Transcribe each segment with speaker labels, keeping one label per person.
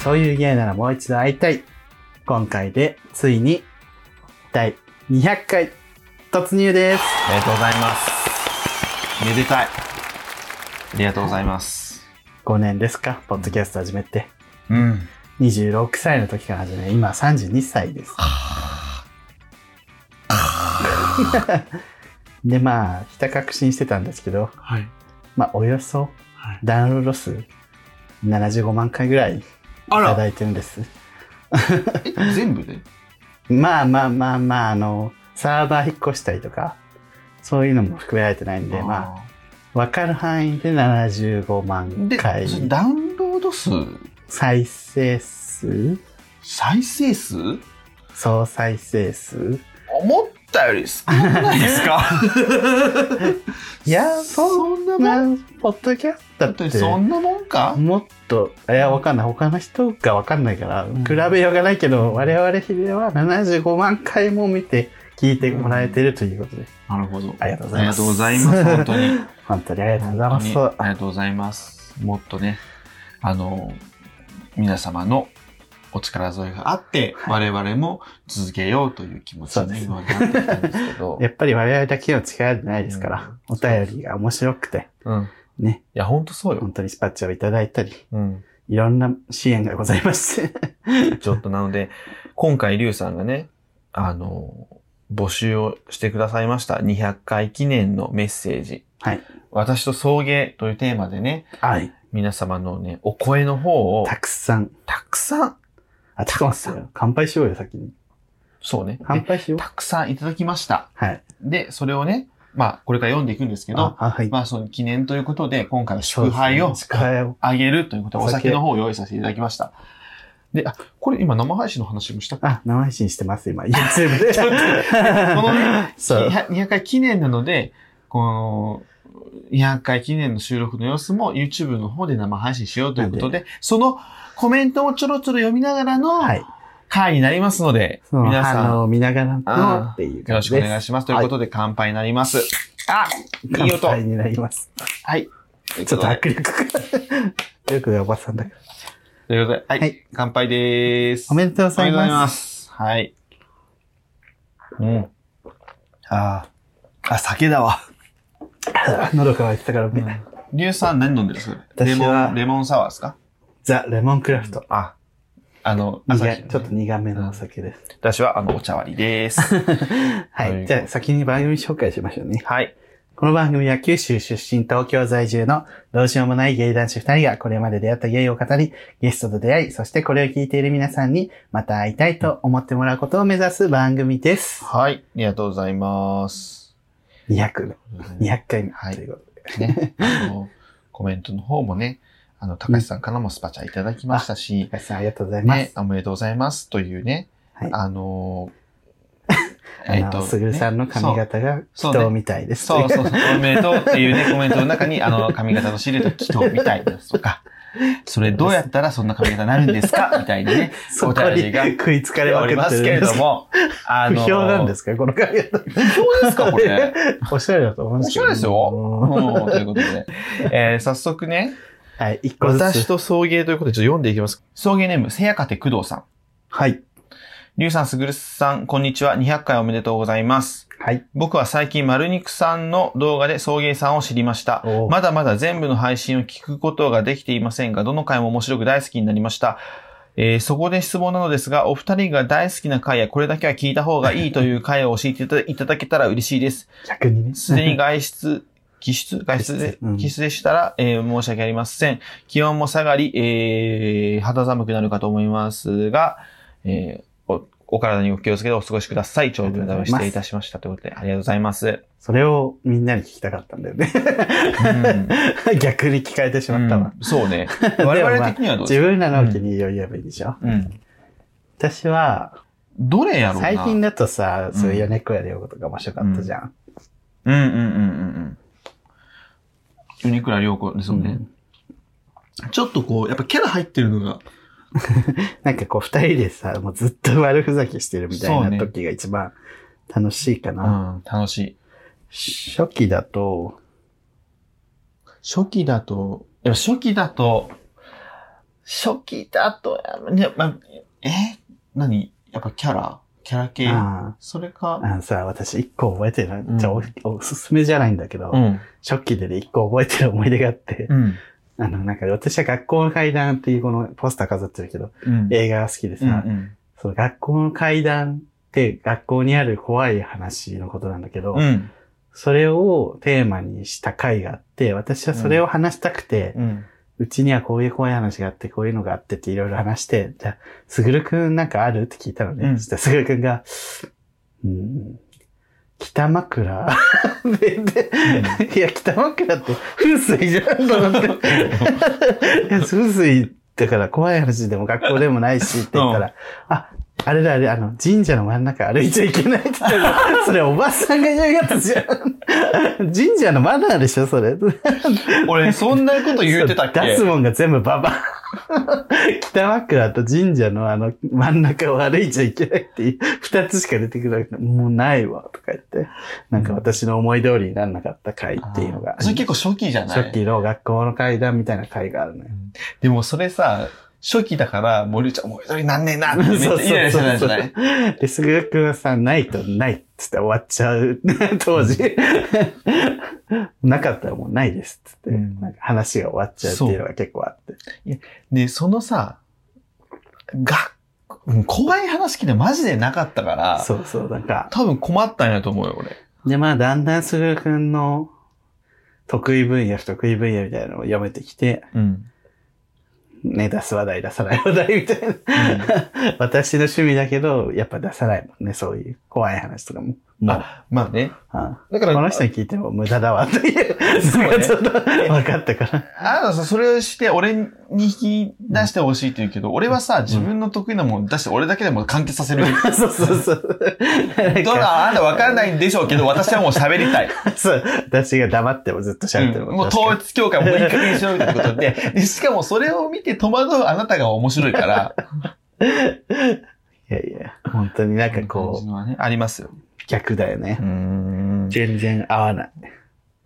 Speaker 1: そういう芸ならもう一度会いたい。今回でついに第200回突入です。
Speaker 2: ありがとうございます。めでたい。ありがとうございます。
Speaker 1: 5年ですか、ポッドキャスト始めて。
Speaker 2: うん。
Speaker 1: 26歳の時から始め、今32歳です。 で、まあ、ひた確信してたんですけど、
Speaker 2: はい。
Speaker 1: まあ、およそ
Speaker 2: はい、
Speaker 1: ダウンロード数75万回ぐらいい
Speaker 2: あ
Speaker 1: た
Speaker 2: ら
Speaker 1: だいてるんです。
Speaker 2: え全部で
Speaker 1: まあまあまあまあ、あの、サーバー引っ越したりとか、そういうのも含められてないんで、ま
Speaker 2: あ
Speaker 1: あ、わかる範囲で75
Speaker 2: ー
Speaker 1: 万
Speaker 2: で、
Speaker 1: 回。
Speaker 2: それダウンロード数、
Speaker 1: 再生数
Speaker 2: 再生数
Speaker 1: 総再生数
Speaker 2: 思ったより少ないですか
Speaker 1: いや、そ
Speaker 2: んなんもん。
Speaker 1: な、ポッドキャスト
Speaker 2: だ
Speaker 1: だ
Speaker 2: っ
Speaker 1: って
Speaker 2: て、そんなもんか
Speaker 1: もっと、いや、わかんない。他の人がわかんないから、
Speaker 2: ん
Speaker 1: 比べようがないけど、我々ヒデは75万回も見て、聞いてもらえてるということで、
Speaker 2: なるほど。
Speaker 1: ありがとうございます。
Speaker 2: ありがとうございます。本当に。。
Speaker 1: 本当にありがとうございま
Speaker 2: 本当に
Speaker 1: す。
Speaker 2: ありがとうございます。もっとね、あの、皆様のお力添えがあって、我々も続けようという気持ち
Speaker 1: そうです
Speaker 2: に今はなってきたんですけど
Speaker 1: 。やっぱり我々だけの力じゃないですから、
Speaker 2: う
Speaker 1: お
Speaker 2: ん
Speaker 1: 便りが面白くて、
Speaker 2: うん。い
Speaker 1: ね、
Speaker 2: や、ほんとそうよ。
Speaker 1: 本当にスパッチャをいただいたり、
Speaker 2: うん。
Speaker 1: いろんな支援がございま して。
Speaker 2: ちょっとなので、今回、リュウさんがね、あの、募集をしてくださいました。200回記念のメッセージ。
Speaker 1: はい。
Speaker 2: 私と送迎というテーマでね、
Speaker 1: はい。
Speaker 2: 皆様のね、お声の方を
Speaker 1: たくさん。
Speaker 2: たくさん、
Speaker 1: あ、ちょっと待ってよ。乾杯しようよ、先に。
Speaker 2: そうね。
Speaker 1: 乾
Speaker 2: で
Speaker 1: 杯しよう。
Speaker 2: たくさんいただきました。
Speaker 1: はい。
Speaker 2: で、それをね、まあ、これから読んでいくんですけ
Speaker 1: あ
Speaker 2: ど、、
Speaker 1: あはい。
Speaker 2: まあ、その記念ということで、今回は
Speaker 1: そう
Speaker 2: 祝
Speaker 1: ですね
Speaker 2: 杯を
Speaker 1: 祝杯を。
Speaker 2: あげるということで、
Speaker 1: お
Speaker 2: お
Speaker 1: 酒
Speaker 2: 酒の方を用意させていただきました。で、あ、これ今生配信の話もした か
Speaker 1: あ、生配信してます、今。YouTube で。
Speaker 2: ちょっとこのね
Speaker 1: そう。
Speaker 2: 200 200回記念なので、この、200回記念の収録の様子も YouTube の方で生配信しようということで、そのコメントをちょろちょろ読みながらの
Speaker 1: はい。
Speaker 2: 回になりますので、
Speaker 1: その
Speaker 2: 皆さん
Speaker 1: 反応を見ながらの
Speaker 2: あー
Speaker 1: っていう
Speaker 2: よ
Speaker 1: 感
Speaker 2: ろし
Speaker 1: じ
Speaker 2: く
Speaker 1: で
Speaker 2: お
Speaker 1: す。
Speaker 2: 願いします。ということで乾杯になります。あいい音
Speaker 1: 乾杯になります。
Speaker 2: はい。ちょっ
Speaker 1: ちょっと握力 が。よくおばさんだから。
Speaker 2: ということで、はい。
Speaker 1: はい
Speaker 2: 乾杯でーす。
Speaker 1: おめでとうござい
Speaker 2: おめでとうござい
Speaker 1: ま。
Speaker 2: ますす。はい。うん。ああ。あ、酒だわ。
Speaker 1: あ喉乾いてたからね、
Speaker 2: リュウさん何飲んでるんですかレ
Speaker 1: 私は
Speaker 2: モン、レモンサワーですか
Speaker 1: ザ・レモンクラフト。
Speaker 2: あ、あの、
Speaker 1: 苦
Speaker 2: 朝
Speaker 1: い
Speaker 2: 日のね
Speaker 1: ちょっと苦めのお酒です。
Speaker 2: 私は、あの、お茶割 りです。
Speaker 1: は。
Speaker 2: はいい
Speaker 1: じゃあ、先に番組紹介しましょうね。
Speaker 2: はい。
Speaker 1: この番組は九州出身東京在住のどうしようもないゲイ男子二人がこれまで出会ったゲイを語り、ゲストと出会い、そしてこれを聞いている皆さんにまた会いたいと思ってもらうことを目指す番組です。
Speaker 2: はい。ありがとうございます。
Speaker 1: 200、200回目
Speaker 2: はい
Speaker 1: ということで。
Speaker 2: ね。あの、コメントの方もね、あの、高橋さんからもスパチャいただきましたし、
Speaker 1: 高橋さんありがとうございま
Speaker 2: ね
Speaker 1: す。、
Speaker 2: おめでとうございますというね、
Speaker 1: はい
Speaker 2: あのー、
Speaker 1: あの、すぐるさんの髪
Speaker 2: ね
Speaker 1: 型が
Speaker 2: そうそうね
Speaker 1: 人みたいです。
Speaker 2: そうそうそうそう、おめでとうっていうね、コメントの中に、あの、髪型のシルエット、祈祷みたいですとか、それどうやったらそんな髪型になるんですかみたい にね、
Speaker 1: そこ
Speaker 2: お便
Speaker 1: に
Speaker 2: りが
Speaker 1: 食いつかれ
Speaker 2: お
Speaker 1: まく
Speaker 2: りま
Speaker 1: って
Speaker 2: すけ
Speaker 1: る
Speaker 2: れ
Speaker 1: んで
Speaker 2: ど
Speaker 1: す。
Speaker 2: も、あ。
Speaker 1: 不評なんですすかこの髪型。
Speaker 2: 不評ですかこれ。
Speaker 1: おしゃれだと思うんで
Speaker 2: 面
Speaker 1: すけど。
Speaker 2: 白いですよ。
Speaker 1: うん
Speaker 2: うんというこ とで、えー早速ね、
Speaker 1: はい、一個ずつ。
Speaker 2: 私と送迎ということでちょっと読んでいきます。送迎ネーム、せやかて工藤さん。
Speaker 1: はい。
Speaker 2: りゅうさん、すぐるさん、こんにちは。200回おめでとうございます。
Speaker 1: はい。
Speaker 2: 僕は最近、丸肉さんの動画で送迎さんを知りました
Speaker 1: お。う
Speaker 2: まだまだ全部の配信を聞くことができていませんが、どの回も面白く大好きになりました。えーそこで質問なのですが、お二人が大好きな回やこれだけは聞いた方がいいという回を教えていたいただけたら嬉しいです。
Speaker 1: 逆にね。
Speaker 2: すでに外出、気出外出で、
Speaker 1: うん
Speaker 2: 気出でしたら、えー申し訳ありません。気温も下がり、えー肌寒くなるかと思いますが、えーお、お体にお気をつけてお過ごしください。長文だめ失礼いたしました。ということで、ありがとうございます。
Speaker 1: それをみんなに聞きたかったんだよね。 逆に聞かれてしまったわ。
Speaker 2: うんそうね。我
Speaker 1: でもま
Speaker 2: 々
Speaker 1: あ
Speaker 2: 的にはどうで
Speaker 1: 自分
Speaker 2: すか、
Speaker 1: らのお気に入りを言えばいいでしょ。
Speaker 2: うん。
Speaker 1: 私は、
Speaker 2: どれやろうな
Speaker 1: 最近だとさ、
Speaker 2: うん
Speaker 1: そういうね、小屋でうことが面白かったじゃん。
Speaker 2: うんうんうんうんうん。米倉涼子ですよね、
Speaker 1: うん
Speaker 2: ちょっとこう、やっぱキャラ入ってるのが。
Speaker 1: なんかこう、二人でさ、もうずっと悪ふざけしてるみた
Speaker 2: そう
Speaker 1: いな
Speaker 2: ね
Speaker 1: 時が一番楽しいか
Speaker 2: う
Speaker 1: な。
Speaker 2: ん、楽しい。
Speaker 1: 初期だと、
Speaker 2: 初期だと、やっぱ初期だと、初期だと、ね、ま、え何やっぱキャラキャラ系
Speaker 1: あ
Speaker 2: それ
Speaker 1: あ
Speaker 2: か。
Speaker 1: あのさ、私一個覚えてる
Speaker 2: う。ん
Speaker 1: じゃあお、おすすめじゃないんだけど、
Speaker 2: ん。
Speaker 1: 初期でね、一個覚えてる思い出があって、
Speaker 2: うん。
Speaker 1: あの、なんか私は学校の階段っていうこのポスター飾ってるけど、
Speaker 2: うん。
Speaker 1: 映画が好きでさ、
Speaker 2: うん。
Speaker 1: その学校の階段って学校にある怖い話のことなんだけど、
Speaker 2: うん。
Speaker 1: それをテーマにした回があって、私はそれを話したくて、
Speaker 2: うん。
Speaker 1: うちにはこういう怖い話があって、こういうのがあってっていろいろ話して、じゃあ、すぐるくんなんかあるって聞いたのね。
Speaker 2: うん
Speaker 1: そしたらすぐるくんが、うーん、北枕 で、でいや、北枕って風水じゃんと 思って。いや風水だから怖い話でも学校でもないしって言ったら、あ、あれだあれ、あの、神社の真ん中歩いちゃいけないって言ったら、それおばさんが言うやつじゃん。神社のマナーでしょ、それ。
Speaker 2: 俺、そんなこと言ってたっけ
Speaker 1: 出すもんが全部ババア。北枕と神社のあの真ん中を歩いちゃいけないっていう二つしか出てくるわけもうないわとか言って。なんか私の思い通りにならなかった回っていうのが
Speaker 2: あ。ーそれ結構初期じゃない
Speaker 1: 初期の学校の階段みたいな回があるのよ。
Speaker 2: でもそれさ、初期だから、森ちゃん、 もうそれなんねえなってめっちゃイライラしてたんじゃない
Speaker 1: で、すぐくんはさ、ないとないっつって終わっちゃう。 当時。なかったらもうないですっつって。
Speaker 2: うん
Speaker 1: なんか話が終わっちゃうっていうのが結構あって。
Speaker 2: で、そのさ、が、うん怖い話聞いてマジでなかったから、
Speaker 1: そうそう、なんか。
Speaker 2: 多分困ったんやと思うよ、俺。
Speaker 1: で、まあ、だんだんすぐくんの得意分野、不得意分野みたいなのを読めてきて、
Speaker 2: うん。
Speaker 1: ね、出す話題、出さない話題みたいな。 私の趣味だけど、やっぱ出さないもんね、そういう怖い話とかも。ま
Speaker 2: あ、まあね。
Speaker 1: あ、
Speaker 2: だか
Speaker 1: うん
Speaker 2: ら、
Speaker 1: この人に聞いても無駄だわ、という
Speaker 2: そう
Speaker 1: の
Speaker 2: ね
Speaker 1: が ちょっと分かったから。
Speaker 2: あなたさ、それをして、俺に引き出してほしいって言うけど、俺はさ、自分の得意なもん出して、俺だけでも完結させる。
Speaker 1: そうそうそう。なん
Speaker 2: どう
Speaker 1: か
Speaker 2: だあなた分からないんでしょうけど、私はもう喋りたい。
Speaker 1: そう私が黙ってもずっと喋ってる
Speaker 2: うん
Speaker 1: もん。
Speaker 2: もう統一教会もういい加減にしろみたいなことで、 で、しかもそれを見て戸惑うあなたが面白 いから、
Speaker 1: いやいや、本当になんかこ
Speaker 2: う、ね、ありますよ。
Speaker 1: う、逆だよね。
Speaker 2: ん。
Speaker 1: 全然合わない。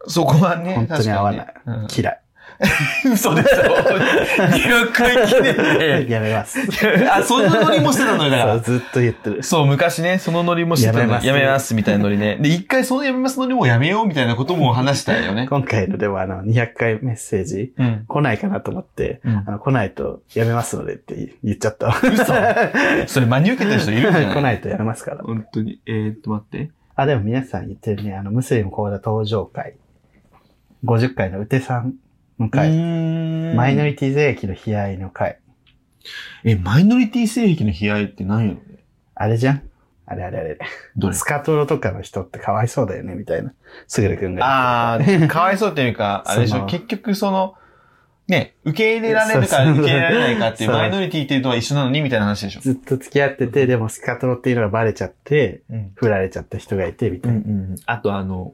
Speaker 2: そこはね、
Speaker 1: 本当に合わない
Speaker 2: 確かにね
Speaker 1: 嫌い。
Speaker 2: うん 嘘でしょ。入会記念
Speaker 1: やめます。
Speaker 2: で。あ、そんなノリもしてたのよ、だか
Speaker 1: そう
Speaker 2: ら。
Speaker 1: ずっと言ってる。
Speaker 2: そう、昔ね、そのノリもしてたの
Speaker 1: やめます
Speaker 2: やめます、みたいなノリね。で、一回そのやめますノリもやめよう、みたいなことも話したよね。
Speaker 1: 今回のでもあの、200回メッセージ
Speaker 2: うん。
Speaker 1: 来ないかなと思って、
Speaker 2: うん
Speaker 1: あの、来ないとやめますのでって言っちゃったわ。
Speaker 2: 嘘それ真に受けてる人いるんじゃな い
Speaker 1: 来ないとやめますから。
Speaker 2: 本当に。えーっと、待って。
Speaker 1: あ、でも皆さん言ってるね、あの、ムスリム講座登場会。50回のうてさんの会。マイノリティ税金の悲哀の会。
Speaker 2: え、マイノリティ性癖の悲哀って何やろね
Speaker 1: あれじゃんあれあれあれ。
Speaker 2: どれ
Speaker 1: スカトロとかの人ってかわいそうだよね、みたいな。すぐるくんが。
Speaker 2: ああ、かわいそうという か、あれでし
Speaker 1: そ
Speaker 2: ょ、
Speaker 1: の
Speaker 2: 結局その、ね、受け入れられるか
Speaker 1: そうそう
Speaker 2: 受け入れられないかっていう、
Speaker 1: そう
Speaker 2: マイノリティっていうのは一緒なのにみたいな話でし ょ。
Speaker 1: ずっと付き合ってて、でもスカトロっていうのがバレちゃって、
Speaker 2: うん。
Speaker 1: 振られちゃった人がいて、みた
Speaker 2: う
Speaker 1: い
Speaker 2: んう
Speaker 1: な。
Speaker 2: ん。あとあの、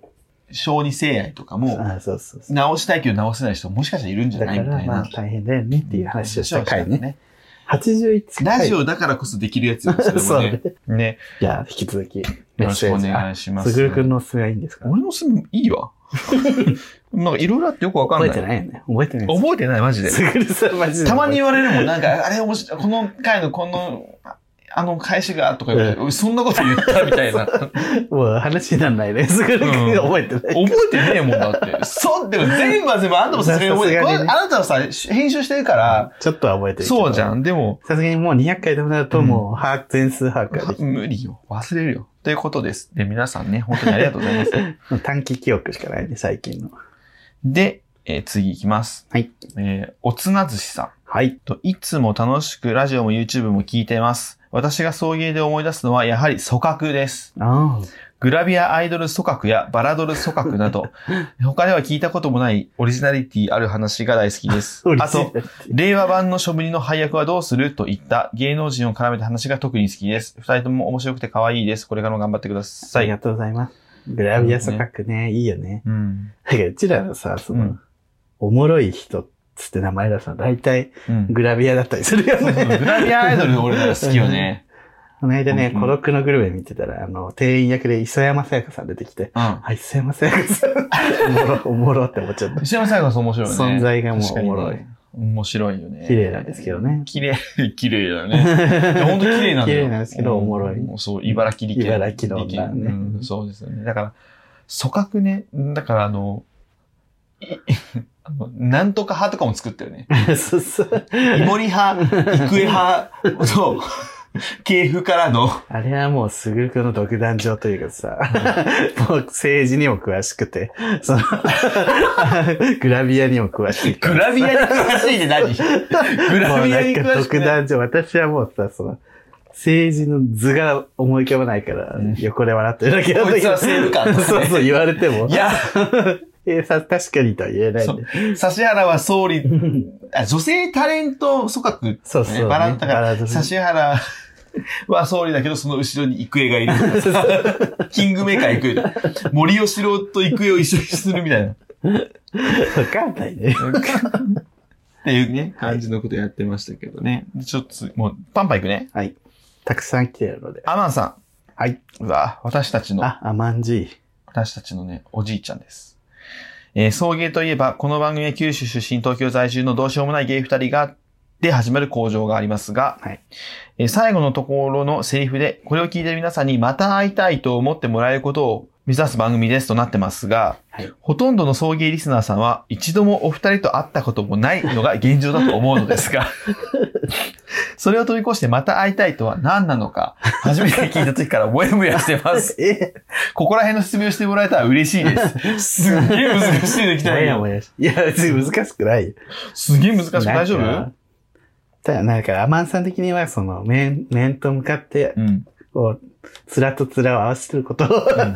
Speaker 2: 小児性愛とかも、
Speaker 1: あーそうそうそう。
Speaker 2: 直したいけど直せない人もしかしたらいるんじゃ
Speaker 1: だ
Speaker 2: な
Speaker 1: か
Speaker 2: いみた
Speaker 1: ら、
Speaker 2: い
Speaker 1: ま
Speaker 2: な
Speaker 1: あ。大変だよねっていう話をした回ね。
Speaker 2: ね。
Speaker 1: 81回。
Speaker 2: ラジオだからこそできるやつよ、それ
Speaker 1: そ
Speaker 2: も
Speaker 1: う
Speaker 2: ね
Speaker 1: ね。。
Speaker 2: ね。
Speaker 1: じゃあ、引き続き、メッ
Speaker 2: よろしく
Speaker 1: セ
Speaker 2: お
Speaker 1: ージ。
Speaker 2: 願いしますす。
Speaker 1: ぐるくんのおすすめはいいんですか
Speaker 2: 俺の住む、いいわ。 なんかいろいろあってよくわかん
Speaker 1: 覚
Speaker 2: な
Speaker 1: え
Speaker 2: い。
Speaker 1: てないよね。覚えてないです。
Speaker 2: 覚えてない、マジで。
Speaker 1: すぐるさんマジで。
Speaker 2: たまに言われるもん、なんか、あれ面白い、この回のこの、ああの返しが、とか言われて、そんなこと言ったみた いな。覚
Speaker 1: もう話にならない ね。すぐるくんが覚えてない。
Speaker 2: えてねえもんだって。そう、でも全部は全部、あんたもさすがに覚えて
Speaker 1: さすがにね
Speaker 2: これあなたはさ、編集してるから、
Speaker 1: ちょっとは覚えてる。
Speaker 2: そうじゃ
Speaker 1: ん。
Speaker 2: ん。でも、
Speaker 1: さすがにもう200回でもなると、もう、把握、全数把握がで き
Speaker 2: 無理よ。忘れるよ。ということです。で、皆さんね、本当にありがとうござ います。
Speaker 1: もう短期記憶しかないね、最近の。
Speaker 2: で、えー次行きます。
Speaker 1: はい。
Speaker 2: えーおつなずしさん。
Speaker 1: はい。
Speaker 2: と、いつも楽しくラジオも YouTube も聞いています。私が送迎で思い出すのはやはり組閣です。
Speaker 1: あ
Speaker 2: グラビアアイドル組閣やバラドル組閣 など、他では聞いたこともないオリジナリティある話が大好きです
Speaker 1: あ。。嬉
Speaker 2: あ
Speaker 1: しい
Speaker 2: と、。令和版の書ぶりの配役はどうするといった芸能人を絡めた話が特に好きです。二人とも面白くて可愛いです。これからも頑張ってくだ
Speaker 1: あ
Speaker 2: さ
Speaker 1: り
Speaker 2: い。
Speaker 1: がとうございます。グラビア組閣ね、いいよね。
Speaker 2: うん。
Speaker 1: だからうちらのさ、そうの
Speaker 2: ん、
Speaker 1: おもろい人っつって名前出すの、大体、
Speaker 2: うん。
Speaker 1: グラビアだったりするよ
Speaker 2: そうそうグ
Speaker 1: ね。
Speaker 2: ラビアアイドル俺なら好きよね。
Speaker 1: この間ね、
Speaker 2: うん
Speaker 1: 孤独のグルメ見てたら、あの、店員役で磯山さやかさん出てきて、
Speaker 2: うん。
Speaker 1: あ、 磯山さやかさん、おもろ、おもろって思っちゃった。
Speaker 2: 石山さやかさん面白いよね。
Speaker 1: 存在がもう
Speaker 2: 確かにね
Speaker 1: おもろい。
Speaker 2: 面白いよね。
Speaker 1: 綺麗なんですけどね
Speaker 2: 綺麗、綺麗だよね。いや、本当綺麗なんだ
Speaker 1: 綺
Speaker 2: よ。
Speaker 1: 麗なんですけど、おもろい。
Speaker 2: うそう、茨城力。
Speaker 1: 茨城の女ね
Speaker 2: うんそうですよね。だから、組閣ね。だから、あの、い あのなんとか派とかも作った よね。
Speaker 1: そうそう。
Speaker 2: イモリ派、育英派、そう、系譜からの。
Speaker 1: あれはもう、すぐるくんの独壇場というかさ、もう政治にも詳しくて、 その、グラビアにも詳しいか
Speaker 2: グ
Speaker 1: ら。
Speaker 2: ラビアに詳しいって何グラビアに
Speaker 1: もうなんか
Speaker 2: 詳しく
Speaker 1: 独
Speaker 2: ない。
Speaker 1: 壇場、私はもうさ、その、政治の図が思い浮かばないから
Speaker 2: うん、
Speaker 1: 横で笑ってるだけなんだ
Speaker 2: こ
Speaker 1: け
Speaker 2: いつ
Speaker 1: ど。
Speaker 2: は政府官だね
Speaker 1: そうそう、言われても
Speaker 2: い。や、
Speaker 1: えさ、確かにとは言えないんで。
Speaker 2: 指原は 総理、あ女性タレント組閣、ね。
Speaker 1: そうそうね
Speaker 2: バランだか
Speaker 1: バラ
Speaker 2: ら、
Speaker 1: ンス
Speaker 2: 指 原は総理だけど、その後ろに郁恵 がいるとかさ。キングメーカー郁恵だ。森喜朗と郁恵を一緒にするみたいな。っ
Speaker 1: わかんないね。
Speaker 2: ていうね、感じのことやってましたけどね。ちょっとつ、もう、パンパンいくね。
Speaker 1: はい。たくさん来てるので。
Speaker 2: アマンさん。
Speaker 1: はい。
Speaker 2: うわ、私たちの、
Speaker 1: あ、甘んじい。
Speaker 2: 私たちのね、おじいちゃんです。えー送迎といえば、この番組は九州出身、東京在住のどうしようもないゲイ二人が、で始まる工場がありますが、
Speaker 1: はい
Speaker 2: えー最後のところのセリフで、これを聞いてる皆さんにまた会いたいと思ってもらえることを目指す番組ですとなってますが、
Speaker 1: はい
Speaker 2: ほとんどの送迎リスナーさんは、一度もお二人と会ったこともないの が現状だと思うのですが、それを飛び越してまた会いたいとは何なのか、初めて聞いた時からもやもやしてます。
Speaker 1: え
Speaker 2: ここら辺の説明をしてもらえたら嬉しい です。すっげえ難しいの来
Speaker 1: も
Speaker 2: た
Speaker 1: や
Speaker 2: よ
Speaker 1: も。やし。いや、別に難しくないよ。
Speaker 2: すげえ難しく
Speaker 1: なんか
Speaker 2: 大丈夫
Speaker 1: ただ、なんか、アマンさん的には、その、面、面と向かって、
Speaker 2: うん。
Speaker 1: こう、面と面を合わせることを、
Speaker 2: ん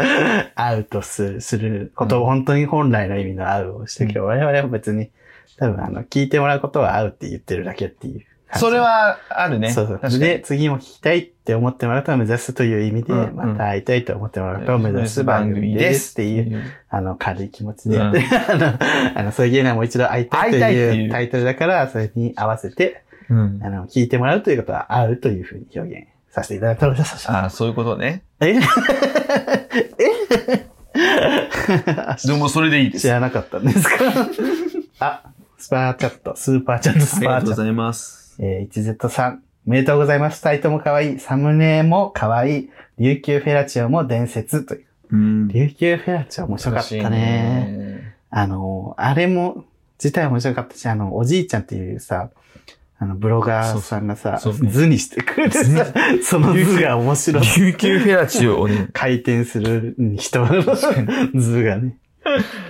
Speaker 1: 会うとすすることを、
Speaker 2: うん
Speaker 1: 本当に本来の意味の会うをしてるけど、我々は別に、多分、あの、聞いてもらうことは会うって言ってるだけっていう。
Speaker 2: それ、はあるね。
Speaker 1: そうそう
Speaker 2: 確かに
Speaker 1: で、次も聞きたいって思ってもらうことを目指すという意味で、
Speaker 2: うんうん
Speaker 1: また会いたいと思ってもらうことを目指す番組ですっていう、あの、軽い気持ちでやって、 あの、あの、そういうゲームはもう一度会いたいと
Speaker 2: 会いたいって
Speaker 1: い
Speaker 2: いう
Speaker 1: うタイトルだから、それに合わせて、
Speaker 2: うん。
Speaker 1: あの、聞いてもらうということは会うというふうに表現させていただいたのです。
Speaker 2: ああ、そういうことね。
Speaker 1: え
Speaker 2: でもそれでいいで
Speaker 1: 知
Speaker 2: す。
Speaker 1: らなかったんですかあ、スパーチャット、スーパーチャット、スパーチャット。
Speaker 2: ざいます。
Speaker 1: えー、1Z さん、おめでとうございます。二人とも可愛い。サムネも可愛い。琉球フェラチオも伝説という。
Speaker 2: うん。
Speaker 1: 琉球フェラチオ面白かった
Speaker 2: 難しい
Speaker 1: ね。。あの、あれも、自体面白かったし、あの、おじいちゃんっていうさ、あの、ブロガーさんがさ、
Speaker 2: そうそう
Speaker 1: 図にしてくれてさ、その 図が面白い。
Speaker 2: 琉球フェラチオをね、
Speaker 1: 回転する人の図がね。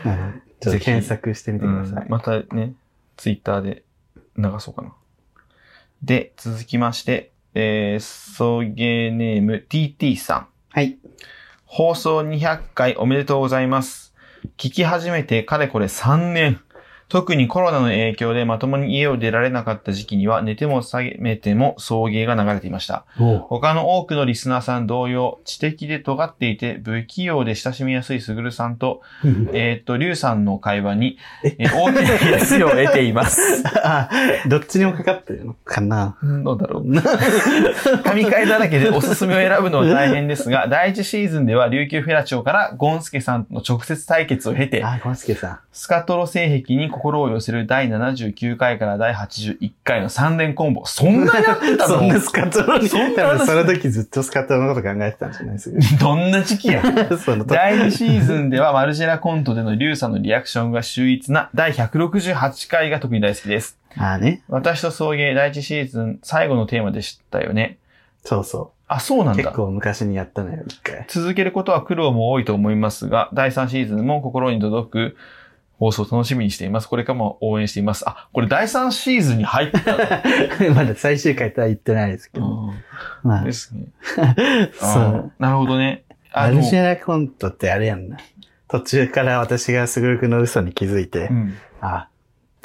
Speaker 1: あのちょっ
Speaker 2: ぜ
Speaker 1: と
Speaker 2: ひ
Speaker 1: 検索してみてください。
Speaker 2: うんまたね、ツイッターで流そうかな。で、続きまして、えー、送迎ネーム TT さん。
Speaker 1: はい。
Speaker 2: 放送200回おめでとうございます。聞き始めてかれこれ3年。特にコロナの影響でまともに家を出られなかった時期には寝ても下めても送迎が流れていました。他の多くのリスナーさん同様、知的で尖っていて不器用で親しみやすいすぐるさんと、えーっと、りゅうさんの会話に、えー大きな癒しを得てい ます。
Speaker 1: あ、どっちにもかかってるのかな。
Speaker 2: どうだろう。 神回だらけでおすすめを選ぶのは大変ですが、第一シーズンでは琉球フェラチオからゴンスケさんの直接対決を経て、
Speaker 1: あ、ゴンスケさ
Speaker 2: スカトロ性癖に心を寄せる第79回から第81回の3連コンボ。そんなやって
Speaker 1: ん。
Speaker 2: た
Speaker 1: そ
Speaker 2: の
Speaker 1: んなスカトロに、
Speaker 2: そんな
Speaker 1: 多分その時ずっとスカトロのこと考えてたんじゃないで すか。
Speaker 2: どんな 時期や。
Speaker 1: その時
Speaker 2: 第2シーズンではマルジェラコントでのリュウさんのリアクションが秀逸な第168回が特に大好きです。
Speaker 1: あーね。
Speaker 2: 私と送迎第1シーズン最後のテーマでしたよね。
Speaker 1: そうそ
Speaker 2: あ、そうな
Speaker 1: う。
Speaker 2: ん
Speaker 1: 結
Speaker 2: だ。
Speaker 1: 構昔にやったのよ、一回。
Speaker 2: 続けることは苦労も多いと思いますが、第3シーズンも心に届く放送を楽しみにしています。これからも応援しています。あ、これ第3シーズンに入ってた の
Speaker 1: まだ最終回とは言ってないですけど。
Speaker 2: うん
Speaker 1: まあ
Speaker 2: で、すね。
Speaker 1: そう。
Speaker 2: あーなるほどね。
Speaker 1: マ
Speaker 2: あ
Speaker 1: ル
Speaker 2: の、
Speaker 1: シェラコントってあれやんな。途中から私がすぐるくんの嘘に気づいて、
Speaker 2: うん。
Speaker 1: ああ、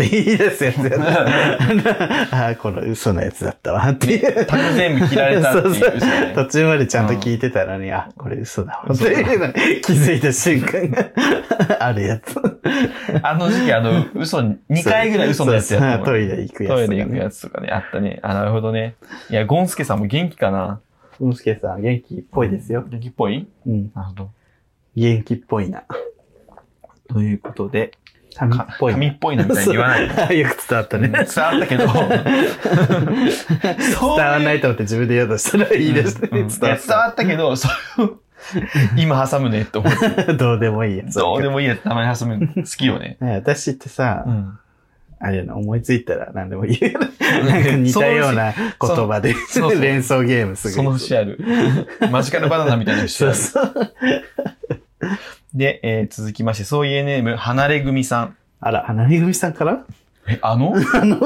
Speaker 1: いいですやつやった ああ、この嘘のやつだったわ、っていう。
Speaker 2: 卓全部切られたっていう
Speaker 1: そう
Speaker 2: 嘘ね
Speaker 1: 途中までちゃんと聞いてたのに、あ、これ嘘だわ、っていうのに気づいた瞬間が あるやつ。
Speaker 2: あの時期、あの、嘘に、2回ぐらい嘘のやつやった
Speaker 1: そう
Speaker 2: もん
Speaker 1: トイレ行くやつ、
Speaker 2: トイレ行くやつとかね、あったね。あ、なるほどね。いや、ゴンスケさんも元気かな
Speaker 1: つ。もしけさん、元気っぽいですよ。
Speaker 2: 元気っぽい
Speaker 1: うん。
Speaker 2: なるほど。
Speaker 1: 元気っぽいな。
Speaker 2: ということで、
Speaker 1: 紙っぽい。
Speaker 2: 紙っぽいなみたいに言 わない。
Speaker 1: い。よく伝わった
Speaker 2: うん
Speaker 1: ね。
Speaker 2: 伝わったけど。
Speaker 1: 伝
Speaker 2: 伝
Speaker 1: わらないと思って自分で言おうとしたらいいですね。
Speaker 2: うんうんいや伝
Speaker 1: 伝わっ
Speaker 2: わったけど、それを今挟むねって思って。
Speaker 1: た。どうでもいいや。
Speaker 2: どうでもいいやつたまに挟むの好きよね。
Speaker 1: ね私ってさ、
Speaker 2: うん。
Speaker 1: あれやな、思いついたら何でも言える。なんか似たような言葉で
Speaker 2: そのうちそうそう
Speaker 1: 連想ゲームすぐ。
Speaker 2: その節ある。マジカルバナナみたいな節あ
Speaker 1: そう
Speaker 2: る。
Speaker 1: そう。
Speaker 2: で、えー続きまして、そういうネーム、離れ組さん。
Speaker 1: あら、花見組さんから
Speaker 2: え、あの
Speaker 1: あの、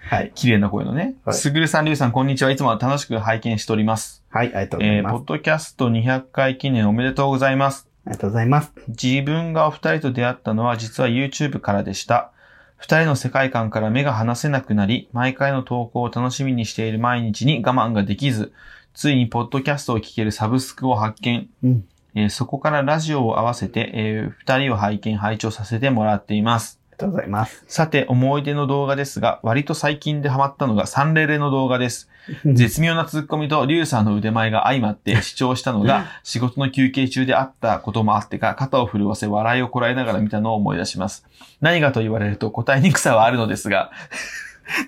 Speaker 1: はい。
Speaker 2: 綺麗な声のね
Speaker 1: は。い
Speaker 2: すぐるさん、りゅうさん、こんにちは。いつも楽しく拝見しております。
Speaker 1: はい、ありがとうござ
Speaker 2: え
Speaker 1: い
Speaker 2: ー
Speaker 1: ます
Speaker 2: ポ。ッドキャスト200回記念おめでとうございます。
Speaker 1: ありがとうございます。
Speaker 2: 自分がお二人と出会ったのは実は YouTube からでした。二人の世界観から目が離せなくなり、毎回の投稿を楽しみにしている毎日に我慢ができず、ついにポッドキャストを聴けるサブスクを発見。
Speaker 1: うん
Speaker 2: えーそこからラジオを合わせて、えー二人を拝見、拝聴させてもらっています。
Speaker 1: ありがとうございます。
Speaker 2: さて、思い出の動画ですが、割と最近でハマったのがサンレレの動画です。絶妙なツッコミとリュウさんの腕前が相まって 主張したのが仕事の休憩中であったこともあってか肩を震わせ笑いをこらえながら見たのを思い出します。何がと言われると答えにくさはあるのですが、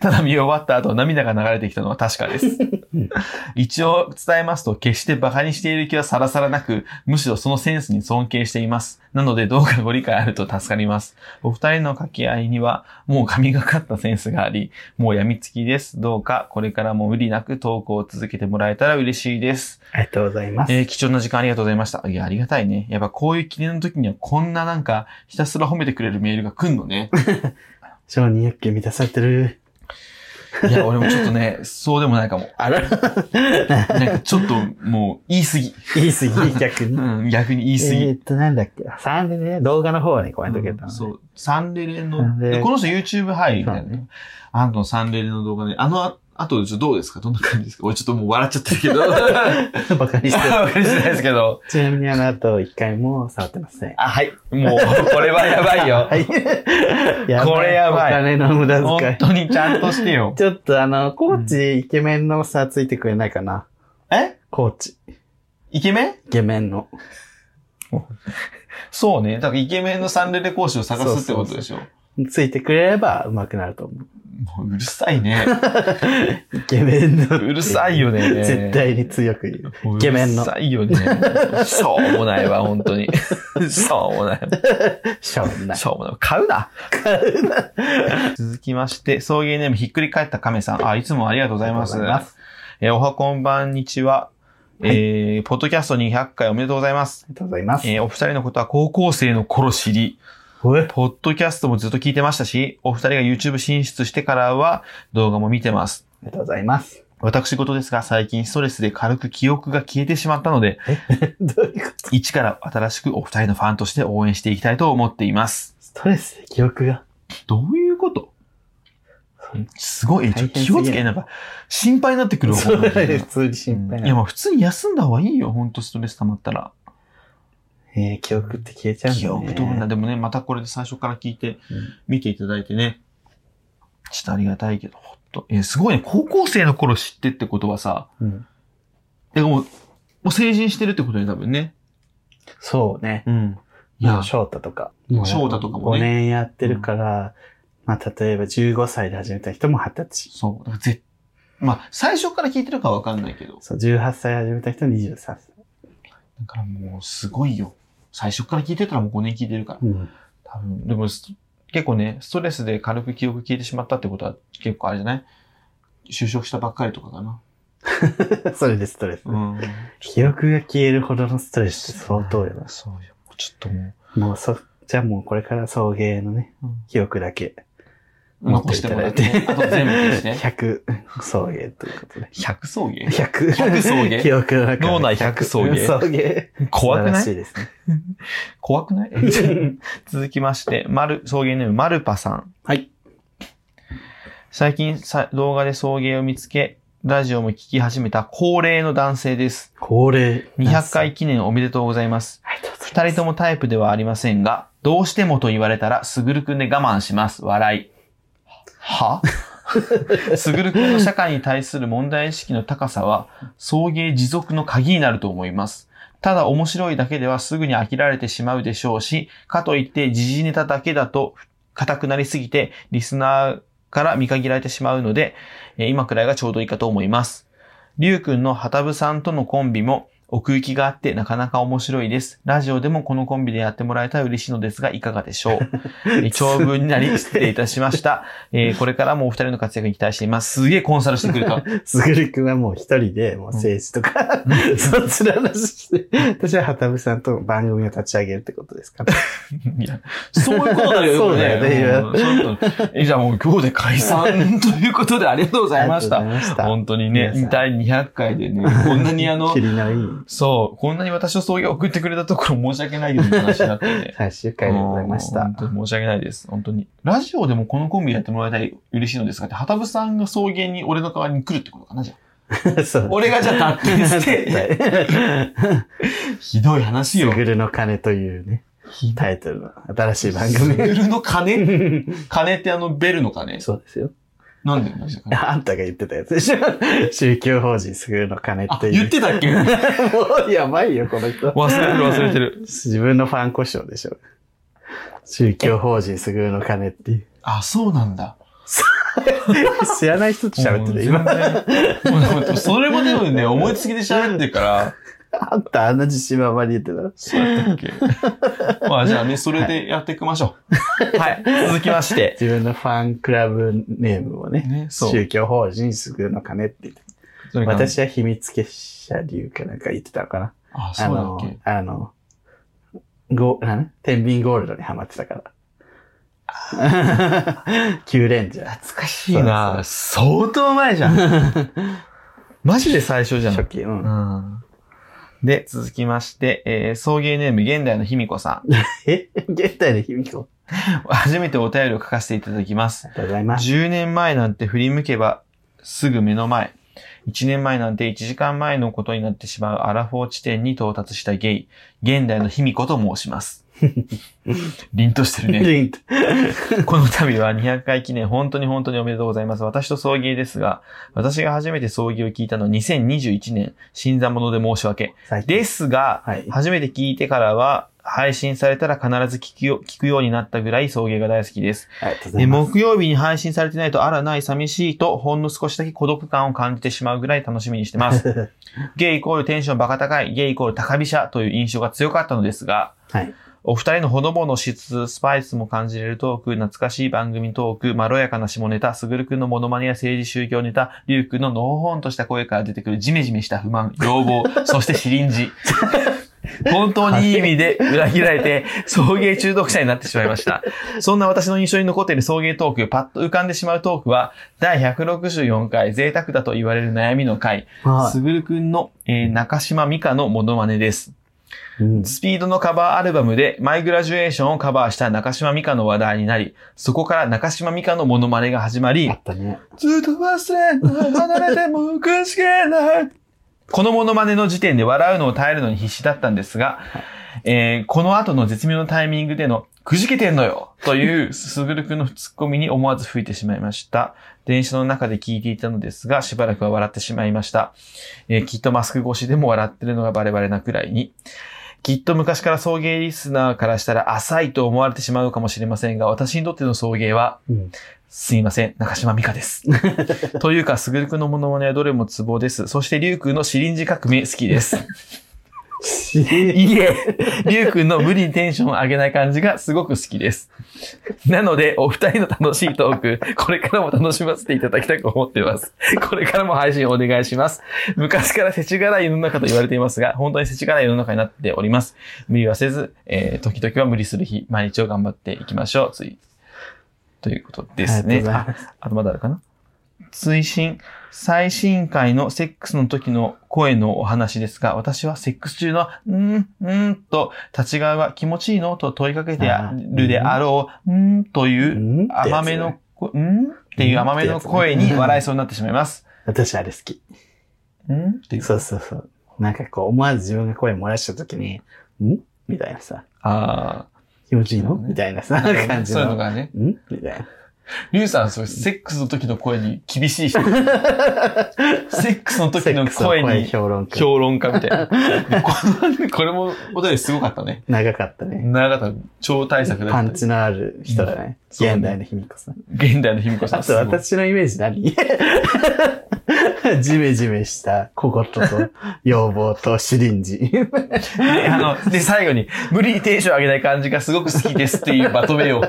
Speaker 2: ただ見終わった後涙が流れてきたのは確か です。一応伝えますと決して馬鹿にしている気はさらさらなく、むしろそのセンスに尊敬しています。なのでどうかご理解あると助かります。お二人の掛け合いにはもう神がかったセンスがあり、もう病みつきです。どうかこれからも無理なく投稿を続けてもらえたら嬉しいです。
Speaker 1: ありがとうございます。
Speaker 2: えー貴重な時間ありがとうございました。いや、ありがたいね。やっぱこういう記念の時にはこんななんかひたすら褒めてくれるメールが来んのね。
Speaker 1: 承認欲求満たされてる。
Speaker 2: いや、俺もちょっとね、そうでもないかも。
Speaker 1: あら、
Speaker 2: なんかちょっともう言い過ぎ。
Speaker 1: 言い過ぎ、逆に。
Speaker 2: うん、逆に言い過ぎ。
Speaker 1: えーっと、なんだっけ。3でね、動画の方はね、コメントくれたの、ね
Speaker 2: そう。サンレレ
Speaker 1: サ
Speaker 2: の、
Speaker 1: ンレレ
Speaker 2: でこの人 YouTube 入るみたい
Speaker 1: そ
Speaker 2: な
Speaker 1: う
Speaker 2: ね。あのサンレレの動画で、あのあ、あとちょっとどうですかどんな感じですか俺ちょっともう笑っちゃってる けど。わ
Speaker 1: バカにして る。
Speaker 2: かりづらいですけど。
Speaker 1: ちなみにあの後、一回も触ってません。
Speaker 2: あ、はい。もう、これはやばい よ
Speaker 1: は。い。やばい
Speaker 2: これやばい
Speaker 1: お金の無駄遣
Speaker 2: 本
Speaker 1: い。
Speaker 2: 当にちゃんとしてよ。
Speaker 1: ちょっとあの、コーチ、イケメンのさ、ついてくれないかな。
Speaker 2: え
Speaker 1: コーチ、
Speaker 2: イケメン
Speaker 1: イケメンの。
Speaker 2: そうね。だからイケメンのサンレレ講師を探すってことでしょ。
Speaker 1: ついてくれれば上手くなると思
Speaker 2: もううるさ いね。
Speaker 1: う。イケメンのって。
Speaker 2: うるさいよね。
Speaker 1: 絶対に強く言う。
Speaker 2: もう
Speaker 1: イケメンの
Speaker 2: うるさ いよね。しょうもないわ、本当に。しょうもない。
Speaker 1: しょうがない
Speaker 2: し。ょうもない。買うな。 続きまして、送迎ネームひっくり返った亀さん。あ、いつもありがとうございます。
Speaker 1: ありがとうございます
Speaker 2: えーおはこんばんにちは。
Speaker 1: い
Speaker 2: えーポッドキャスト200回おめでとうございます
Speaker 1: あ。りがとうございます。
Speaker 2: えーお二人のことは高校生の頃知り、
Speaker 1: ほえ
Speaker 2: ポッドキャストもずっと聞いてましたし、お二人が YouTube 進出してからは動画も見てます。
Speaker 1: ありがとうございます。
Speaker 2: 私事ですが、最近ストレスで軽く記憶が消えてしまったので、
Speaker 1: どういうこと
Speaker 2: 一から新しくお二人のファンとして応援していきたいと思っています。
Speaker 1: ストレスで記憶が。
Speaker 2: どういうことすごい、ち
Speaker 1: 大
Speaker 2: ょ
Speaker 1: 変すぎる
Speaker 2: 気をつけ、なんか、心配になってくるわ
Speaker 1: そう
Speaker 2: 本当に
Speaker 1: 普通に心配
Speaker 2: いや、
Speaker 1: な。
Speaker 2: まあ普通に休んだ方がいいよ、ほんとストレス溜まったら。
Speaker 1: えー記憶って消えちゃうんだ、ね。
Speaker 2: 記憶とかな、でもね、またこれで最初から聞いて、
Speaker 1: うん
Speaker 2: 見ていただいてね。ちょっとありがたいけど、ほんと。えーすごいね、高校生の頃知ってってことはさ、
Speaker 1: うん。
Speaker 2: でもう、もう成人してるってことね、多分ね。
Speaker 1: そうね。
Speaker 2: うん。い
Speaker 1: い
Speaker 2: や
Speaker 1: や、、翔太とか。
Speaker 2: 翔太とかもね
Speaker 1: 5年やってるから、まあ、例えば15歳で始めた人も20歳。
Speaker 2: そう。だからぜまあ、最初から聞いてるかわかんないけど。
Speaker 1: そう、18歳で始めた人23歳。
Speaker 2: だからもう、すごいよ。最初から聞いてたらもう5年聞いてるから。
Speaker 1: うん。
Speaker 2: 多分、でもす、結構ね、ストレスで軽く記憶消えてしまったってことは、結構あれじゃない就職したばっかりとかかな。
Speaker 1: それでストレス。
Speaker 2: うん。
Speaker 1: 記憶が消えるほどのストレスって相当よな。
Speaker 2: そうよ。もうちょっとも
Speaker 1: もうそ、じゃあもうこれから送迎のね、
Speaker 2: う、
Speaker 1: 記憶だけ
Speaker 2: 残してもらって、あと全部 消して。
Speaker 1: 100送迎ということで。
Speaker 2: 100送迎
Speaker 1: 100。
Speaker 2: 100送 迎
Speaker 1: 記憶の中の
Speaker 2: 脳内100送迎
Speaker 1: 送迎。
Speaker 2: 怖く
Speaker 1: 素晴ら
Speaker 2: な
Speaker 1: し
Speaker 2: い
Speaker 1: いです
Speaker 2: 怖くない
Speaker 1: ね。
Speaker 2: 続きまして、まる、送迎ネーム、まるぱさん。
Speaker 1: はい。
Speaker 2: 最近さ動画で送迎を見つけ、ラジオも聞き始めた高齢の男性です。
Speaker 1: 恒例。
Speaker 2: 200回。記念おめでとうございます。
Speaker 1: ありがとうございます。
Speaker 2: 二人ともタイプではありませんが、どうしてもと言われたら、すぐるくんで我慢します。笑い。はすぐるくんの社会に対する問題意識の高さは、送迎持続の鍵になると思います。ただ面白いだけではすぐに飽きられてしまうでしょうし、かといって時事ネタだけだと硬くなりすぎて、リスナーから見限られてしまうので、えー今くらいがちょうどいいかと思います。りゅうくんのはたぶさんとのコンビも奥行きがあってなかなか面白いです。ラジオでもこのコンビでやってもらえたら嬉しいのですが、いかがでし ょう。えー長文になり失礼いたしました。えーこれからもお二人の活躍に期待しています。すげえコンサルしてくれた。
Speaker 1: すぐるくんはもう一人で、もう政治とか、そっちの話して、私ははたぶさんと番組を立ち上げるってことですかね。
Speaker 2: いや、そういうことだよ、
Speaker 1: そうだよね
Speaker 2: よね。じゃあもう今日で解散ということでありがとうございまし
Speaker 1: あ
Speaker 2: た。
Speaker 1: りがとうございま
Speaker 2: 本当にね
Speaker 1: 皆さ、ん
Speaker 2: 第200回で ね、こんなにあの
Speaker 1: キ、リのいい。
Speaker 2: そう、こんなに私の送迎を送ってくれたところ申し訳ないような話になってね
Speaker 1: 最終回でございまし
Speaker 2: う
Speaker 1: た
Speaker 2: ん。本当に申し訳ないです。本当に。ラジオでもこのコンビやってもらいたい嬉しいのですがって、はたぶさんが送迎に俺の代わりに来るってことか な、じゃあ。
Speaker 1: そう
Speaker 2: 俺がじゃあ立っ てして、ひどい
Speaker 1: す
Speaker 2: 話よ。
Speaker 1: ぐるの鐘というね、
Speaker 2: ひ
Speaker 1: タイトルの新しい番
Speaker 2: スグ
Speaker 1: 組。
Speaker 2: ルの鐘 鐘ってあのベルの鐘
Speaker 1: そうですよ。
Speaker 2: なんで同じだ鐘
Speaker 1: あんたが言ってたやつでしょ。宗教法人すぐるの鐘
Speaker 2: あ
Speaker 1: っ、ていう。
Speaker 2: 言ってたっけ忘れ
Speaker 1: もうやばいよ、この人。
Speaker 2: てる忘れ てる。
Speaker 1: 自分のファン故障でしょ。宗教法人すぐるの鐘って いう。
Speaker 2: あ、そうなんだ。
Speaker 1: 知らない人と喋ってる、今。
Speaker 2: 今。もうでもそれもでもね、思いつきで喋ってるから、
Speaker 1: あんたあんな自信はあまり言ってたら。
Speaker 2: そうやったっけ。まあじゃあね、それでやっていきましょう。はい。続きまして。
Speaker 1: 自分のファンクラブネームをね、
Speaker 2: ね、そう。
Speaker 1: 宗教法人すぐるの鐘って言って。
Speaker 2: それから。
Speaker 1: 私は秘密結社流かなんか言ってたのかな。
Speaker 2: あ、
Speaker 1: あ
Speaker 2: そうだっ
Speaker 1: の
Speaker 2: け。、
Speaker 1: あの、ゴ、なん天秤ゴールドにハマってた から。キューレンジャ
Speaker 2: 懐かしいな相当 前じゃん。
Speaker 1: ー。
Speaker 2: マジで最初じゃん。
Speaker 1: 初期、う。
Speaker 2: うんん。で、続きまして、えー、送迎ネーム、現代のひみこさん。
Speaker 1: え現代の卑弥呼。
Speaker 2: 初めてお便りを書かせていただきます
Speaker 1: あ。りがとうございます。
Speaker 2: 10年前なんて振り向けばすぐ目の前。1年前なんて1時間前のことになってしまうアラフォー地点に到達したゲイ、現代の卑弥呼と申します。凛として るね。
Speaker 1: リンと。
Speaker 2: この度は200回記念、本当に本当におめでとうございます。私と送迎ですが、私が初めて送迎を聞いたのは2021年、新参者で申し訳。
Speaker 1: 最近
Speaker 2: ですが、
Speaker 1: はい。
Speaker 2: 初めて聞いてからは、配信されたら必ず聞くよ聞くようになったぐらい送迎が大好きです。
Speaker 1: ありがとうござ
Speaker 2: え
Speaker 1: います。
Speaker 2: 木曜日に配信されてないと、あらない、寂しいと、ほんの少しだけ孤独感を感じてしまうぐらい楽しみにし てます。ゲイイコールテンションバカ高い、ゲイイコール高飛車という印象が強かったのですが、
Speaker 1: はい。
Speaker 2: お二人のほのぼのしつつ、スパイスも感じれるトーク、懐かしい番組トーク、まろやかな下ネタ、すぐるくんのモノマネや政治宗教ネタ、りゅうくんののほほんとした声から出てくるジメジメした不満、要望、そしてシリンジ。本当にいい意味で裏切られて、送迎中毒者になってしまいました。そんな私の印象に残っている送迎トーク、パッと浮かんでしまうトークは、第164回、贅沢だと言われる悩みの回、
Speaker 1: は
Speaker 2: すぐるくんの、えー中島美香のモノマネです。
Speaker 1: い。うん
Speaker 2: スピードのカバーアルバムでマイグラジュエーションをカバーした中島美香の話題になり、そこから中島美香のモノマネが始ま
Speaker 1: あ
Speaker 2: り、
Speaker 1: ったね。
Speaker 2: ずっと忘れない、離れてもおかしくない。 このモノマネの時点で笑うのを耐えるのに必死だったんですが、えーこの後の絶妙なタイミングでの、くじけてんのよという、すぐるくんのツッコミに思わず吹いてしまいました。電車の中で聞いていたのですが、しばらくは笑ってしまいました。えーきっとマスク越しでも笑ってるのがバレバレなくらいに。きっと昔から送迎リスナーからしたら浅いと思われてしまうかもしれませんが、私にとっての送迎は、
Speaker 1: うん
Speaker 2: すいません、中島美香です。 というか、すぐるくんのモノマネはどれもツボです。そして、りゅうくんのシリンジ革命好き です。い え、りゅうくんの無理にテンションを上げない感じがすごく好きです。なので、お二人の楽しいトーク、これからも楽しませていただきたく思っています。これからも配信お願いします。昔から世知辛い世の中と言われていますが、本当に世知辛い世の中になっております。無理はせず、えー時々は無理する日、毎日を頑張っていきましょう。つい。ということです
Speaker 1: あり
Speaker 2: ね
Speaker 1: が。とうござい
Speaker 2: ああとまだあるかな追伸、最新回のセックスの時の声のお話ですが、私はセックス中の、んー、んーと、立ち側は気持ちいいのと問いかけて
Speaker 1: あー
Speaker 2: るであろう、んーと
Speaker 1: う
Speaker 2: いうん甘めの。こ、んーっていう甘めの声に笑いそうになってしまいます。
Speaker 1: 私あれ好き。
Speaker 2: んーっていう。
Speaker 1: そうそうそう。なんかこう、思わず自分が声漏らした時に、んみたいなさ。
Speaker 2: あ
Speaker 1: 気持ちいいの
Speaker 2: そうね
Speaker 1: みたいなさ、
Speaker 2: あ。
Speaker 1: 感じ
Speaker 2: そういうの
Speaker 1: の。
Speaker 2: がね。
Speaker 1: んみたいな。
Speaker 2: リュウさん、それ、セックスの時の声に厳しい 人。セックスの時の
Speaker 1: セ
Speaker 2: 声
Speaker 1: ック
Speaker 2: に
Speaker 1: スの評論家。
Speaker 2: 評論家みたいな。 これも、お便りすごかったね。
Speaker 1: 長かったね。
Speaker 2: 長かった。超大作だ
Speaker 1: パ
Speaker 2: っ
Speaker 1: ン
Speaker 2: た。
Speaker 1: チのある人だね。
Speaker 2: そうね
Speaker 1: 現代の卑弥呼さん。
Speaker 2: 現代の卑弥呼さん。
Speaker 1: あと私のイメージ何 ジメジメした小言と要望とシリンジ。
Speaker 2: すごいであの、で、最後に、無理にテンション上げない感じがすごく好きですっていうまとめを。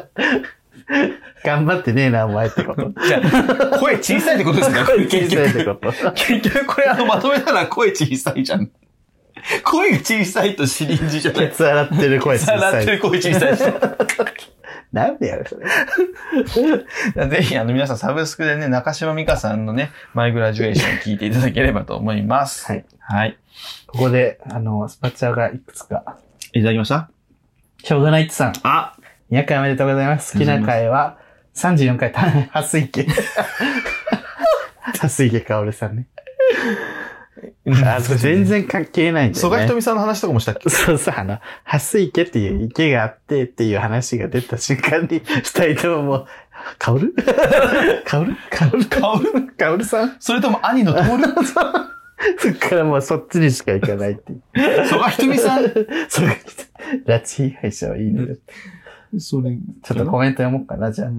Speaker 1: 頑張ってねえな、お前ってこと。
Speaker 2: じゃあ声小さいってことです か
Speaker 1: 声小さいってこと。
Speaker 2: 結局これあのまとめたら声小さいじゃん。声が小さいとシリンジじゃな
Speaker 1: ケ
Speaker 2: い。
Speaker 1: ツ洗ってる声小さ
Speaker 2: 笑ってる
Speaker 1: い。
Speaker 2: 声小さいし。
Speaker 1: なんでやるそれ。
Speaker 2: ぜひあの皆さんサブスクでね、中島美香さんのね、マイグラジュエーション聞いていただければと思います。
Speaker 1: はい。
Speaker 2: はい。
Speaker 1: ここで、あの、スパチャがいくつか。
Speaker 2: いただきました
Speaker 1: しょうがないってさん。
Speaker 2: あ
Speaker 1: 200回おめでとうございます。好きな回は、34回、た、はすいけ。はすいけかおるさんね。あ、そう全然関係ないんだ
Speaker 2: 蘇
Speaker 1: よ
Speaker 2: 我ひ
Speaker 1: ね
Speaker 2: と。みさんの話とかもしたっけ
Speaker 1: そうそう、あの、はす池っていう池があってっていう話が出た瞬間 に、二人とももう、かお るかおるかおる
Speaker 2: カオル
Speaker 1: かおるさん
Speaker 2: それとも兄の トール
Speaker 1: そっからもうそっちにしか行かないっていう。
Speaker 2: 蘇我ひとみさん。
Speaker 1: そう、拉致被害者はいいね。
Speaker 2: それ、
Speaker 1: ちょっとコメント読もうかな、じゃあ。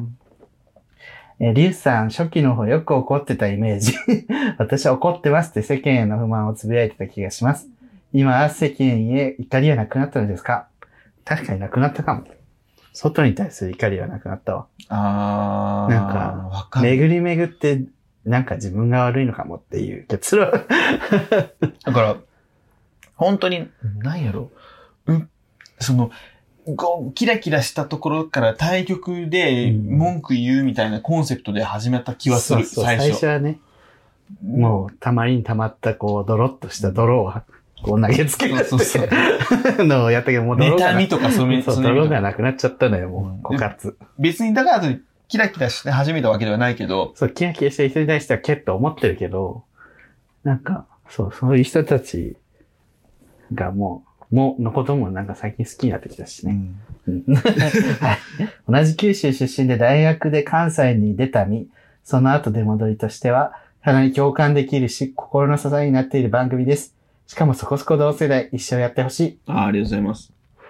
Speaker 1: えー、リュウさん、初期の方よく怒ってたイメージ。 私は怒ってますって世間への不満をつぶやいてた気がします。今は世間へ怒りはなくなったのですか確かになくなったかも。外に対する怒りはなくなったわ。
Speaker 2: あー、
Speaker 1: なんか
Speaker 2: わかる。
Speaker 1: 巡り巡って、なんか自分が悪いのかもっていう結論。
Speaker 2: だから、本当に、なんやろう。うん、その、こうキラキラしたところから対局で
Speaker 1: うん
Speaker 2: 文句言うみたいなコンセプトで始めた気はする、
Speaker 1: そうそう
Speaker 2: 最
Speaker 1: 最
Speaker 2: 初。
Speaker 1: 初はね、もうたまりにたまったこう、ドロッとした泥をこう投げつけるって
Speaker 2: そ うそう
Speaker 1: いうのをやったけど、もう泥が
Speaker 2: 妬
Speaker 1: な
Speaker 2: みとかそめ、
Speaker 1: そう
Speaker 2: その
Speaker 1: 泥がなくなっちゃったのよ、もう、
Speaker 2: うん
Speaker 1: 枯渇。
Speaker 2: 別にだからといってキラキラして始めたわけではないけど、
Speaker 1: そう、キラキラしてる人に対してはけっと思ってるけど、なんか、そう、そういう人たちがもう、もう、のこともなんか最近好きになってきたしね。はい同じ九州出身で大学で関西に出た身、その後出戻りとしては、かなり共感できるし、心の支えになっている番組です。しかもそこそこ同世代、一生やってほしい。
Speaker 2: あーありがとうございます。あ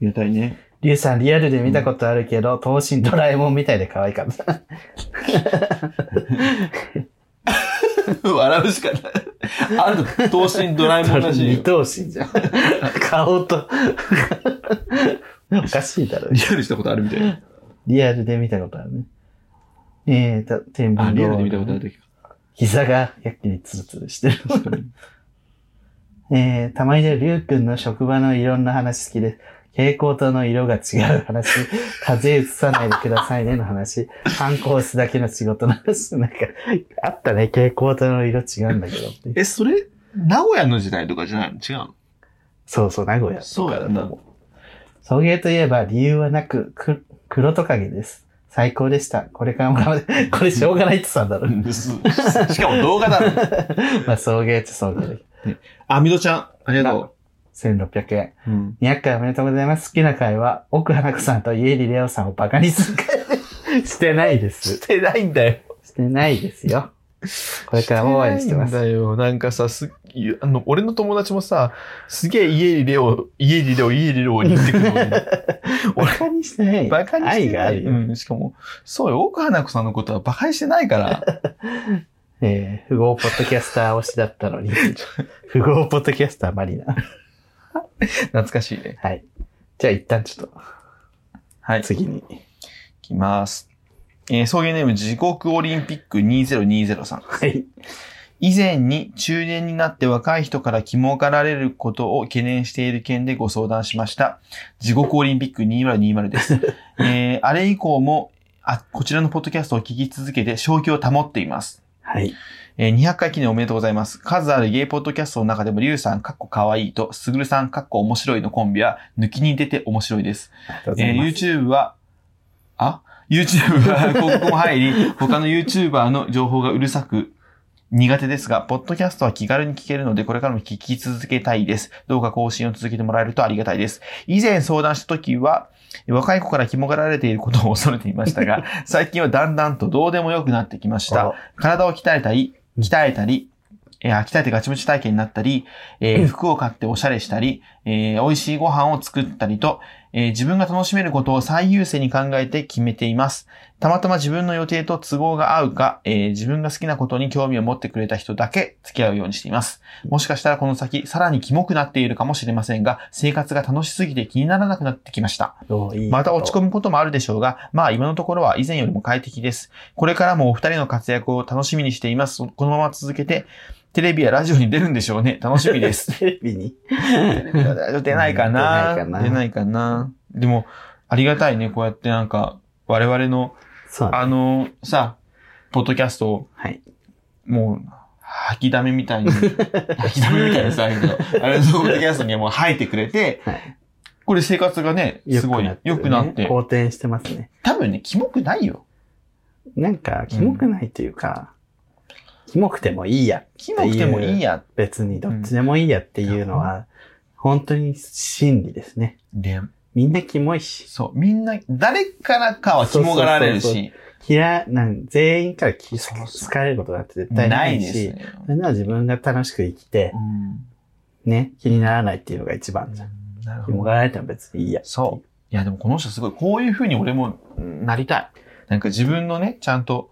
Speaker 2: りがたいね。
Speaker 1: リュウさん、リアルで見たことあるけど、等身ドラえもんみたいで可愛かった。
Speaker 2: 笑うしかない。あんた、等身ドラえもんらしい
Speaker 1: 二
Speaker 2: よ。
Speaker 1: 等身 じゃん。顔と。 おかしいだろ
Speaker 2: リ。アルしたことあるみたいな。
Speaker 1: リアルで見たことあるね。えーと、天
Speaker 2: あ、
Speaker 1: 秤
Speaker 2: リア
Speaker 1: 道路
Speaker 2: ルで見たことあるとき。
Speaker 1: 膝がやけにツルツルしてる。えー、たまにでりゅうくんの職場のいろんな話好きです。蛍光灯の色が違う話、風邪移さないでくださいねの話、反抗押すだけの仕事の話、なんか、あったね、蛍光灯の色違うんだけどっていう。
Speaker 2: え、それ、名古屋の時代とかじゃないの違うの
Speaker 1: そうそう、名古屋と
Speaker 2: そう
Speaker 1: か
Speaker 2: や
Speaker 1: だ
Speaker 2: な
Speaker 1: と思う。送迎といえば理由はなく、く、黒トカゲです。最高でした。これからも頑張って、これしょうがないって言ってたんだろ う。
Speaker 2: しかも動画だ。
Speaker 1: まあ、送迎って送迎で。
Speaker 2: あ、みどちゃん、ありがと
Speaker 1: 1600円。
Speaker 2: う。うん。
Speaker 1: 200回おめでとうございます。好きな回は、奥花子さんと家入レオさんをバカにする回 してないです。
Speaker 2: てないんだよ。
Speaker 1: してないですよ。これからも応援してま
Speaker 2: てな
Speaker 1: す。
Speaker 2: いんだよ。なんかさ、す、いあの、俺の友達もさ、すげえ家にレオ、家にレオ、家にレオに言ってくる の
Speaker 1: バカにしてない。
Speaker 2: に。バカにしてない。
Speaker 1: 愛があるよ。
Speaker 2: うん、しかも、そうよ、奥花子さんのことはバカにしてないから。
Speaker 1: えー、不合ポッドキャスター推しだったの に。不合ポッドキャスターマ リナ。
Speaker 2: 懐かしいね。
Speaker 1: はい。じゃあ一旦ちょっと、
Speaker 2: はい。
Speaker 1: 次に。
Speaker 2: いきます。えー、送迎ネーム、地獄オリンピック2020さん。
Speaker 1: はい。
Speaker 2: 以前に中年になって若い人から肝かられることを懸念している件でご相談しました。地獄オリンピック2020です。えー、あれ以降もあ、こちらのポッドキャストを聞き続けて正気を保っています。
Speaker 1: はい。
Speaker 2: えー、200回記念おめでとうございます。数あるゲイポッドキャストの中でも、リュウさん、かっこかわいいと、すぐるさん、かっこ面白いのコンビは、抜きに出て面白いです。
Speaker 1: ありがとうござ
Speaker 2: え
Speaker 1: いま
Speaker 2: ー
Speaker 1: す。
Speaker 2: YouTube は、あ ?YouTube は広告も入り、他の YouTuber の情報がうるさく苦手ですが、ポッドキャストは気軽に聞けるので、これからも聞き続けたいです。どうか更新を続けてもらえるとありがたいです。以前相談した時は、若い子から肝がられていることを恐れていまし たが、最近はだんだんとどうでもよくなってきました。体を鍛えたり、鍛えたり、えー鍛えてガチムチ体験になったり、えー服を買っておしゃれしたり、えー美味しいご飯を作ったりと、えー自分が楽しめることを最優先に考えて決めています。たまたま自分の予定と都合が合うか、えー自分が好きなことに興味を持ってくれた人だけ付き合うようにしています。もしかしたらこの先、さらにキモくなっているかもしれませんが、生活が楽しすぎて気にならなくなってきました。
Speaker 1: おいい
Speaker 2: また落ち込むこともあるでしょうが、まあ今のところは以前よりも快適です。これからもお二人の活躍を楽しみにしています。このまま続けて、テレビやラジオに出るんでしょうね。楽しみで す。
Speaker 1: テレビに。
Speaker 2: 出ないかな
Speaker 1: 出ないかな
Speaker 2: 出ないかなでも、ありがたいね。こうやってなんか、我々の、
Speaker 1: そうだ
Speaker 2: あの、さ、ポッドキャストを、
Speaker 1: はい。
Speaker 2: もう、吐きだめみたい に、吐きだめみたいにさ、あれの、あれのポッドキャストにはもう吐いてくれて、
Speaker 1: はい
Speaker 2: これ生活がね、すごい
Speaker 1: よ
Speaker 2: 良くなって、
Speaker 1: 好転してますね。
Speaker 2: 多分ね、キモくないよ。
Speaker 1: なんか、キモくないというか、キモくてもいいや。
Speaker 2: キモくてもいいや。
Speaker 1: 別にどっちでもいいやっていうのは、本当に真理ですね。
Speaker 2: で、
Speaker 1: みんなキモいし、
Speaker 2: そう、みんな、誰からかはキモがられる
Speaker 1: そうそう
Speaker 2: し、
Speaker 1: 嫌なん、全員からき
Speaker 2: そうそう
Speaker 1: 好かれることだって絶対な
Speaker 2: ない
Speaker 1: い
Speaker 2: です
Speaker 1: し、
Speaker 2: ね。
Speaker 1: それなら自分が楽しく生きて
Speaker 2: う、ん
Speaker 1: ね、気にならないっていうのが一番じゃん。
Speaker 2: なるほ
Speaker 1: 紐
Speaker 2: ど。
Speaker 1: がられても別にいいや。
Speaker 2: そう。いや、でもこの人すごい、こういう風に俺もうんなりたい。なんか自分のね、ちゃんと、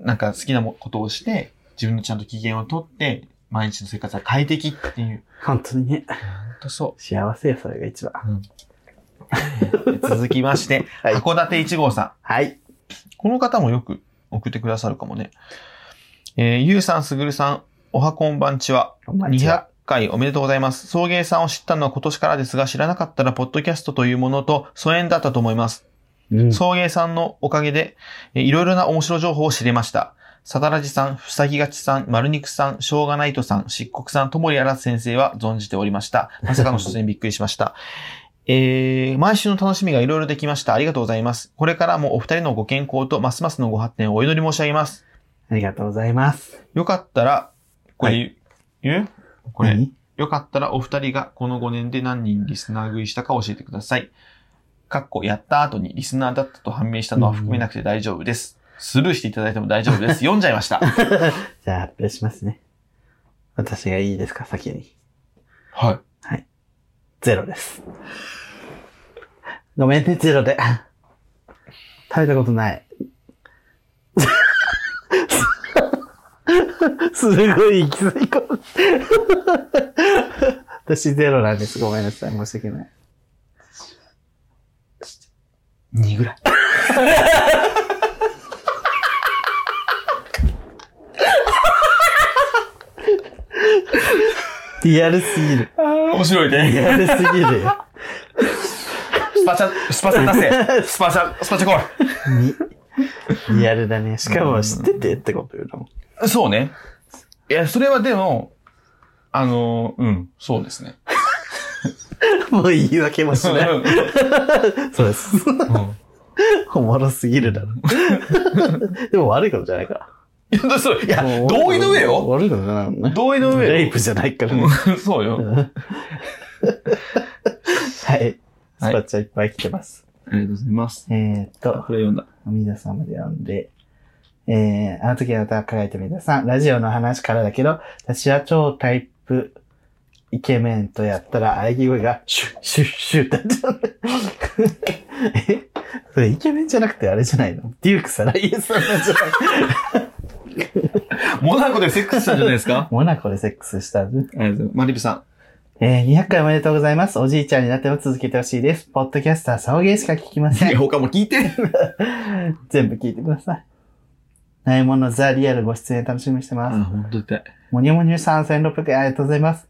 Speaker 2: なんか好きなもことをして、自分のちゃんと機嫌をとって、毎日の生活は快適っていう。
Speaker 1: 本当にね、
Speaker 2: ほんとそ
Speaker 1: 幸せよ、それが一番。
Speaker 2: う。続きまして、
Speaker 1: はい
Speaker 2: 函館一号さん。
Speaker 1: はい。
Speaker 2: この方もよく送ってくださるかもね。えーゆうさん、すぐるさん、おはこんばんちは。
Speaker 1: こんばんち
Speaker 2: 200
Speaker 1: は。
Speaker 2: 回おめでとうございます。送迎さんを知ったのは今年からですが、知らなかったら、ポッドキャストというものと疎遠だったと思います。
Speaker 1: うん
Speaker 2: 送迎さんのおかげで、えーいろいろな面白情報を知れました。サタラジさん、ふさぎがちさん、丸肉さん、しょうがないとさん、漆黒さん、ともりあらず先生は存じておりました。まさかの出演びっくりしました。 えー、毎週の楽しみがいろいろできました。ありがとうございます。これからもお二人のご健康とますますのご発展をお祈り申し上げます。
Speaker 1: ありがとうございます。
Speaker 2: よかったら、これ、
Speaker 1: は
Speaker 2: 言うこれ、
Speaker 1: 何
Speaker 2: よかったらお二人がこの5年で何人リスナー食いしたか教えてください。かっこやった後にリスナーだったと判明したのは含めなくて大丈夫です。スルーしていただいても大丈夫 です。読んじゃいました。
Speaker 1: じゃあ発表しますね。私がいいですか、先に。
Speaker 2: はい。
Speaker 1: ゼロです。ごめんね、ゼロで。食べたことない。 すごい息づい込む。私ゼロなんです。ごめんなさい。申し訳ない。
Speaker 2: 2ぐらい。
Speaker 1: リアルすぎる。
Speaker 2: 面白い
Speaker 1: リ
Speaker 2: ね。
Speaker 1: アルすぎるよ。
Speaker 2: スパチャ、スパチャ出せ。スパチャ、スパチャ来
Speaker 1: に。 リアルだね。しかも知っててってこと言うのも。
Speaker 2: い。そうね。いや、それはでも、あの、うん、そうですね。
Speaker 1: もう言い訳もし
Speaker 2: う
Speaker 1: ない。
Speaker 2: んう
Speaker 1: そうです。
Speaker 2: ん
Speaker 1: おもろすぎるだろ。 でも悪いことじゃないから。
Speaker 2: いや、そう、いや
Speaker 1: もう、
Speaker 2: 同意の上よ。
Speaker 1: 悪いことじゃないもんね。
Speaker 2: 同意の上よ。
Speaker 1: レイプじゃないからね。
Speaker 2: うんそうよ。
Speaker 1: はい。スパチャいっぱい来てます。
Speaker 2: ありがとうございます。
Speaker 1: えーっと、
Speaker 2: これ読んだ。
Speaker 1: 皆さんまで読んで、えー、あの時あなたは輝いた皆さん、ラジオの話からだけど、私は超タイプ、イケメンとやったら、喘ぎ声が、シュッシュッシュッってなっち ゃう。えそれイケメンじゃなくてあれじゃないのデュークサライエスさんなんじゃない
Speaker 2: モナコでセックスしたんじゃないですか
Speaker 1: モナコでセックスしたんで
Speaker 2: ありがとうございます。マリブさん。
Speaker 1: えー、200回おめでとうございます。おじいちゃんになっても続けてほしいです。ポッドキャスター、送迎しか聞きません。
Speaker 2: 他も聞いて。
Speaker 1: 全部聞いてください。ないものザ・リアルご出演楽しみにしてます。
Speaker 2: 本当痛い。
Speaker 1: もにゅもにゅ3600円ありがとうございます。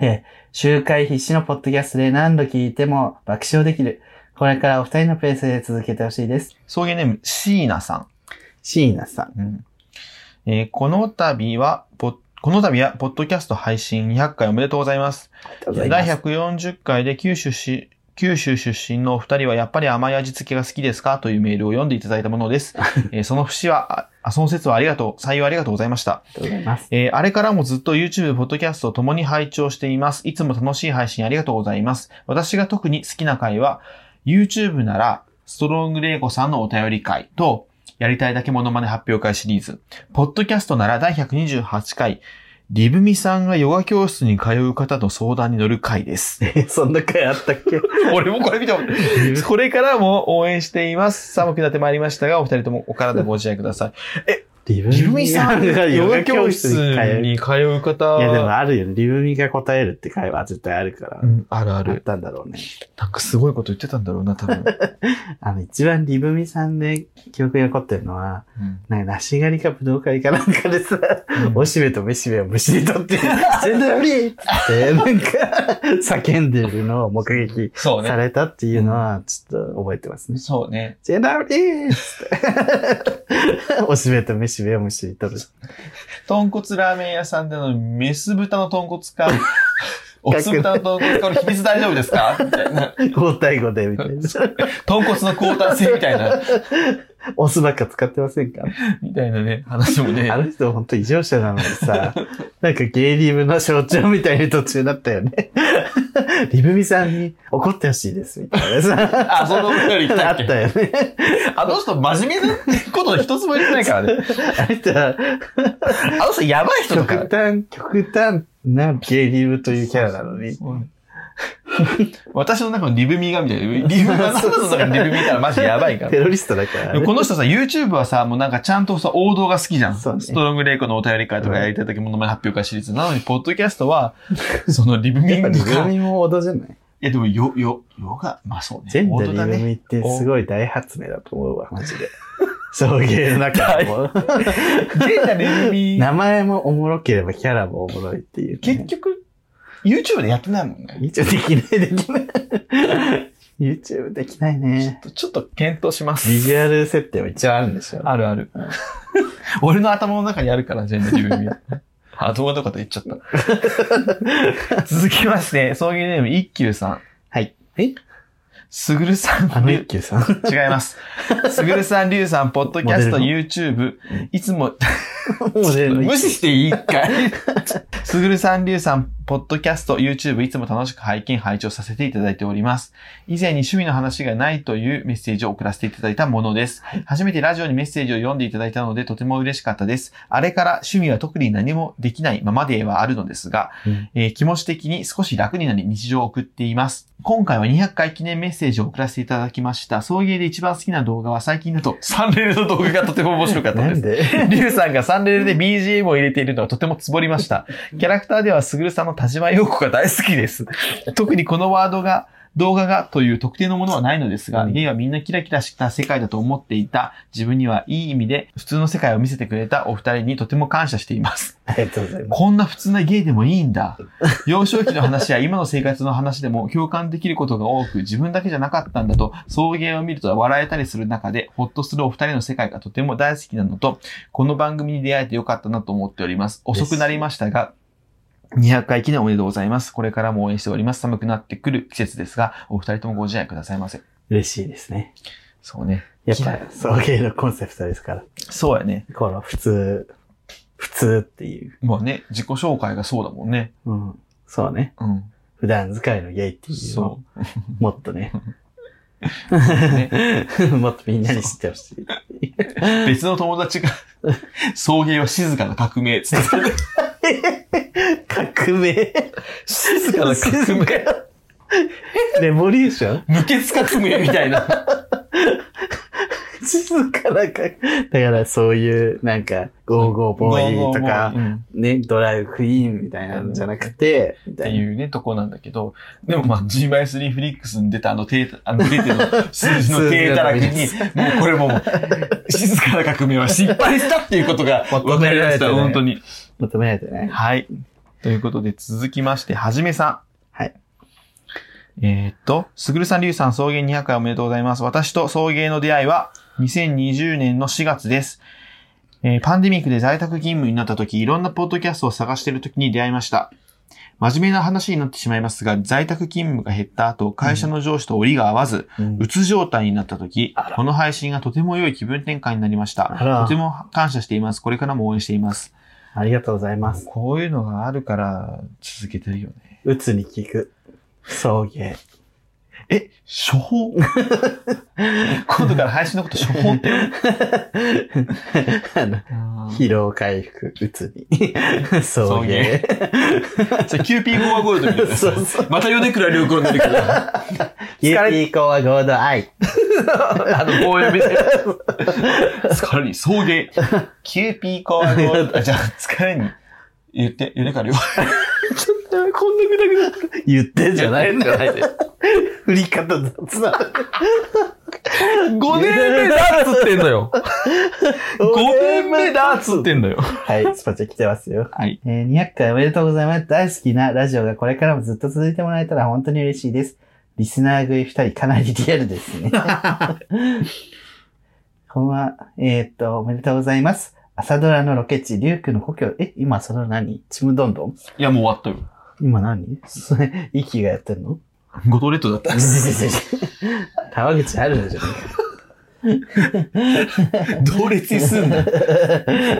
Speaker 1: えー、周回必至のポッドキャストで何度聞いても爆笑できる。これからお二人のペースで続けてほしいです。
Speaker 2: 送迎ネーム、シーナさ
Speaker 1: 椎名さん。
Speaker 2: ん。えーこの度は、ポッこの度は、ポッドキャスト配信200回おめでとうございます。
Speaker 1: ありがとうござ
Speaker 2: 第
Speaker 1: います。
Speaker 2: 140回で九州し、九州出身のお二人はやっぱり甘い味付けが好きですかというメールを読んでいただいたもの です。えーその節は、あ、その説はありがとう、採用ありがとうございました。
Speaker 1: ありがとうございます。
Speaker 2: えーあれからもずっと YouTube、ポッドキャストを共に拝聴しています。いつも楽しい配信ありがとうございます。私が特に好きな回は、 YouTube なら、ストロングレイコさんのお便り会と、やりたいだけモノマネ発表会シリーズ、ポッドキャストなら第128回、リブミさんがヨガ教室に通う方の相談に乗る会 です。
Speaker 1: え、そんな回あったっけ
Speaker 2: 俺もこれ見ても、これからも応援しています。寒くなってまいりましたが、お二人ともお体ご自愛ください。
Speaker 1: リブ
Speaker 2: リブミさんがヨガ教室
Speaker 1: い
Speaker 2: に通う方、
Speaker 1: や、でもあるよね。リブミが答えるって会は絶対あるから。
Speaker 2: うん、あるあ
Speaker 1: あっ
Speaker 2: る。
Speaker 1: たんだろうね。
Speaker 2: なんかすごいこと言ってたんだろうな、多分。
Speaker 1: あの、一番リブミさんで記憶に残ってるのは、
Speaker 2: うん
Speaker 1: なんか梨狩りか武道会かなんかでさ、おしべとめしべを虫にとって、 全然無理っつって、なんか、叫んでるのを目撃
Speaker 2: そう
Speaker 1: さ
Speaker 2: ね。
Speaker 1: れたっていうのは、ちょっと覚えてますね。
Speaker 2: そうね。
Speaker 1: 全然無 理っつって。おしべとめしべを虫にとる。
Speaker 2: 豚骨ラーメン屋さんでのメス豚の豚骨か、オス豚の豚骨か、これ秘密大丈夫ですかみたいな。
Speaker 1: 交代語で、みたいな。
Speaker 2: 豚骨の交代性みたいな、
Speaker 1: オスばっか使ってませんか
Speaker 2: みたいなね、話もね
Speaker 1: あ。の人本当異常者なのに さ、なんかゲイリブの象徴みたいに途中だったよね。リブミさんに怒ってほしいです、みたいなさ。
Speaker 2: あ、そんなことより言っ
Speaker 1: あ
Speaker 2: たっ
Speaker 1: っ
Speaker 2: け
Speaker 1: たよね。
Speaker 2: あの人真面目なこと一つも言ってないからね。
Speaker 1: あれさ、
Speaker 2: あの人やばい人だから
Speaker 1: 極。端、極端なゲイリブというキャラなのに。
Speaker 2: そうね私の中のリブミがみたいな。リブが、あなたの中のリブミたらマジやばいか
Speaker 1: テ
Speaker 2: ら。
Speaker 1: ロリストだからね、
Speaker 2: この人さ、YouTube はさ、もうなんかちゃんとさ、王道が好きじゃん。
Speaker 1: そうね
Speaker 2: ストロングレイコのお便り会とかやりたい時ものまね発表会シリーズ。なのに、ポッドキャス トは、そのリブミ
Speaker 1: やっぱ
Speaker 2: が。
Speaker 1: リブ
Speaker 2: い
Speaker 1: ミも王道じゃない
Speaker 2: や、でも、よ、よ、ヨガ、まあそうね。
Speaker 1: 全
Speaker 2: 王
Speaker 1: 部
Speaker 2: 道
Speaker 1: リ
Speaker 2: だ
Speaker 1: ブ
Speaker 2: ね。
Speaker 1: ミってすごい大発明だと思うわ、マジで。そうゲイの中でも。
Speaker 2: 全部リ ブミ。
Speaker 1: 名前もおもろければキャラもおもろいっていう、ね。
Speaker 2: 結局、YouTube でやってないもんね。
Speaker 1: YouTube できない、できない。YouTube できないね。
Speaker 2: ちょっと検討します。
Speaker 1: ビジュアル設定は一応あるんでしょ。
Speaker 2: あるある。 俺の頭の中にあるから、全部自分 に。頭の中で言っちゃった。続きまして、送迎ネーム、一休さん。
Speaker 1: はい。え
Speaker 2: すぐるさん。
Speaker 1: あの一休 さん。
Speaker 2: 違います。すぐるさん、りゅうさん、ポッドキャスト、
Speaker 1: モ
Speaker 2: YouTube、いつも、
Speaker 1: モデルの一
Speaker 2: 無
Speaker 1: 休
Speaker 2: 視していいかい すぐるさん、りゅうさん、ポッドキャスト、YouTube、いつも楽しく拝見、拝聴させていただいております。以前に趣味の話がないというメッセージを送らせていただいたものです。初めてラジオにメッセージを読んでいただいたので、とても嬉しかったです。あれから趣味は特に何もできないままではあるのですが、
Speaker 1: うん
Speaker 2: えー気持ち的に少し楽になり日常を送っています。今回は200回記念メッセージを送らせていただきました。送迎で一番好きな動画は最近だと、サンレールの動画がとても面白かった
Speaker 1: な
Speaker 2: です
Speaker 1: ん。で
Speaker 2: リュウさんがサンレールで BGM を入れているのはとてもつぼり ました。キャラクターではスグルさんの田島陽子が大好きです。特にこのワードが、動画がという特定のものはないのですが、
Speaker 1: うん
Speaker 2: ゲイはみんなキラキラした世界だと思っていた、自分にはいい意味で普通の世界を見せてくれたお二人にとても感謝しています。
Speaker 1: ありがとうございま
Speaker 2: こんな普通なゲイでもいいんだ。幼少期の話や今の生活の話でも共感できることが多く、自分だけじゃなかったんだと、送迎を見ると笑えたりする中で、ほっとするお二人の世界がとても大好きなのと、この番組に出会えてよかったなと思っております。遅くなりましたが、200回記念おめでとうございます。これからも応援しております。寒くなってくる季節ですが、お二人ともご自愛くださいませ。
Speaker 1: す。嬉しいですね。
Speaker 2: そうね。
Speaker 1: やっぱ、送迎のコンセプトですから。
Speaker 2: そうやね。
Speaker 1: この普通、普通っていう。
Speaker 2: もうね、自己紹介がそうだもんね。
Speaker 1: うん。そうね。
Speaker 2: うん。
Speaker 1: 普段使いのゲイっていうの
Speaker 2: そ
Speaker 1: をもっとね。 もっとみんなに知ってほしい。
Speaker 2: う。別の友達が、送迎は静かな革命。つって
Speaker 1: 革命
Speaker 2: 静かな革命。
Speaker 1: レボリューション
Speaker 2: 無血革命みたいな。
Speaker 1: 静かな革だからそういう、なんか、ゴーゴーボーイとか、
Speaker 2: うん
Speaker 1: ね、ドライブクイーンみたいなんじゃなくて、み
Speaker 2: ったて
Speaker 1: いな。
Speaker 2: いうね、とこなんだけど、でもまあ G-3 フリックスに出たあの手、あの出ての数字の手だらけに
Speaker 1: 数、
Speaker 2: もうこれもう、静かな革命は失敗したっていうことが分かりました、
Speaker 1: わかりましたね
Speaker 2: 本当に。
Speaker 1: 求められてない。
Speaker 2: はい。ということで、続きまして、はじめさん。
Speaker 1: はい。
Speaker 2: えーっと、すぐるさん、りゅうさん、送迎200回おめでとうございます。私と送迎の出会いは、2020年の4月です。えーパンデミックで在宅勤務になった時、いろんなポッドキャストを探している時に出会いました。真面目な話になってしまいますが、在宅勤務が減った後、会社の上司と折りが合わず、
Speaker 1: うん
Speaker 2: うつ状態になった時
Speaker 1: あら、
Speaker 2: この配信がとても良い気分転換になりまし
Speaker 1: あら
Speaker 2: た。とても感謝しています。これからも応援しています。
Speaker 1: ありがとうございます。
Speaker 2: こういうのがあるから続けてるよね。
Speaker 1: うつに効く。送迎。
Speaker 2: え、処 方今度から林のこと処方って呼ぶ
Speaker 1: あの疲労回復、うつに。 送 迎。
Speaker 2: それキューピーゴアゴールドみたいな。
Speaker 1: そうそう
Speaker 2: また米倉良子になるけど、あ
Speaker 1: ユーピーコアゴードアイ。
Speaker 2: の、棒読みで。疲れに、送迎。キューピーゴアゴールド。あじゃあ、疲れに。言って、米 倉良子。ちょっと、こんなぐだぐだ。
Speaker 1: 言ってんじゃない
Speaker 2: んじゃないで。
Speaker 1: 振り方雑 な。
Speaker 2: 5年目だっつってんのよ。5年目だっつってんのよ。
Speaker 1: はい、スパチャ来てますよ。
Speaker 2: はい。
Speaker 1: えー200回おめでとうございます。大好きなラジオがこれからもずっと続いてもらえたら本当に嬉しいです。リスナー食い2人かなりリアルです ね。こんばんは、えーっと、おめでとうございます。朝ドラのロケ地、リュウクの故郷、え、今朝ドラ何ちむどんどん
Speaker 2: いや、もう終わったよ。
Speaker 1: 今何 それ、イキがやってん の
Speaker 2: 五島列島だった。
Speaker 1: 川口あるんじゃない
Speaker 2: 同列に すんな。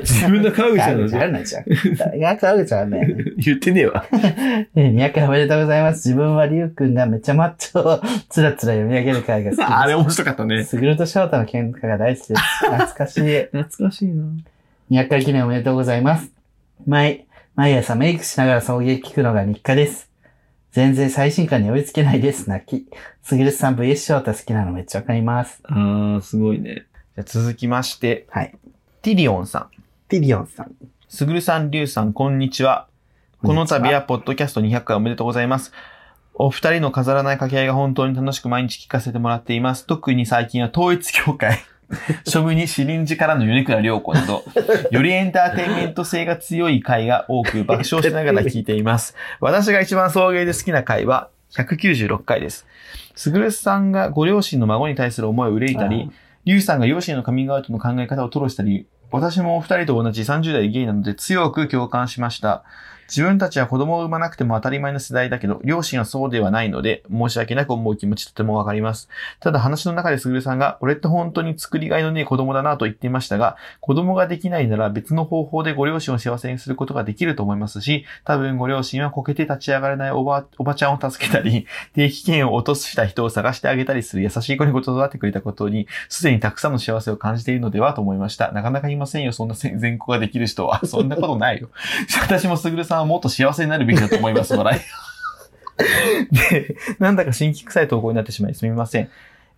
Speaker 2: 自分の川口
Speaker 1: 川
Speaker 2: なん
Speaker 1: 口あ
Speaker 2: だ
Speaker 1: るないじゃん。 誰が川口あるないよね。
Speaker 2: 言ってねえわ。
Speaker 1: えー、200回おめでとうございます。自分はりゅうくんがめちゃマッチョを つらつら読み上げる回が好きです。
Speaker 2: あれ面白かったね。
Speaker 1: すぐると翔太の喧嘩が大好きです。懐かしい。
Speaker 2: 懐かしいな。
Speaker 1: 200回記念おめでとうございます。毎、毎朝メイクしながら送迎聞くのが日課です。全然最新刊に追いつけないです。泣き。すぐるさん VS 翔太好きなのめっちゃわかります。
Speaker 2: ああ、すごいね。じゃあ続きまして、
Speaker 1: はい。
Speaker 2: ティリオンさん。
Speaker 1: ティリオンさん。
Speaker 2: すぐるさん、りゅうさん、こんにちは。この度は、ポッドキャスト200回おめでとうございます。お二人の飾らない掛け合いが本当に楽しく毎日聞かせてもらっています。特に最近は統一協 会、処分にシリンジからの米倉涼子など、よりエンターテインメント性が強い回が多く爆笑しながら聞いてい ます。私が一番送迎で好きな回は、196回です。すぐるさんがご両親の孫に対する思いを憂いたり、リュウさんが両親のカミングアウトの考え方を吐露したり、私もお二人と同じ30代ゲイなので強く共感しました。自分たちは子供を産まなくても当たり前の世代だけど、両親はそうではないので、申し訳なく思う気持ちとてもわかります。ただ話の中ですぐるさんが、俺って本当に作りがいのねえ子供だなと言っていましたが、子供ができないなら別の方法でご両親を幸せにすることができると思いますし、多分ご両親はこけて立ち上がれないおば、おばちゃんを助けたり、定期券を落とした人を探してあげたりする優しい子にごと育ってくれたことに、すでにたくさんの幸せを感じているのではと思いました。なかなかいませんよ、そんな全全校ができる人 は。そんなことないよ。私もすぐるさんはもっと幸せになるべきだと思います、笑い。 で、なんだか新規臭い投稿になってしまいすみません。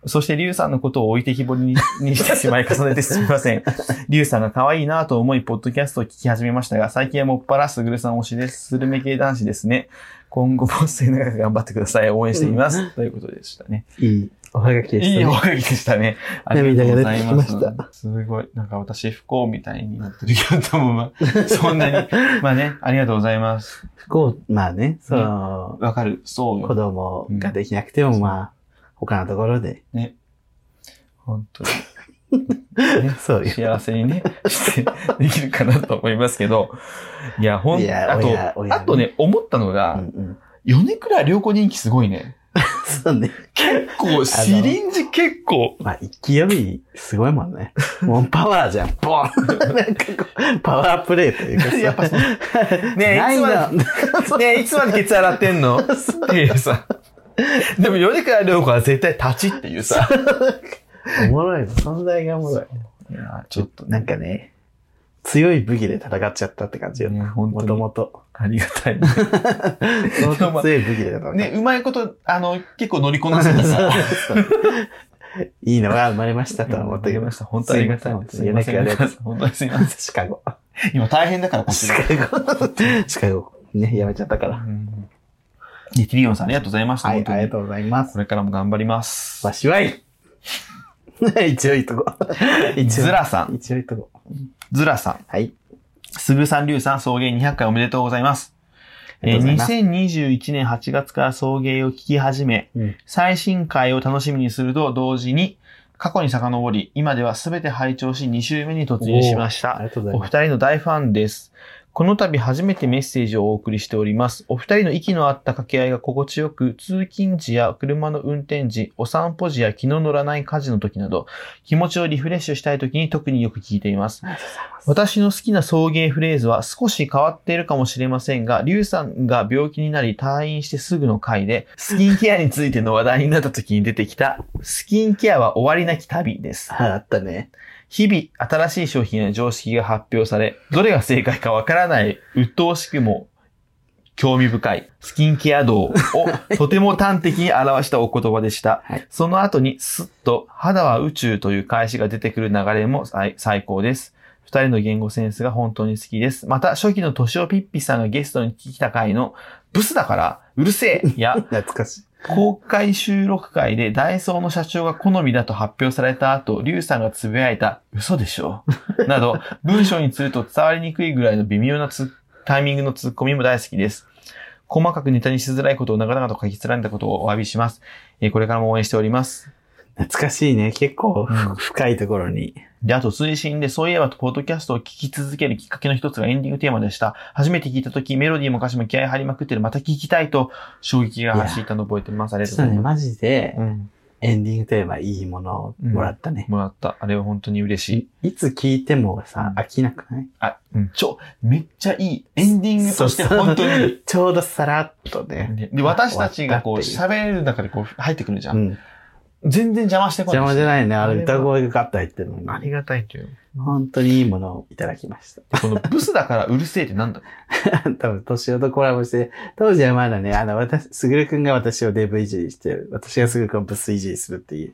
Speaker 2: そして、リュウさんのことを置いてきぼりににしてしまい重ねてすみません。 リュウさんが可愛いなぁと思い、ポッドキャストを聞き始めましたが、最近はもっぱらすぐるさん推しです。スルメ系男子ですね。今後も末永く頑張ってください。応援しています。ということでしたね。
Speaker 1: いいおはがきでした、ね。
Speaker 2: いいおはがきでしたね。あり
Speaker 1: 涙
Speaker 2: がと
Speaker 1: が
Speaker 2: うご
Speaker 1: 出
Speaker 2: ざい
Speaker 1: てき
Speaker 2: ま。
Speaker 1: ますした
Speaker 2: すごい。なんか私不幸みたいになってるけど、もまあ、 そんなに。まあね、ありがとうございます。
Speaker 1: 不幸、まあね、その、
Speaker 2: わかる。そう
Speaker 1: 子
Speaker 2: よ。
Speaker 1: 供ができなくても、まあ、他のところで、
Speaker 2: ね。本当に。
Speaker 1: そういう。
Speaker 2: 幸せにね、してできるかなと思いますけど。いや、ほん、
Speaker 1: いや
Speaker 2: あ
Speaker 1: 親親
Speaker 2: と、
Speaker 1: ね
Speaker 2: あとね、思ったのが、
Speaker 1: うんうん、
Speaker 2: 米倉良子人気すごいね。
Speaker 1: そうね。
Speaker 2: 結 構、シリンジ結構、
Speaker 1: まあ、勢いすごいもん ね。もうパワーじゃん。ボンなんかこう、パワープレイというかさ。
Speaker 2: やっぱそのね
Speaker 1: ないいん
Speaker 2: つま
Speaker 1: だ
Speaker 2: で。ね え、いつまでケツ洗って んのっていうさ。でも、米川涼子は絶対立ちっていうさ。
Speaker 1: おもろいの。存在がおもろい。
Speaker 2: いや、ちょっと
Speaker 1: な
Speaker 2: ね、
Speaker 1: んかね、強い武器で戦っちゃったって感じよ。
Speaker 2: ね本当
Speaker 1: も
Speaker 2: に
Speaker 1: ともと。
Speaker 2: ありがたい。
Speaker 1: 相当強い武器で戦った。
Speaker 2: ね、うまいこと、あの、結構乗りこなせたさ。
Speaker 1: いいのが生まれましたとは思って
Speaker 2: い
Speaker 1: き
Speaker 2: ま
Speaker 1: まし
Speaker 2: した。本当にありがたい。
Speaker 1: すいません
Speaker 2: すいません本当にすいません。
Speaker 1: た。 シカゴ。
Speaker 2: 今大変だから、こっち
Speaker 1: シ
Speaker 2: が。
Speaker 1: カゴ。 シカゴ。ね、やめちゃったか
Speaker 2: う
Speaker 1: ら。
Speaker 2: んねティリオンさん、ありがとうございました。
Speaker 1: はい、
Speaker 2: 本当
Speaker 1: あ
Speaker 2: に
Speaker 1: りがとうございます
Speaker 2: こ。れからも頑張ります
Speaker 1: わ。しはい。一応いいとこ。 一応。
Speaker 2: ズラさん、
Speaker 1: 一応いいとこ。
Speaker 2: ズラさん。
Speaker 1: はい。
Speaker 2: すぐさん、りゅうさん、送迎200回おめでとうございます。
Speaker 1: あり
Speaker 2: え
Speaker 1: が
Speaker 2: ー
Speaker 1: とうございます
Speaker 2: 2021年8月から送迎を聞き始め、
Speaker 1: うん
Speaker 2: 最新回を楽しみにすると同時に、過去に遡り、今では全て拝聴し2週目に突入しまし
Speaker 1: あ
Speaker 2: た。
Speaker 1: りがとうござい
Speaker 2: お
Speaker 1: ま
Speaker 2: 二
Speaker 1: す。
Speaker 2: 人の大ファンです。この度初めてメッセージをお送りしております。お二人の息の合った掛け合いが心地よく、通勤時や車の運転時、お散歩時や気の乗らない家事の時など、気持ちをリフレッシュしたい時に特によく聞いています。私の好きな送迎フレーズは少し変わっているかもしれませんが、リュウさんが病気になり退院してすぐの回で、スキンケアについての話題になった時に出てきた、スキンケアは終わりなき旅です。
Speaker 1: ああったね。
Speaker 2: 日々、新しい商品や常識が発表され、どれが正解かわからない、鬱陶しくも、興味深い、スキンケア道をとても端的に表したお言葉でした。
Speaker 1: はい
Speaker 2: その後に、スッと、肌は宇宙という返しが出てくる流れも最最高です。二人の言語センスが本当に好きです。また、初期の年をピッピさんがゲストに聞きた回の、ブスだから、うるせえや、
Speaker 1: 懐かしい。
Speaker 2: 公開収録会でダイソーの社長が好みだと発表された後、リュウさんが呟いた嘘でしょ など、文章にすると伝わりにくいぐらいの微妙なつタイミングのツッコミも大好きです。細かくネタにしづらいことを長々と書き連ねたことをお詫びします。えーこれからも応援しております。
Speaker 1: 懐かしいね。結構、ふ
Speaker 2: うん
Speaker 1: 深いところに。
Speaker 2: で、あと推進で、そういえば、ポッドキャストを聞き続けるきっかけの一つがエンディングテーマでした。初めて聞いたとき、メロディーも歌詞も気合い入りまくってる、また聞きたいと、衝撃が走ったのを覚えてます。ありがとう
Speaker 1: そう
Speaker 2: ござい
Speaker 1: ね、
Speaker 2: ます。
Speaker 1: マジで、
Speaker 2: うん。
Speaker 1: エンディングテーマいいものをもらったね。
Speaker 2: もらった。あれは本当に嬉しい。
Speaker 1: いつ聞いてもさ、
Speaker 2: うん
Speaker 1: 飽きなくない
Speaker 2: あ、うん、ちょ、めっちゃいい。エンディングとして本当にいい。
Speaker 1: ちょうどさらっとね。
Speaker 2: でで、私たちがこう、
Speaker 1: 終わ
Speaker 2: 喋る中でこう、入ってくるじゃ。
Speaker 1: うんん。
Speaker 2: 全然邪魔してこない。
Speaker 1: 邪魔じゃないね。あれ
Speaker 2: あれは
Speaker 1: 歌声がガッと入ってるのに。
Speaker 2: ありがたいという。
Speaker 1: 本当にいいものをいただきまし
Speaker 2: でこのブスだからうるせえってなんだろ
Speaker 1: た。 多分、年男とコラボして、当時はまだね、あの、私、すぐるくんが私をデブいじりして、私がすぐるくんをブスいじりするっていう、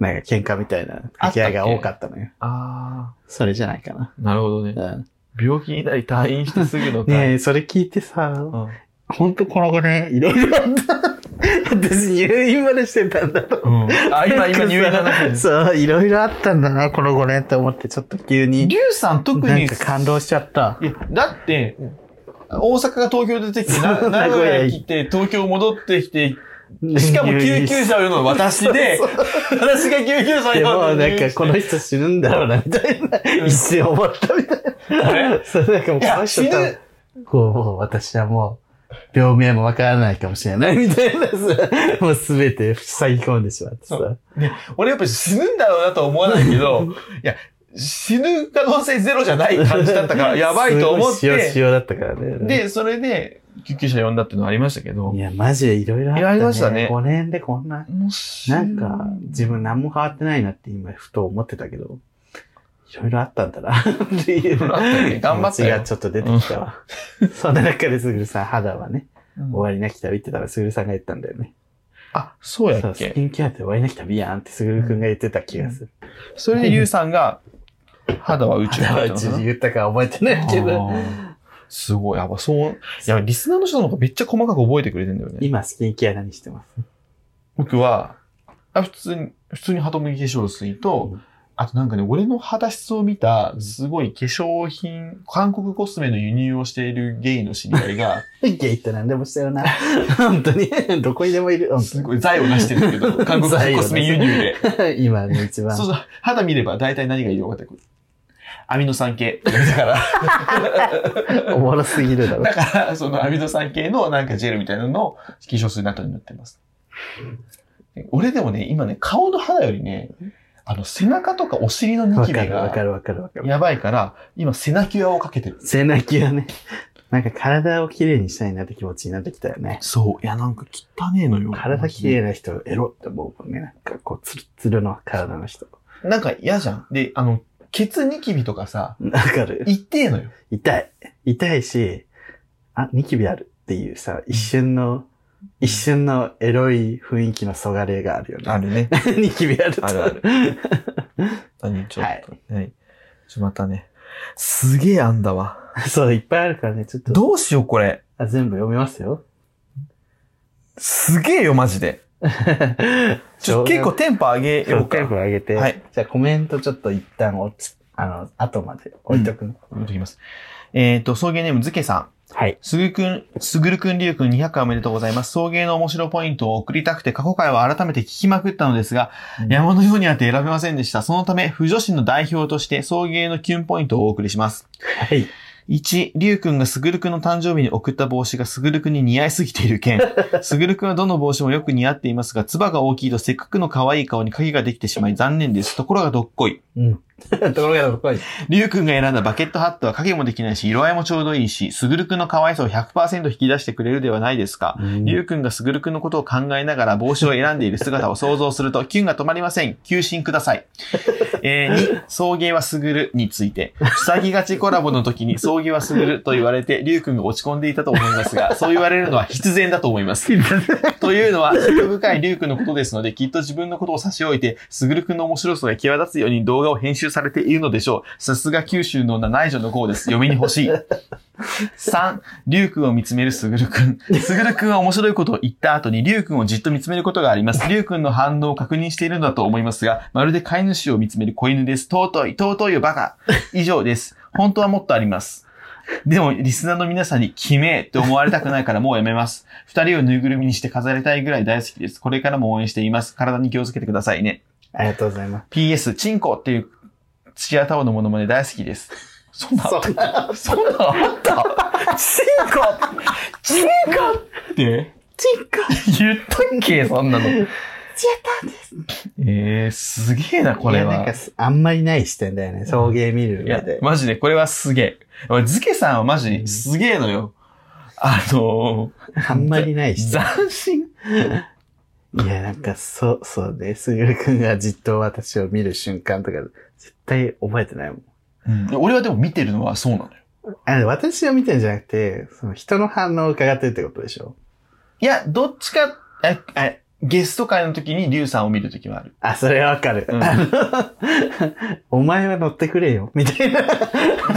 Speaker 1: なんか喧嘩みたいな掛け合いが多かったのよ。
Speaker 2: う。 あ
Speaker 1: それじゃないかな。
Speaker 2: あ、なるほどね。
Speaker 1: うん。
Speaker 2: 病気になり退院してすぐの
Speaker 1: ね
Speaker 2: 回。
Speaker 1: え、それ聞いてさ、
Speaker 2: うん
Speaker 1: ほんとこの子ね、いろいろあった。 私、入院までしてたんだと。
Speaker 2: うん。あ、今、 今、入院
Speaker 1: な
Speaker 2: だ
Speaker 1: んかさ
Speaker 2: な。
Speaker 1: そう、いろいろあったんだな、この5年って思って、ちょっと急に。
Speaker 2: リュウさん特
Speaker 1: なん
Speaker 2: に、
Speaker 1: か感動しちゃった。
Speaker 2: いや、だって、大阪が東京出てきて、な
Speaker 1: そう
Speaker 2: 名古屋
Speaker 1: 名古屋
Speaker 2: 来て、東京戻ってきて、しかも救急車を呼ぶのは私で、私が救 急車を呼
Speaker 1: で
Speaker 2: ぶ
Speaker 1: も、
Speaker 2: の
Speaker 1: なんか、この人死ぬんだろうな、みたいな、 一瞬思ったみたい
Speaker 2: あれ
Speaker 1: な。そう、なんかもう、
Speaker 2: いや
Speaker 1: この人多
Speaker 2: 死
Speaker 1: 分
Speaker 2: ぬ
Speaker 1: こう、もう私はもう、病名もわからないかもしれない、みたい なさ、もうすべて塞ぎ込んでしまって
Speaker 2: そ
Speaker 1: さ。
Speaker 2: 俺やっぱ死ぬんだろうなとは思わないけど、いや、死ぬ可能性ゼロじゃない感じだっ たから、やばいと思っ
Speaker 1: すごい塩
Speaker 2: て、
Speaker 1: 塩だったからね。
Speaker 2: で、それで、救急車呼んだっていうのはありましたけど
Speaker 1: い、や、マジでいろいろあった、ね。
Speaker 2: いやありましたね
Speaker 1: 5年でこんな。
Speaker 2: もし
Speaker 1: なんか、自分何も変わってないなって今、ふと思ってたけど、いろいろあったん だな、っていう。
Speaker 2: ろいろあったね頑張ったよ
Speaker 1: 気持ちがちょっと出てきたわ。そんな中ですぐるさん、肌はね、
Speaker 2: うん
Speaker 1: 終わりなき旅って言ったら、すぐるさんが言ったんだよね。
Speaker 2: あ、そうや
Speaker 1: そ
Speaker 2: っ
Speaker 1: う、ス
Speaker 2: け
Speaker 1: キンケアって終わりなき旅やんってすぐるくんが言ってた気がする。
Speaker 2: それでリュウさんが、肌は宇宙
Speaker 1: 肌はうちに言ったか覚えてないけど
Speaker 2: あ、ーすごい。やっぱそう、いや、リスナーの人の方がめっちゃ細かく覚えてくれてんだよね。
Speaker 1: 今スキンケア何してます
Speaker 2: 僕は、あ普通に、普通にハトムギ化粧水と、
Speaker 1: うん
Speaker 2: あとなんかね、俺の肌質を見た、すごい化粧品、韓国コスメの輸入をしているゲイの知り合いが、
Speaker 1: ゲイって何でもしてるな。本当に、どこにでもいる。本当に
Speaker 2: すごい財を成してるんだけ ど、韓国コスメ輸入で。
Speaker 1: 今ね、一番
Speaker 2: そう。そう、肌見れば大体何がいいのかってこう、アミノ酸系。だ から、
Speaker 1: おもろすぎるだろ
Speaker 2: だ。から、そのアミノ酸系のなんかジェルみたいなのを化粧水の後に塗ってます。俺でもね、今ね、顔の肌よりね、あの、背中とかお尻のニ
Speaker 1: わ
Speaker 2: キ
Speaker 1: か
Speaker 2: ビ
Speaker 1: るわか
Speaker 2: が
Speaker 1: るわかるわかる。
Speaker 2: やばいから、今背中キュアをかけてる。
Speaker 1: 背中きはね、なんか体をきれいにしたいなって気持ちになってきたよね。
Speaker 2: そう。いや、なんか汚ねえのよ
Speaker 1: 体きれいな人、エロって思うもんね。なんかこう、ツルツルの体の人。
Speaker 2: なんか嫌じゃん。で、あの、ケツニキビとかさ、
Speaker 1: わかる
Speaker 2: 痛えのよ。
Speaker 1: 痛い。痛いし、あ、ニキビあるっていうさ、一瞬の、一瞬のエロい雰囲気のそがれがあるよね。
Speaker 2: るね。
Speaker 1: ニキビあると
Speaker 2: あるあ る。何ちょっ
Speaker 1: はい
Speaker 2: と。はい。ちょ、またね。すげえあんだわ。
Speaker 1: そう、いっぱいあるからね、ちょっと。
Speaker 2: どうしよう、これ。
Speaker 1: あ全部読みます よ。
Speaker 2: すげえよ、マジで。ちょ結構テンポ上げよ
Speaker 1: そう
Speaker 2: うか。
Speaker 1: テンポ上げて、
Speaker 2: はい
Speaker 1: じゃあコメントちょっと一旦おつ、あの、後まで置いとくね、
Speaker 2: 読んできます。えっ、と、送迎ネーム、ずけさん。
Speaker 1: はい。
Speaker 2: すぐるくん、すぐるくん、りゅうくん200回おめでとうございます。送迎の面白ポイントを送りたくて、過去回は改めて聞きまくったのですが、
Speaker 1: うん
Speaker 2: 山のようにあって選べませんでした。そのため、不女子の代表として、送迎のキュンポイントをお送りします。
Speaker 1: はい。
Speaker 2: 1、りゅうくんがすぐるくんの誕生日に送った帽子がすぐるくんに似合いすぎている 件。すぐるくんはどの帽子もよく似合っていますが、つばが大きいとせっかくの可愛い顔に影ができてしまい残念です。ところがどっこい。
Speaker 1: うん。ところがどっこい。
Speaker 2: りゅうくんが選んだバケットハットは影もできないし、色合いもちょうどいいし、すぐるくんの可愛さを100%引き出してくれるではないですか。りゅうくんがすぐるくんのことを考えながら帽子を選んでいる姿を想像すると、キュンが止まりません。求心ください。えー、2、送迎はすぐるについて、塞ぎがちコラボの時に送迎はすぐると言われて、りゅうくんが落ち込んでいたと思いますが、そう言われるのは必然だと思います。というのは、興味深いリュウ君のことですので、きっと自分のことを差し置いて、すぐる君の面白さが際立つように動画を編集されているのでしょう。さすが九州の七内女の号です。読みに欲しい。3、リュウ君を見つめるすぐる 君。すぐる君は面白いことを言った後に、リュウ君をじっと見つめることがあります。リュウ君の反応を確認しているのだと思いますが、まるで飼い主を見つめる子犬です。尊い、尊いよバカ。以上です。本当はもっとあります。でも、リスナーの皆さんに、キメえって思われたくないからもうやめます。二人をぬいぐるみにして飾りたいぐらい大好きです。これからも応援しています。体に気をつけてくださいね。
Speaker 1: ありがとうございま
Speaker 2: PS、チンコっていう土屋太鳳のものまで大好きです。そんな、
Speaker 1: そんな
Speaker 2: そんなあっ た
Speaker 1: す。チンコチンコ
Speaker 2: って
Speaker 1: チンコ
Speaker 2: 言ったっけそんなの。
Speaker 1: チアタンです。
Speaker 2: えー、すげえな、こ
Speaker 1: こ
Speaker 2: れ
Speaker 1: れなん
Speaker 2: は
Speaker 1: か。す、あんまりない視点だよね。送迎見る
Speaker 2: い
Speaker 1: 上
Speaker 2: や
Speaker 1: で、。
Speaker 2: マジで、これはすげえ。俺ズケさんはマ
Speaker 1: う
Speaker 2: ジ、
Speaker 1: ん
Speaker 2: すげえのよ。あの
Speaker 1: あんまりない視
Speaker 2: ー、斬新。
Speaker 1: 点。いや、なんか、そう、そうね。すぐるくんがじっと私を見る瞬間とか、絶対覚えてないもん。
Speaker 2: うん俺はでも見てるのはそうなのよ。
Speaker 1: あ私を見てるんじゃなくて、その人の反応を伺ってるってことでしょ
Speaker 2: いや、どっちか、ああゲスト会の時にリュウさんを見る時もある。
Speaker 1: あ、それはわかる。
Speaker 2: うん
Speaker 1: あの お前は乗ってくれよ、みたいな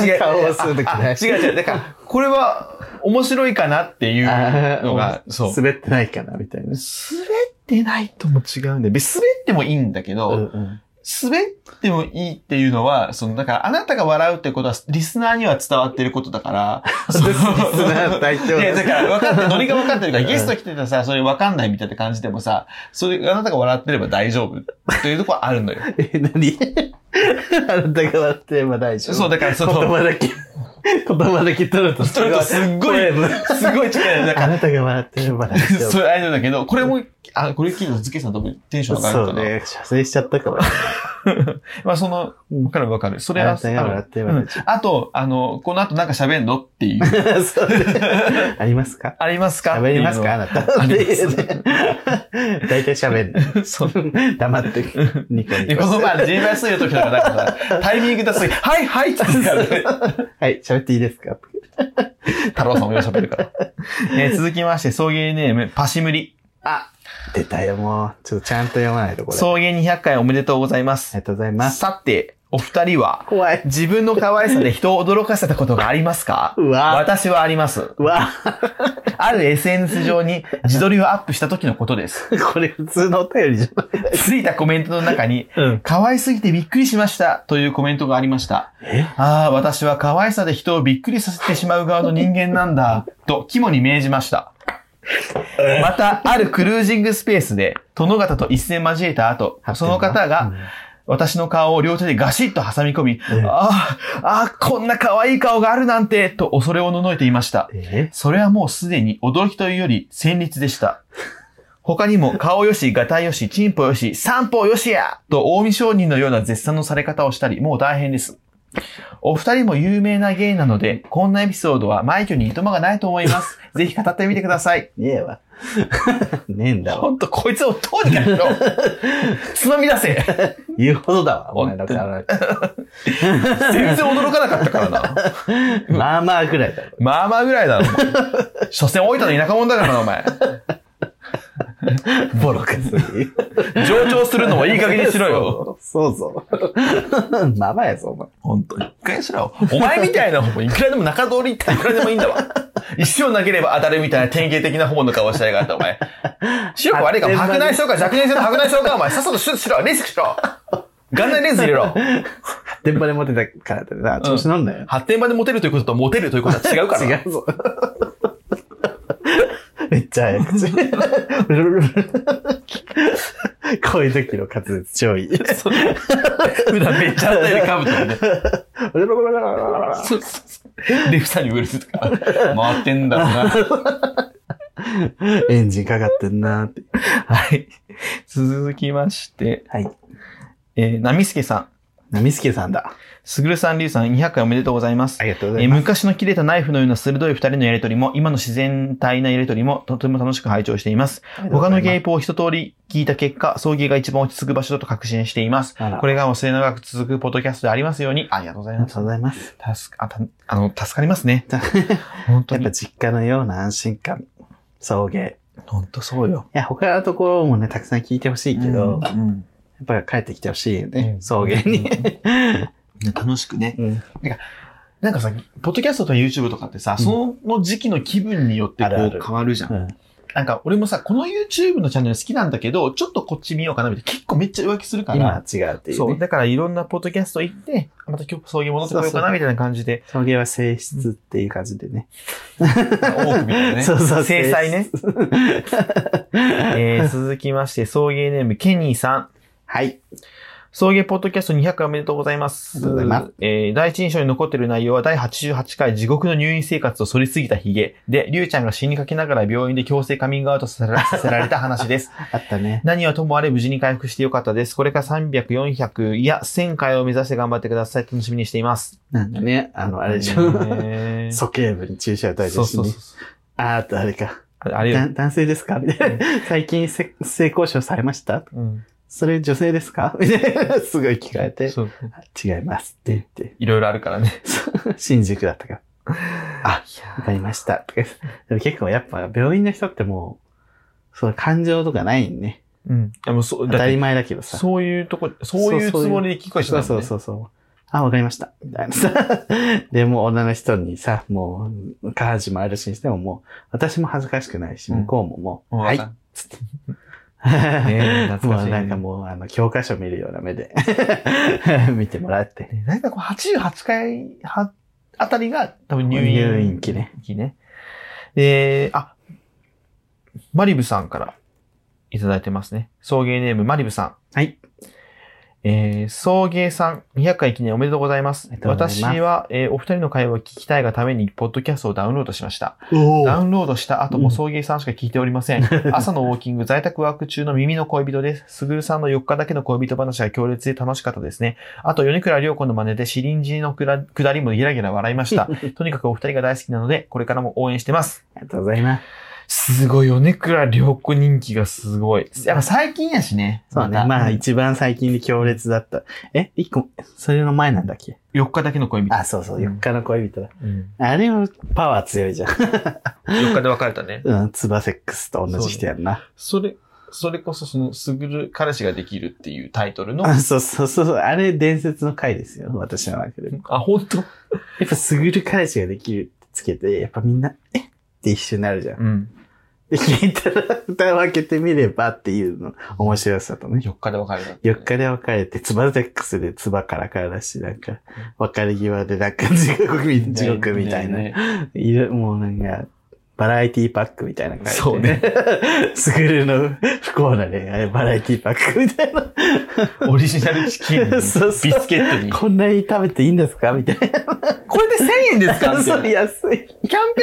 Speaker 2: 違う
Speaker 1: 顔をするとき
Speaker 2: あ違う違う。だから、これは面白いかなっていうのが、そう。
Speaker 1: 滑ってないかな、みたいな。
Speaker 2: 滑ってないとも違うんで、別に滑ってもいいんだけど、
Speaker 1: うんうん
Speaker 2: 滑ってもいいっていうのは、その、だから、あなたが笑うってことは、リスナーには伝わってることだから、
Speaker 1: そうリスナー大丈夫
Speaker 2: いや、だから、分かって、ノリが分かってるから、
Speaker 1: うん
Speaker 2: ゲスト来てたらさ、それ分かんないみたいな感じでもさ、それ、あなたが笑ってれば大丈夫というとこはある のよ。
Speaker 1: え、何あなたが笑ってれば大丈夫。
Speaker 2: そう、だから、そ
Speaker 1: 言
Speaker 2: の、
Speaker 1: 葉だけ、言葉だけ取ると
Speaker 2: それとすっご
Speaker 1: 声
Speaker 2: い
Speaker 1: の、
Speaker 2: すごい力だか
Speaker 1: あ
Speaker 2: ら、
Speaker 1: なたが笑ってれば大丈
Speaker 2: そ
Speaker 1: 夫。
Speaker 2: れあれなんだけど、これも、あ、これ聞いたらズケさん多分テンション上がる
Speaker 1: そ
Speaker 2: か
Speaker 1: う
Speaker 2: ら。
Speaker 1: ね、射精しちゃったから。
Speaker 2: まあその、
Speaker 1: うん
Speaker 2: わかるわかる。それは、
Speaker 1: あなたが笑って
Speaker 2: あ
Speaker 1: れば
Speaker 2: のう
Speaker 1: 大
Speaker 2: んあと、あの、この後なんか喋んのっ ていう。
Speaker 1: そうねあります か
Speaker 2: ありますか
Speaker 1: 喋りますかあなた。
Speaker 2: あ ります
Speaker 1: 大体喋んない。
Speaker 2: そう。
Speaker 1: 黙って、ニコ
Speaker 2: で、
Speaker 1: ニコ
Speaker 2: この
Speaker 1: して。
Speaker 2: 前、ジェイバイスの時とか、なんかさ、タイミングだすぎ、はいはいって言ってからね、
Speaker 1: はい、喋っていいですか
Speaker 2: 太郎さんもよう喋るから。 えー続きまして、送迎ネーム、パシムリ。
Speaker 1: あ出たよ、もう。ちょっとちゃんと読まないと、これ。あ
Speaker 2: 送迎200回おめでとうございま
Speaker 1: り
Speaker 2: す。
Speaker 1: がとうございます。
Speaker 2: さて、お二人は、
Speaker 1: 怖い。
Speaker 2: 自分の可愛さで人を驚かせたことがありますか
Speaker 1: うわ
Speaker 2: 私はあります。
Speaker 1: うわ
Speaker 2: ある SNS 上に自撮りをアップした時のことです。
Speaker 1: これ普通のお便りじゃ
Speaker 2: ついたコメントの中に、
Speaker 1: ない。うん。
Speaker 2: 可愛すぎてびっくりしましたというコメントがありました。
Speaker 1: え
Speaker 2: ああ、私は可愛さで人をびっくりさせてしまう側の人間なんだ、と 肝に銘じました。また、あるクルージングスペースで、殿方と一戦交えた後、その方が、、私の顔を両手でガシッと挟み込み、
Speaker 1: うん
Speaker 2: ああ、ああ、こんな可愛い顔があるなんて、と恐れをののいていました。
Speaker 1: え
Speaker 2: それはもうすでに驚きというより戦慄でした。他にも、顔よし、ガタよし、チンポよし、三方よしやと、大見商人のような絶賛のされ方をしたり、もう大変です。お二人も有名な芸なので、こんなエピソードは毎挙にいとまがないと思います。ぜひ語ってみてください。
Speaker 1: ねえわ。 ねえんだわ。
Speaker 2: ほんと、こいつをどうにかしろつまみ出せ
Speaker 1: 言うほどだわ、お前の体。
Speaker 2: 全然驚かなかったからな。
Speaker 1: まあまあぐらいだろ。
Speaker 2: まあまあぐらいだろ。お前所詮置いたの田舎者だからな、お前。
Speaker 1: ボロかすぎ。
Speaker 2: 上長するのもいい加減にしろよ。
Speaker 1: そう。そうぞ。まあまあやぞ、お前。
Speaker 2: 本当に。一回しろ。お前みたいなホモ、いくらでも中通りっていくらでもいいんだ わ。一生なければ当たるみたいな典型的なホモの顔したいからって、お前。視力悪いから、白内障か、若年性の白内障か、お前。さっさと手術しろ。レースしろ。眼内レンズ入れろ。
Speaker 1: 電波で持ってたからってな、調子乗んなよ。
Speaker 2: 発展場でモテるということとモテるということは違うから。
Speaker 1: 違うぞ。めっちゃ早口。こういう時の滑舌超いい。
Speaker 2: 普段めっちゃ当たりかぶとね。
Speaker 1: ブルブルブルブルブルブル
Speaker 2: そうそうそうで、房にウイルスとか、回ってんだろうな。
Speaker 1: エンジンかかってんなーって。
Speaker 2: はい。 続きまして、
Speaker 1: はい。
Speaker 2: えー、なみすけさん。
Speaker 1: ナミスケさんだ。
Speaker 2: すぐるさん、りゅうさん、200回おめでとうございます。
Speaker 1: ありがとうご
Speaker 2: え
Speaker 1: ざい
Speaker 2: ー
Speaker 1: ます。
Speaker 2: 昔の切れたナイフのような鋭い二人のやりとりも、今の自然体なやりとりも、とても楽しく拝聴しています。他のゲイポを一通り聞いた結果、葬儀が一番落ち着く場所だと確信しています。
Speaker 1: あら
Speaker 2: これがもう末永く続くポッドキャストでありますように、ありがとうござい
Speaker 1: あり
Speaker 2: ま
Speaker 1: が
Speaker 2: す。
Speaker 1: とうございます。
Speaker 2: 助か、あたあの、助かりま すね。
Speaker 1: や
Speaker 2: 本当
Speaker 1: っぱ
Speaker 2: に。
Speaker 1: 実家のような安心感。送迎。い
Speaker 2: 本当そうよ。
Speaker 1: や、他のところもね、たくさん聞いてほしいけど、
Speaker 2: う
Speaker 1: や
Speaker 2: ん
Speaker 1: っぱり帰ってきてほしいよ
Speaker 2: う
Speaker 1: ね。
Speaker 2: ん
Speaker 1: 送迎に。
Speaker 2: 楽しくね。
Speaker 1: うん
Speaker 2: なんかさ、ポッドキャストとか YouTube とかってさ、
Speaker 1: うん
Speaker 2: その時期の気分によってこ
Speaker 1: あるあ
Speaker 2: う
Speaker 1: る
Speaker 2: 変わるじゃ ん。
Speaker 1: うん
Speaker 2: なんか俺もさ、この YouTube のチャンネル好きなんだけど、ちょっとこっち見ようかなみたいな、結構めっちゃ浮気するか
Speaker 1: 今は
Speaker 2: ら。
Speaker 1: 違うっていう
Speaker 2: そう。
Speaker 1: ね。
Speaker 2: だからいろんなポッドキャスト行って、また今日そういうものとかようか
Speaker 1: そうそ
Speaker 2: な
Speaker 1: う
Speaker 2: みたいな感じで、
Speaker 1: 送迎は性質っていう感じでね。
Speaker 2: 多く見た ね。
Speaker 1: そうそう
Speaker 2: 制 裁ね。
Speaker 1: は
Speaker 2: えー、続きまして、送迎ネーム、ケニーさん。
Speaker 1: い。
Speaker 2: 送迎ポッドキャスト200回おめでとうございます。。
Speaker 1: ありがとうございます
Speaker 2: えー、第一印象に残っている内容は第88回地獄の入院生活を反りすぎたヒゲで、りゅうちゃんが死にかけながら病院で強制カミングアウトさせらさせられた話です。
Speaker 1: あったね。
Speaker 2: 何はともあれ無事に回復してよかったです。これから300、400、いや、1000回を目指して頑張ってください。楽しみにしています。
Speaker 1: なんかね、あの、あれでしょ。
Speaker 2: ね
Speaker 1: 鼠径部に注射打たれて
Speaker 2: そう
Speaker 1: るし
Speaker 2: そう
Speaker 1: ね
Speaker 2: そ。う。
Speaker 1: あーあとあれか。
Speaker 2: ああれよ
Speaker 1: だ。男性ですかみたいな。最近せ性交渉されました
Speaker 2: うん。
Speaker 1: それ女性ですかみ たいな。すごい聞かれて。
Speaker 2: そう。
Speaker 1: 違いますって言って。
Speaker 2: いろいろあるからね。
Speaker 1: 新宿だったから。あ、わ
Speaker 2: い
Speaker 1: かりました。とかでも結構やっぱ病院の人ってもう、その感情とかないんね。
Speaker 2: うん。でもそう、
Speaker 1: 当
Speaker 2: だった
Speaker 1: り
Speaker 2: て、
Speaker 1: 前だけどさ。
Speaker 2: そういうとこ、そういうつもりで聞こえち
Speaker 1: そ
Speaker 2: ゃ
Speaker 1: う
Speaker 2: った
Speaker 1: そ
Speaker 2: もん
Speaker 1: う
Speaker 2: ね。
Speaker 1: そうそう。あ、わかりました。みたいなさ。 で、もう女の人にさ、もう、下半身もあるしにしてももう、私も恥ずかしくないし、
Speaker 2: うん
Speaker 1: 向こうももう、
Speaker 2: もう
Speaker 1: はい。
Speaker 2: わ
Speaker 1: つって。
Speaker 2: ねえ懐か
Speaker 1: も
Speaker 2: し
Speaker 1: う
Speaker 2: いね
Speaker 1: なんかもう、あの、教科書見るような目で、 見てもらって。
Speaker 2: ねなんかこう、88回はあたりが多分入院。
Speaker 1: 入院期ね。
Speaker 2: 期ね。えー、あ、マリブさんからいただいてますね。送迎ネームマリブさん。
Speaker 1: はい。
Speaker 2: えー、送迎さん、200回記念おめでとうございます。
Speaker 1: りがとうございます
Speaker 2: 私は、えーお二人の会話を聞きたいがために、ポッドキャストをダウンロードしました。
Speaker 1: お
Speaker 2: ダウンロードした後
Speaker 1: う
Speaker 2: も
Speaker 1: ん
Speaker 2: 送迎さんしか聞いておりません。 朝のウォーキング、在宅ワーク中の耳の恋人です。すぐるさんの4日だけの恋人話が強烈で楽しかったですね。あと、米倉涼子の真似でシリンジのくらくだりもギラギラ笑い ました。とにかくお二人が大好きなので、これからも応援してます。
Speaker 1: ありがとうございます。
Speaker 2: すごい、米倉涼子人気がすごい。やっぱ最近やしね。
Speaker 1: そうね。
Speaker 2: た
Speaker 1: まあ、一番最近で強烈だった。え一個、それの前なんだっけ
Speaker 2: 4日だけの恋人。
Speaker 1: あ、そうそう、4日の恋人だ。
Speaker 2: うん
Speaker 1: あれもパワー強いじゃん。
Speaker 2: 4日で別れたね。
Speaker 1: うん、ツバセックスと同じ人やんな。
Speaker 2: それ、それこそその、すぐる彼氏ができるっていうタイトルの、
Speaker 1: あ そうそうそうそう。あれ伝説の回ですよ。私の中で。や
Speaker 2: あ、本当
Speaker 1: っぱすぐる彼氏ができるってつけて、やっぱみんな、えって一緒になるじゃん。
Speaker 2: うん。
Speaker 1: で、聞いたら、蓋を開けてみればっていうの、面白さとね。
Speaker 2: 4日で別れた。
Speaker 1: 4日で別れて、ツバセックスでツバからからだし、なんか、別れ際でなんか地獄み、地獄みたいな。
Speaker 2: ね
Speaker 1: いる、もうなんか、バラエティパックみたいな感じで。
Speaker 2: そうね。
Speaker 1: スクールの不幸な恋愛、バラエティパックみたいな。
Speaker 2: オリジナルチキンに、ビ
Speaker 1: そう
Speaker 2: ス
Speaker 1: そう
Speaker 2: ケットに。
Speaker 1: こんなに食べていいんですかみたいな。
Speaker 2: これで1000円ですかみた
Speaker 1: そう、
Speaker 2: い
Speaker 1: 安い。
Speaker 2: なキャ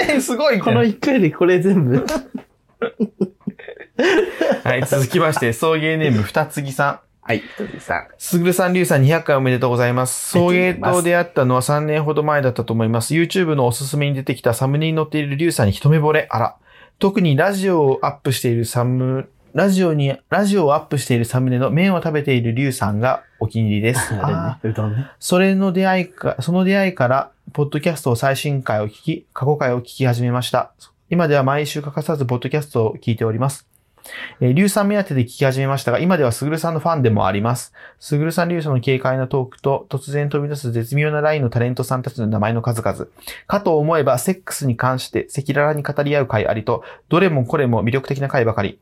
Speaker 2: ンペーンすごい
Speaker 1: この1回でこれ全部。
Speaker 2: はい、続きまして、送迎ネーム、二つぎさん。
Speaker 1: はい、とりさん。
Speaker 2: すぐるさん、りゅうさん200回おめでとうございます。
Speaker 1: あり
Speaker 2: 送
Speaker 1: が
Speaker 2: 迎
Speaker 1: とうございます
Speaker 2: と出会ったのは3年ほど前だったと思います。YouTube のおすすめに出てきたサムネに載っているりゅうさんに一目惚れ。あら。特にラジオをアップしているサム、ラジオに、ラジオをアップしているサムネの麺を食べているりゅうさんがお気に入りです。
Speaker 1: あれね、うどんね。
Speaker 2: それの出会いか、その出会いから、ポッドキャストを最新回を聞き、過去回を聞き始めました。今では毎週欠かさず、ポッドキャストを聞いております。えー、リュウさん目当てで聞き始めましたが、今ではすぐるさんのファンでもあります。すぐるさん、リュウさんの軽快なトークと、突然飛び出す絶妙なラインのタレントさんたちの名前の数々。かと思えば、セックスに関して赤裸々に語り合う回ありと、どれもこれも魅力的な回ばかり。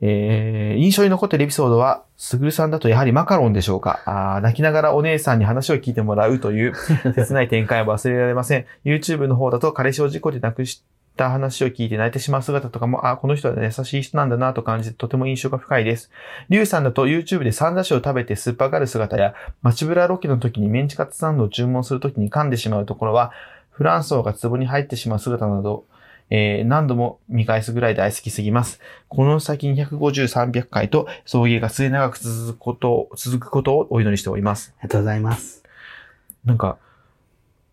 Speaker 2: えー印象に残っているエピソードは、すぐるさんだとやはりマカロンでしょうか。あー泣きながらお姉さんに話を聞いてもらうという切ない展開は忘れられません。YouTube の方だと彼氏を事故で亡くした話を聞いて泣いてしまう姿とかも、あーこの人は優しい人なんだなと感じてとても印象が深いです。リュウさんだと YouTube でサンダシを食べてスーパーガール姿や、街ブラロケの時にメンチカツサンドを注文する時に噛んでしまうところは、フランソワが壺に入ってしまう姿など、えー何度も見返すぐらい大好きすぎます。この先250、300回と、送迎が末永く続くことを、続くことをお祈りしております。
Speaker 1: りがとうございます。
Speaker 2: なんか、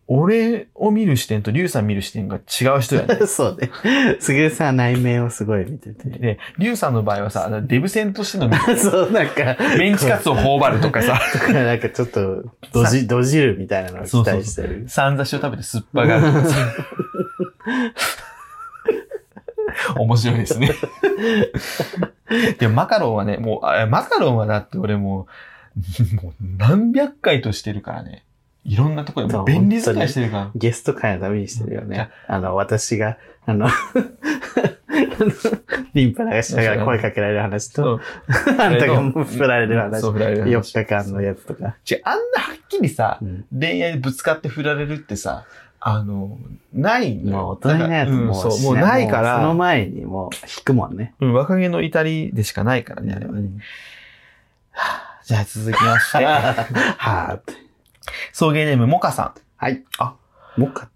Speaker 2: 俺を見る視点とリュウさん見る視点が違う人やね。
Speaker 1: そうね。すぐさ、内面をすごい見てて。
Speaker 2: で、リュウさんの場合はさ、あのデブ戦としての
Speaker 1: そう、なんか、
Speaker 2: メンチカツを頬張るとかさ、
Speaker 1: とか、なんかちょっと、どじ、どじるみたいなのを期待してる。
Speaker 2: さんざしを食べて酸っぱがるとかさ。面白いですね。で、マカロンはね、もう、あマカロンはだって俺もう、もう何百回としてるからね。いろんなところで、もう便利使いしてるから。
Speaker 1: ゲスト会のためにしてるよ
Speaker 2: い
Speaker 1: ね
Speaker 2: や。
Speaker 1: あの、私が、あの、あ のリンパ流しながら声かけられる話と、
Speaker 2: う、
Speaker 1: あんたがもう振られる話
Speaker 2: そ。う振られる
Speaker 1: 4
Speaker 2: 話
Speaker 1: 日間のやつとか。
Speaker 2: 違うあんなはっきりさ、
Speaker 1: うん
Speaker 2: 恋愛でぶつかって振られるってさ、あの、ないのよ
Speaker 1: もう大人になると
Speaker 2: ん
Speaker 1: も
Speaker 2: そうう、
Speaker 1: し、
Speaker 2: もうないか
Speaker 1: もうその
Speaker 2: ら、
Speaker 1: 前にもう引くもんね。
Speaker 2: うん、若気の至りでしかないからね、あれはね。じゃあ続きまして、
Speaker 1: はーって。
Speaker 2: 送迎ネーム、モカさ
Speaker 1: はい。
Speaker 2: あ、
Speaker 1: もか、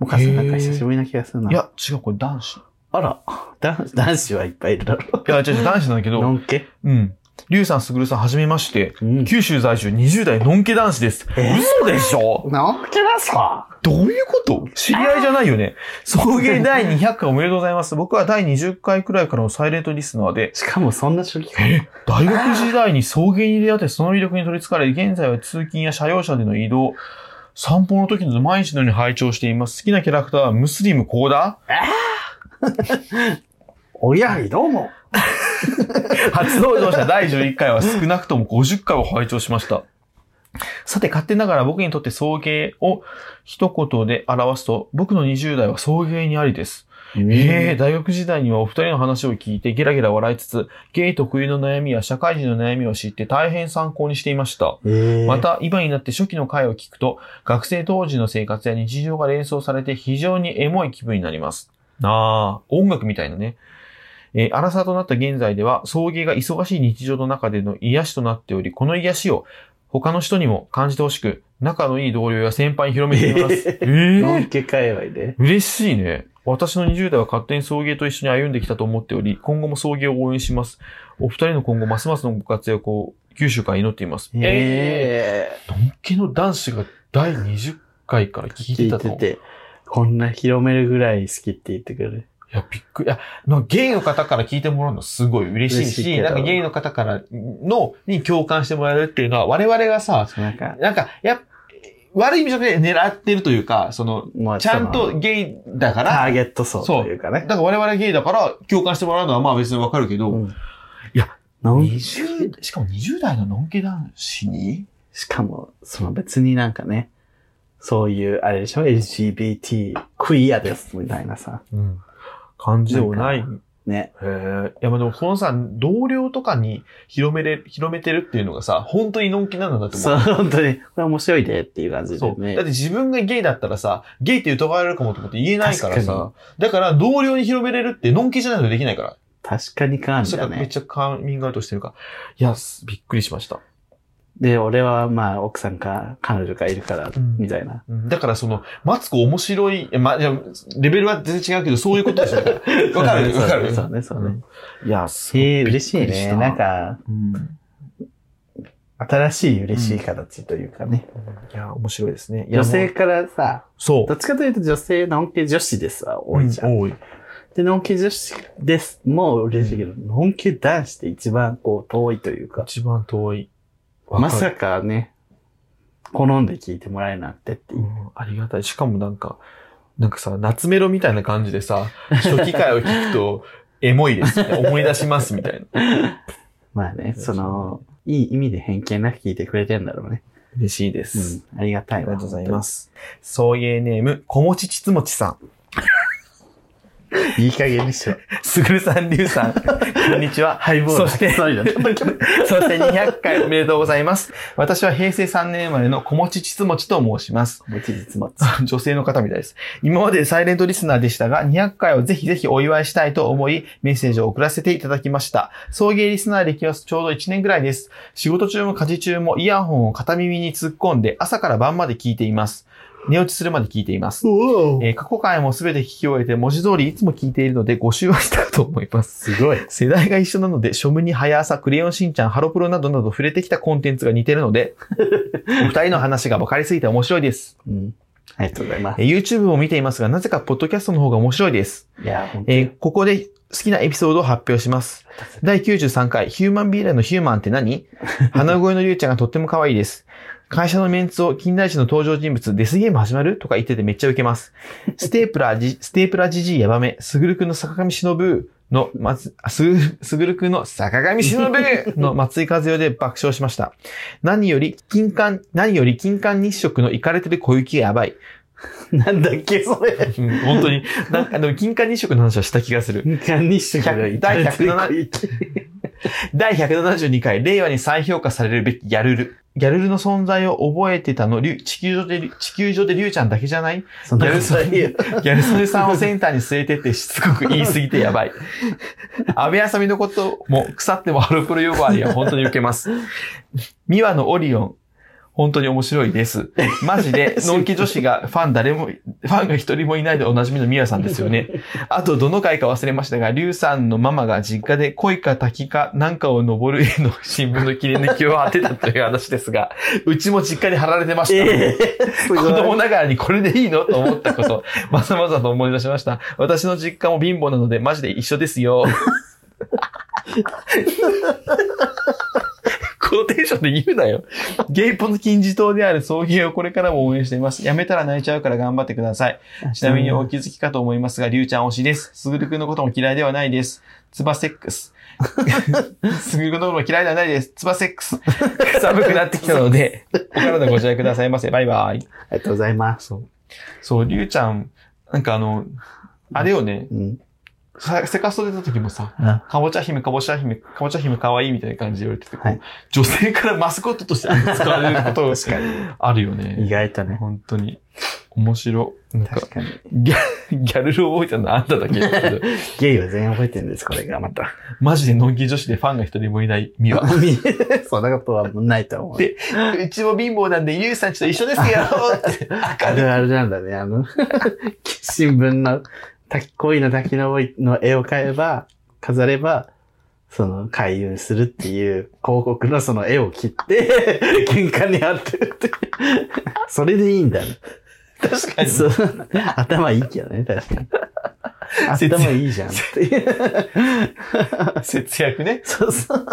Speaker 1: もかさんなんか久しぶりな気がする
Speaker 2: ん。
Speaker 1: な。
Speaker 2: い、や、違う、これ男子。
Speaker 1: あら、男子男子はいっぱいいるだろ
Speaker 2: いや、違う違う、男子なんだけ
Speaker 1: う。の
Speaker 2: ど、
Speaker 1: んけ
Speaker 2: うん。リュウさん、スグルさん、はじめまして。
Speaker 1: うん。
Speaker 2: 九州在住20代のんけ男子です。
Speaker 1: え
Speaker 2: 嘘でしょ
Speaker 1: のんけですか
Speaker 2: どういうこと知り合いじゃないよね。送迎第200回おめでとうございます。僕は第20回くらいからのサイレントリスナーで、
Speaker 1: しかもそんな初期
Speaker 2: え大学時代に送迎に出会ってその魅力に取り憑かれ、現在は通勤や車用車での移動、散歩の時など毎日のように拝聴しています。好きなキャラクターはムスリムコーダ
Speaker 1: おやい、どうも。
Speaker 2: 初登場した第11回は少なくとも50回を拝聴しました。さて、勝手ながら僕にとって送迎を一言で表すと、僕の20代は送迎にありです。ええ大学時代にはお二人の話を聞いてゲラゲラ笑いつつ、ゲイ特有の悩みや社会人の悩みを知って大変参考にしていました。
Speaker 1: えー
Speaker 2: ま、た、今になって初期の回を聞くと、学生当時の生活や日常が連想されて非常にエモい気分になります。ああ、音楽みたいなね。えー、荒さとなった現在では、送迎が忙しい日常の中での癒しとなっており、この癒しを他の人にも感じてほしく、仲のいい同僚や先輩に広めています。 え
Speaker 1: のん
Speaker 2: ー、
Speaker 1: け界隈で。
Speaker 2: 嬉しいね。私の20代は勝手に送迎と一緒に歩んできたと思っており、今後も送迎を応援します。お二人の今後、ますますのご活躍を九州から祈っています。
Speaker 1: え
Speaker 2: ドンケの男子が第20回から聞
Speaker 1: ー
Speaker 2: いて
Speaker 1: 聞
Speaker 2: た
Speaker 1: いて
Speaker 2: と。
Speaker 1: て、こんな広めるぐらい好きって言ってくれる。
Speaker 2: いや、びっくり。いや、なんかゲイの方から聞いてもらうのすごい嬉しいし、
Speaker 1: 嬉しいけど
Speaker 2: なんかゲイの方からの、に共感してもらえるっていうのは、我々がさ、
Speaker 1: そうなんか、
Speaker 2: なんか、やっ悪い意味じゃなくて狙ってるというか、その、
Speaker 1: もう
Speaker 2: ちゃん
Speaker 1: その
Speaker 2: とゲイだか
Speaker 1: タ
Speaker 2: ら、
Speaker 1: ーゲット層というか
Speaker 2: だ
Speaker 1: ね。
Speaker 2: から我々ゲイだから共感してもらうのはまあ別にわかるけど、
Speaker 1: うん
Speaker 2: いや、
Speaker 1: のん
Speaker 2: 20しかも20代ののんけ男子に
Speaker 1: しかも、その別になんかね、そういう、あれでしょ ?LGBT、クイアです、みたいなさ。
Speaker 2: うん。感じでもない
Speaker 1: ね。
Speaker 2: へえ。いや、まあでも、このさ、同僚とかに広めれ、広めてるっていうのがさ、本当にのんきなんだと
Speaker 1: そ
Speaker 2: 思
Speaker 1: う、
Speaker 2: う。
Speaker 1: 本当に、これ面白いでっていう感じ
Speaker 2: そ
Speaker 1: で
Speaker 2: う。だ
Speaker 1: ね。
Speaker 2: って自分がゲイだったらさ、ゲイって疑われるかもと思って言えないからさ。だから、同僚に広めれるって、のんきじゃないとできないから。
Speaker 1: 確かに感
Speaker 2: そ
Speaker 1: じ
Speaker 2: れか
Speaker 1: だ
Speaker 2: らめっ
Speaker 1: ね。
Speaker 2: ちゃカーミングアウトしてるから。いや、すびっくりしました。
Speaker 1: で、俺はまあ、奥さんか、彼女がいるから
Speaker 2: うん、
Speaker 1: みたいな。
Speaker 2: うんだから、その、マツコ面白い、えま、いやレベルは全然違うけど、そうい うことでしょ。だからわかる
Speaker 1: そう
Speaker 2: わかる。
Speaker 1: そうね、そうね。
Speaker 2: いや、すごい
Speaker 1: えー、嬉しい
Speaker 2: びっくりし
Speaker 1: ね。
Speaker 2: た
Speaker 1: なんか、
Speaker 2: うん
Speaker 1: 新しい嬉しい形というかね。
Speaker 2: いや、面白いですね。いや
Speaker 1: 女性、からさ、
Speaker 2: そう
Speaker 1: ど。っちかというと女性のんけ女子ですは多いじゃん。
Speaker 2: う多い。
Speaker 1: で、のんけ女子ですもう嬉しいけど、のんけ男子って一番こう遠いというか、
Speaker 2: 一番遠い。
Speaker 1: まさ
Speaker 2: か
Speaker 1: かね、好んで聞いてもらえるなんてって
Speaker 2: る、
Speaker 1: いうう。
Speaker 2: んありがたい。しかもなんか、なんかさ、夏メロみたいな感じでさ、初期回を聞くと、 エモいですみたいな。思い出しますみたいな。
Speaker 1: まあね、その、いい意味で偏見なく聞いてくれてんだろうね。
Speaker 2: 嬉しいです。
Speaker 1: うん、ありがたいわ。
Speaker 2: す。送迎ネーム、こもちちつもちさん。
Speaker 1: 本当に。いい加減にしろ。
Speaker 2: すぐるさん、りゅうさん。こんにちは。
Speaker 1: ハイボール
Speaker 2: そして
Speaker 1: そうじゃない
Speaker 2: そして200回おめでとうございます。私は平成3年生まれのこもちちつもちと申します。
Speaker 1: 持ち実持つ。
Speaker 2: 女性の方みたいです。今までサイレントリスナーでしたが、200回をぜひぜひお祝いしたいと思い、メッセージを送らせていただきました。送迎リスナー歴はちょうど1年ぐらいです。仕事中も家事中もイヤホンを片耳に突っ込んで、朝から晩まで聞いています。寝落ちするまで聞いています。
Speaker 1: お
Speaker 2: えー過去回もすべて聞き終えて、文字通りいつも聞いているので、5周はしたかと思います。
Speaker 1: すごい。
Speaker 2: 世代が一緒なので、ショムニ、ハヤアサ、クレヨンしんちゃん、ハロプロなどなど触れてきたコンテンツが似てるので、 お二人の話が分かりすぎて面白いです。
Speaker 1: うん。ありがとうございま
Speaker 2: えー YouTube も見ていますが、なぜかポッドキャストの方が面白いです。
Speaker 1: す。いや、本当
Speaker 2: え
Speaker 1: に。
Speaker 2: ーここで好きなエピソードを発表します。第93回、ヒューマンビーラーのヒューマンって何鼻声のりゅうちゃんがとっても可愛いです。会社のメンツを近代史の登場人物、デスゲーム始まるとか言っててめっちゃウケます。ステープラーじ、ステープラじじいやばめ、すぐるくんの坂上忍の、まつ、あすぐ、すぐるくんの坂上忍の松井和代で爆笑しました。何より、金環、何より金環日食の行かれてる小雪がやばい。
Speaker 1: なんだっけ、それ。
Speaker 2: うん本当に。なんか、でも金環日食の話はした気がする。
Speaker 1: 管理室が
Speaker 2: 100第107第172回、令和に再評価されるべきギャルル。ギャルルの存在を覚えてたの、りゅ地球上でり、地球上でりゅうちゃんだけじゃない
Speaker 1: そんなことないよ。
Speaker 2: ギャル曽根さんをセンターに据えてってしつこく言いすぎて やばい。安倍あさみのことも腐ってもハロプロ呼ばわりは本当に受けます。ミワのオリオン、本当に面白いです。マジ で、のんき女子がファン誰も、ファンが一人もいないでおなじみのミワさんですよね。あと、どの回か忘れましたが、リュウさんのママが実家で恋か滝かなんかを登る絵の新聞の切り抜きを当てたという話ですが、うちも実家に貼られてました。
Speaker 1: ええす
Speaker 2: 子
Speaker 1: ごい
Speaker 2: 供ながらにこれでいいのと思ったこと、まざまざと思い出しました。私の実家も貧乏なので、マジで一緒ですよ。このテンションで言うなよ。ゲイポの金字塔である送迎をこれからも応援しています。やめたら泣いちゃうから頑張ってください。ちなみにお気づきかと思いますが、りゅうちゃん推しです。すぐるくんのことも嫌いではないです。つばセックス。すぐるくんのことも嫌いではないです。つばセックス。寒くなってきたので、お体ご自愛くださいませ。バイバイ。
Speaker 1: ありがとうございます。
Speaker 2: そう。そう、りゅうちゃん、なんかあの、あれよね、
Speaker 1: うん。
Speaker 2: さセカスト出た時もさ、
Speaker 1: あ
Speaker 2: かぼちゃ姫、かぼちゃ姫、かぼちゃ姫かわいいみたいな感じで言われてて、こう
Speaker 1: はい
Speaker 2: 女性からマスコットとして扱われるこ と
Speaker 1: 確かに。
Speaker 2: あるよ
Speaker 1: 意
Speaker 2: ね。
Speaker 1: 外とね。
Speaker 2: 本当に。面白い。なんか
Speaker 1: 確、かに。
Speaker 2: ギャギャルルを覚えたのあんただけだけ ど、
Speaker 1: ゲイは全員覚えてるんです、これがまた。
Speaker 2: マジでのんき女子でファンが一人もいない ミワ。
Speaker 1: そんなことはないと思う。
Speaker 2: でうちも貧乏なんで、ゆうさんちと一 緒ですよって。
Speaker 1: あるあるなんだね、あの、 新聞の滝、恋の滝のぼりの絵を買えば、飾れば、その、開運するっていう広告のその絵を切って、 玄関に貼ってるって。 それでいいんだね。
Speaker 2: 確かに。
Speaker 1: そう頭いいけどね、確 かに。
Speaker 2: 節約
Speaker 1: 頭いいじゃんっていう。
Speaker 2: 節約ね。
Speaker 1: そうそう。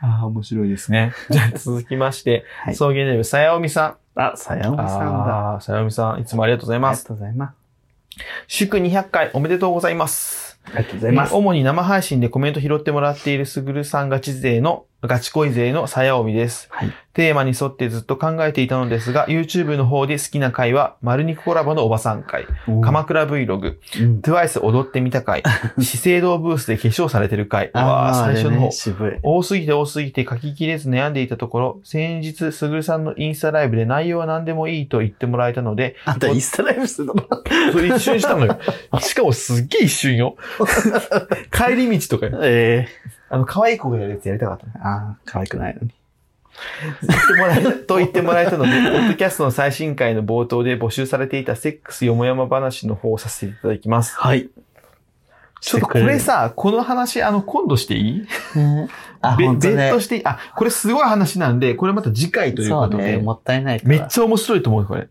Speaker 2: ああ、面白いですね。じゃあ続きまして、
Speaker 1: はい
Speaker 2: 送迎ネーム、さやおみさん。
Speaker 1: あ、さやおみさんだ。
Speaker 2: あーさやおみさん、いつもありがとうござい
Speaker 1: あ
Speaker 2: ま
Speaker 1: りが
Speaker 2: す。
Speaker 1: とうございます。
Speaker 2: 祝200回おめでとうございます。
Speaker 1: ありがとうございます。
Speaker 2: 主に生配信でコメント拾ってもらっているすぐるさんガチ勢の、ガチ恋勢のさやおみです。
Speaker 1: はい
Speaker 2: テーマに沿ってずっと考えていたのですが、YouTube の方で好きな回は、丸肉コラボのおばさん回、鎌倉 Vlog、
Speaker 1: うん。
Speaker 2: TWICE 踊ってみた 回、資生堂ブースで化粧されてる回、う
Speaker 1: あ
Speaker 2: わー
Speaker 1: あ、
Speaker 2: 最初
Speaker 1: あ
Speaker 2: の
Speaker 1: れ
Speaker 2: 方
Speaker 1: ね、渋い。
Speaker 2: 多すぎて多すぎて書ききれず悩んでいたところ、先日、すぐるさんのインスタライブで内容は何でもいいと言ってもらえたので、
Speaker 1: あんたインスタライブするの
Speaker 2: それ一瞬した のよ。しかもすっげえ一瞬よ。帰り道とかよ。
Speaker 1: え
Speaker 2: あの、可愛い子がやるやつやりたかった。
Speaker 1: えああ、可愛くないのに。
Speaker 2: 言ってもらえと言ってもらえたので、ポッドキャストの最新回の冒頭で募集されていたセックスよもやま話の方をさせていただきます。
Speaker 1: はい。
Speaker 2: ちょっとこれさ、この話、あの、今度していい
Speaker 1: あ、
Speaker 2: べ
Speaker 1: 本当ね
Speaker 2: 別途。していいあ、これすごい話なんで、これまた次回という
Speaker 1: そ
Speaker 2: こ
Speaker 1: う
Speaker 2: と
Speaker 1: ね、
Speaker 2: で。
Speaker 1: もったいないから。
Speaker 2: めっちゃ面白いと思うよ、これ。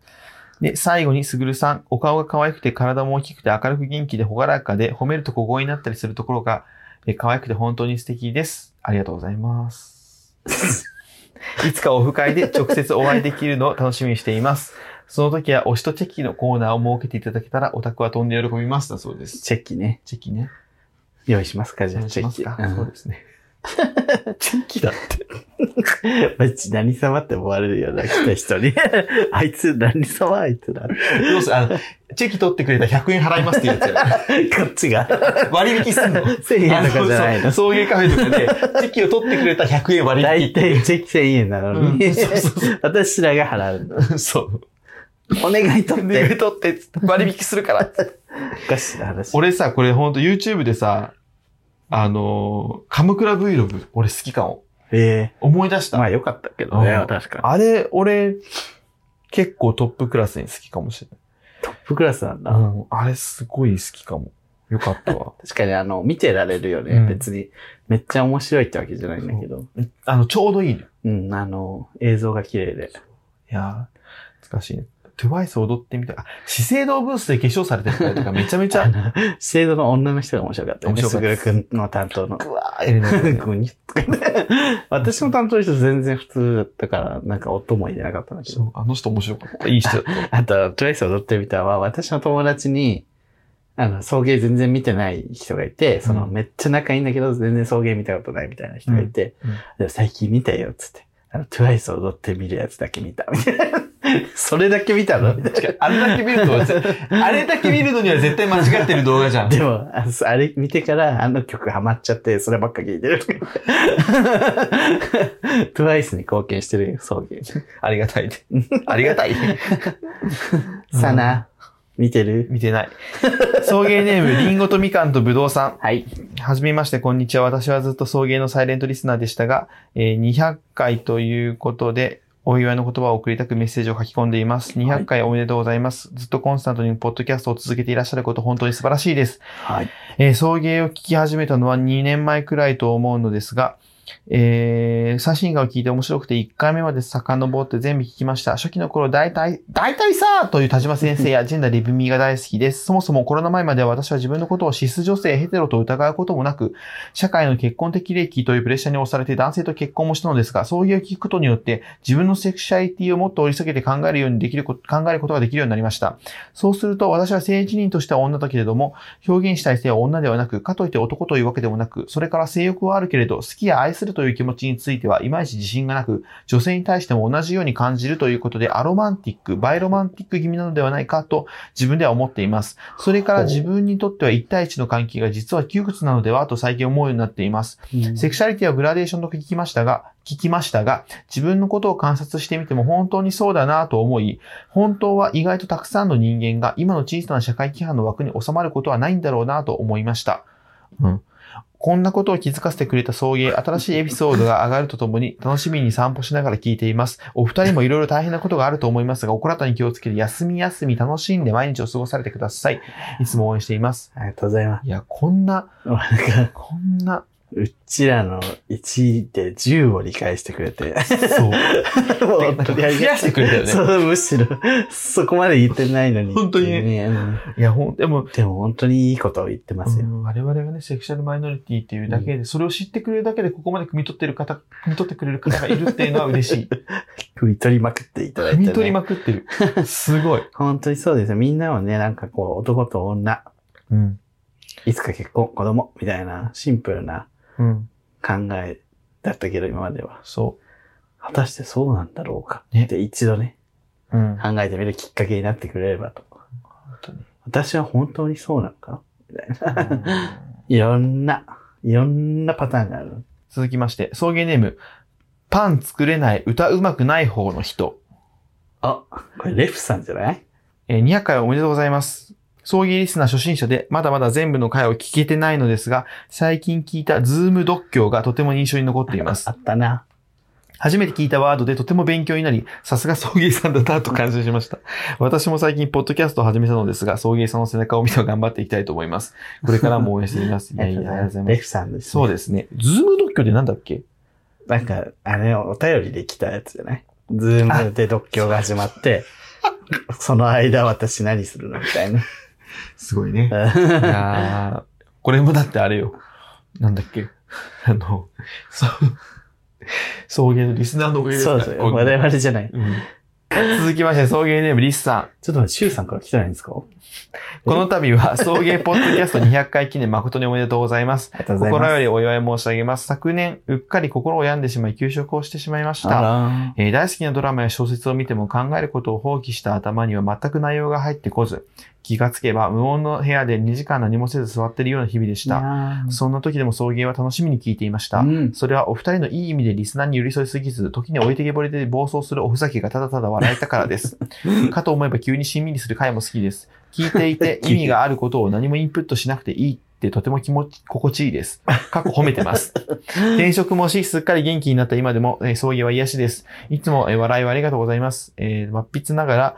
Speaker 2: で、最後に、すぐるさん、お顔が可愛くて体も大きくて明るく元気で朗らかで、褒めると小声になったりするところが、え可愛くて本当に素敵です。ありがとうござい ます。いつかオフ会で直接お会いできるのを楽しみにしています。その時は推しとチェキのコーナーを設けていただけたら、オタクは飛んで喜びますだそうです。
Speaker 1: チェキね。
Speaker 2: チェキね。
Speaker 1: 用意しますか、じゃあ、
Speaker 2: し
Speaker 1: チ
Speaker 2: ま
Speaker 1: ェ
Speaker 2: す
Speaker 1: キ。
Speaker 2: か
Speaker 1: うん
Speaker 2: そう ですね。チェキだって。
Speaker 1: マジ何様って思われるよな、来た人に。 あいつ、何様あいつだ。
Speaker 2: どうするあの、チェキ取ってくれたら100円払いますっていうやつや。
Speaker 1: こっちが。
Speaker 2: 割引すんの
Speaker 1: 1000円とかじゃない
Speaker 2: あ
Speaker 1: の。
Speaker 2: のそうそういうカフェとかで、 チェキを取ってくれた100円割
Speaker 1: 大
Speaker 2: 引って。
Speaker 1: 体チェキ1000円なのに
Speaker 2: うんそうそうそ。
Speaker 1: 私らが払うの。
Speaker 2: そう。
Speaker 1: お願いとっ
Speaker 2: で、
Speaker 1: て。
Speaker 2: 取って、割引するから。
Speaker 1: おかしな話。
Speaker 2: 俺さ、これほんと YouTube でさ、あのー、カムクラ Vlog、俺好きかも。
Speaker 1: ええ
Speaker 2: 思い出し
Speaker 1: ま
Speaker 2: た。
Speaker 1: あよかったけ
Speaker 2: どね
Speaker 1: 確か
Speaker 2: あれ、俺、結構トップクラスに好きかもしれ
Speaker 1: トップクラスなんだ。。
Speaker 2: ない。うん、あれすごい好きかも。よかった わ
Speaker 1: 確かにあの、見てられるよね。
Speaker 2: うん
Speaker 1: 別に、めっちゃ面白いってわけじゃないんだけど。
Speaker 2: あの、ちょうどいいのよ。
Speaker 1: うん、あの、映像が綺麗で。
Speaker 2: いやー、難しいね。トゥワイス踊ってみたい。あ、資生堂ブースで化粧されてる方とかめちゃめち
Speaker 1: あ
Speaker 2: ゃ、
Speaker 1: の、制度の女の人が面白かったよね。
Speaker 2: 面白かったです
Speaker 1: すぐるくんの担当の。
Speaker 2: ぐわー、エレナちゃん
Speaker 1: グニッとかね 私の担当の人全然普通だったから、なんか音も入れなかったんだけど
Speaker 2: そ。う、あの人面白かった。いい人だった。
Speaker 1: あと、トゥワイス踊ってみたは、私の友達に、あの、送迎全然見てない人がいて、その、
Speaker 2: うん
Speaker 1: めっちゃ仲いいんだけど、全然送迎見たことないみたいな人がいて、
Speaker 2: うんうん
Speaker 1: で最近見たよ、つって。あの、トゥワイス踊ってみるやつだけ見た、みたいな。 それだけ見たのみたいな
Speaker 2: 確かにあれだけ見ると、あれだけ見るのには絶対間違ってる動 画じゃん。
Speaker 1: でも、あそあれ見てから、あの曲ハマっちゃって、そればっか聴いてる。 トゥワイスに貢献してる送迎。
Speaker 2: ありがたい。ありがたい。
Speaker 1: サナ、見てる
Speaker 2: 見てない。送迎ネーム、リンゴとみかんとぶどうさん。
Speaker 1: はい。
Speaker 2: はじめまして、こんにちは。私はずっと送迎のサイレントリスナーでしたが、えー200回ということで、お祝いの言葉を送りたくメッセージを書き込んでいます。
Speaker 1: い
Speaker 2: 200回おめでとうございます。ずっとコンスタントにポッドキャストを続けていらっしゃること、本当に素晴らしいです。
Speaker 1: はい。
Speaker 2: えー送迎を聞き始めたのは2年前くらいと思うのですが、えー、写真画を聞いて面白くて1回目まで遡って全部聞きました。初期の頃大体、大体さーという田島先生やジェンダーリブミーが大好きです。そもそもコロナ前までは私は自分のことをシス女性ヘテロと疑うこともなく、社会の結婚的利益というプレッシャーに押されて男性と結婚もしたのですが、送迎を聞くことによって自分のセクシャリティをもっと掘り下げて考えるようにできるこ、考えることができるようになりました。そうすると私は性自認としては女だけれども、表現したい性は女ではなく、かといって男というわけでもなく、それから性欲はあるけれど、好きや愛するという気持ちについてはいまいち自信がなく、女性に対しても同じように感じるということで、アロマンティック、バイロマンティック気味なのではないかと自分では思っています。それから自分にとっては1対1の関係が実は窮屈なのではと最近思うようになっています。セクシャリティはグラデーションと聞きましたが、聞きましたが、自分のことを観察してみても本当にそうだなと思い、本当は意外とたくさんの人間が今の小さな社会規範の枠に収まることはないんだろうなと思いました。うん。こんなことを気づかせてくれた送迎、新しいエピソードが上がるとともに、楽しみに散歩しながら聞いています。お二人もいろいろ大変なことがあると思いますが、お体に気をつけて、休み休み楽しんで毎日を過ごされてください。いつも応援しています。
Speaker 1: ありがとうございます。
Speaker 2: いや、こ んな、
Speaker 1: なんか、
Speaker 2: こんな、
Speaker 1: うちらの1で10を理解してくれて。
Speaker 2: そう。
Speaker 1: もう
Speaker 2: なん
Speaker 1: 本
Speaker 2: か
Speaker 1: 当にありがたい
Speaker 2: 増やしてくれたよね
Speaker 1: そう、むしろ、そこまで言ってないのに。
Speaker 2: 本当にね
Speaker 1: ねうん
Speaker 2: いや、ほん、でも、
Speaker 1: でも本当にいいことを言ってます
Speaker 2: う
Speaker 1: よ。
Speaker 2: ん我々がね、セクシャルマイノリティっていうだけで、それを知ってくれるだけで、ここまで汲み取ってる方、汲み取ってくれる方がいるっていうのは嬉 しい。
Speaker 1: 汲み取りまくっていただい
Speaker 2: 汲
Speaker 1: て、ね。
Speaker 2: み取りまくって る。すごい。
Speaker 1: 本当にそうですよ。みんなはね、なんかこう、男と女、
Speaker 2: うん。
Speaker 1: いつか結婚、子供、みたいなシンプルな
Speaker 2: うん。
Speaker 1: 考えだったけど、今までは。
Speaker 2: そ
Speaker 1: 果たしてそうなんだろうか
Speaker 2: ね
Speaker 1: って一度ね、
Speaker 2: う。うん。
Speaker 1: 考えてみるきっかけになってくれればと。
Speaker 2: 本当に。
Speaker 1: 私は本当にそうなのか
Speaker 2: うん
Speaker 1: いろんな、いろんなパターンがある。
Speaker 2: 続きまして、送迎ネーム、パン作れない、歌うまくない方の人。
Speaker 1: あ、これレフさんじゃない
Speaker 2: えー200回おめでとうございます。送迎リスナー初心者で、まだまだ全部の回を聞けてないのですが、最近聞いたズーム読経がとても印象に残っています
Speaker 1: あ。ったな。
Speaker 2: 初めて聞いたワードでとても勉強になり、さすが送迎さんだなと感心しました。私も最近ポッドキャストを始めたのですが、送迎さんの背中を見て頑張っていきたいと思います。これからも応援してい ます。いやいや、ありがとうございま
Speaker 1: レ
Speaker 2: す。
Speaker 1: フさんです、
Speaker 2: そうですね。ズーム読経でなんだっけ
Speaker 1: なんか、あれ、お便りで来たやつじゃないズームで読経が始まって、その間私何するのみたい な。
Speaker 2: すごいね。いやーこれもだってあれよ。なんだっけ あの、そう、送迎のリスナーのおかげです
Speaker 1: そ
Speaker 2: か
Speaker 1: う
Speaker 2: ら
Speaker 1: そう。我々じゃない。
Speaker 2: うん続きまして、送迎ネームリスさん。
Speaker 1: ちょっと待って、シュウさんから来てないんですか
Speaker 2: この度は、送迎ポッドキャスト200回記念誠におめでとうございます。
Speaker 1: ありがとうございます。
Speaker 2: 心よりお祝い申し上げます。昨年、うっかり心を病んでしまい、休職をしてしまいました。
Speaker 1: あ
Speaker 2: えー大好きなドラマや小説を見ても考えることを放棄した頭には全く内容が入ってこず、気がつけば無音の部屋で2時間何もせず座っているような日々でし
Speaker 1: ら
Speaker 2: た。
Speaker 1: ー。
Speaker 2: そんな時でも送迎は楽しみに聞いていました
Speaker 1: う。ん。
Speaker 2: それはお二人のいい意味でリスナーに寄り添いすぎず、時に置いてけぼりで暴走するおふざけがただただ笑えたからです。かと思えば急にしんみりする回も好きです。聞いていて意味があることを何もインプットしなくていいってってとても気持ち、心地いいです。過去褒めてます。転職もし、すっかり元気になった今でも、えー送迎は癒しです。いつも、えー笑いをありがとうございます。えー、抹筆ながら、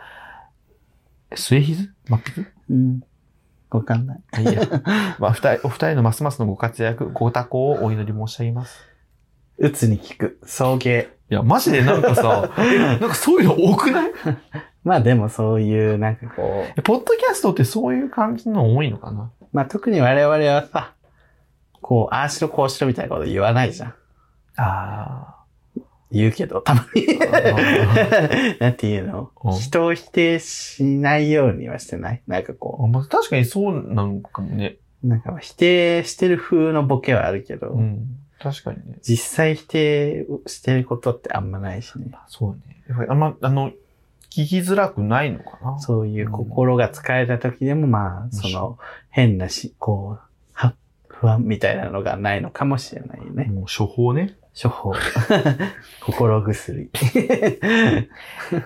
Speaker 2: 末ひず抹筆
Speaker 1: うん。わかんない。
Speaker 2: あいいや。まあ、二人、お二人のますますのご活躍、ご多幸をお祈り申し上げます。
Speaker 1: うつに効く。送迎。
Speaker 2: いや、マジでなんかさ、 えなんかそういうの多くない
Speaker 1: まあでもそういう、なんかこう、
Speaker 2: えポッドキャストってそういう感じの多いのかな
Speaker 1: まあ特に我々はさ、こう、ああしろこうしろみたいなこと言わないじゃん。
Speaker 2: あ
Speaker 1: 言うけど、たまに。 なんていうの
Speaker 2: うん
Speaker 1: 人を否定しないようにはしてないなんかこ
Speaker 2: あ。まあ、確かにそうなんかもね。
Speaker 1: う、なんか否定してる風のボケはあるけど、
Speaker 2: うん。確かにね。
Speaker 1: 実際否定をしてることってあんまないしね。
Speaker 2: あそうね。やっぱりあんま、あの、聞きづらくないのかな
Speaker 1: そういう心が疲れた時でも、まあ、その、変なし、こう、は、不安みたいなのがないのかもしれないよね。
Speaker 2: もう処方ね。
Speaker 1: 処方。心薬。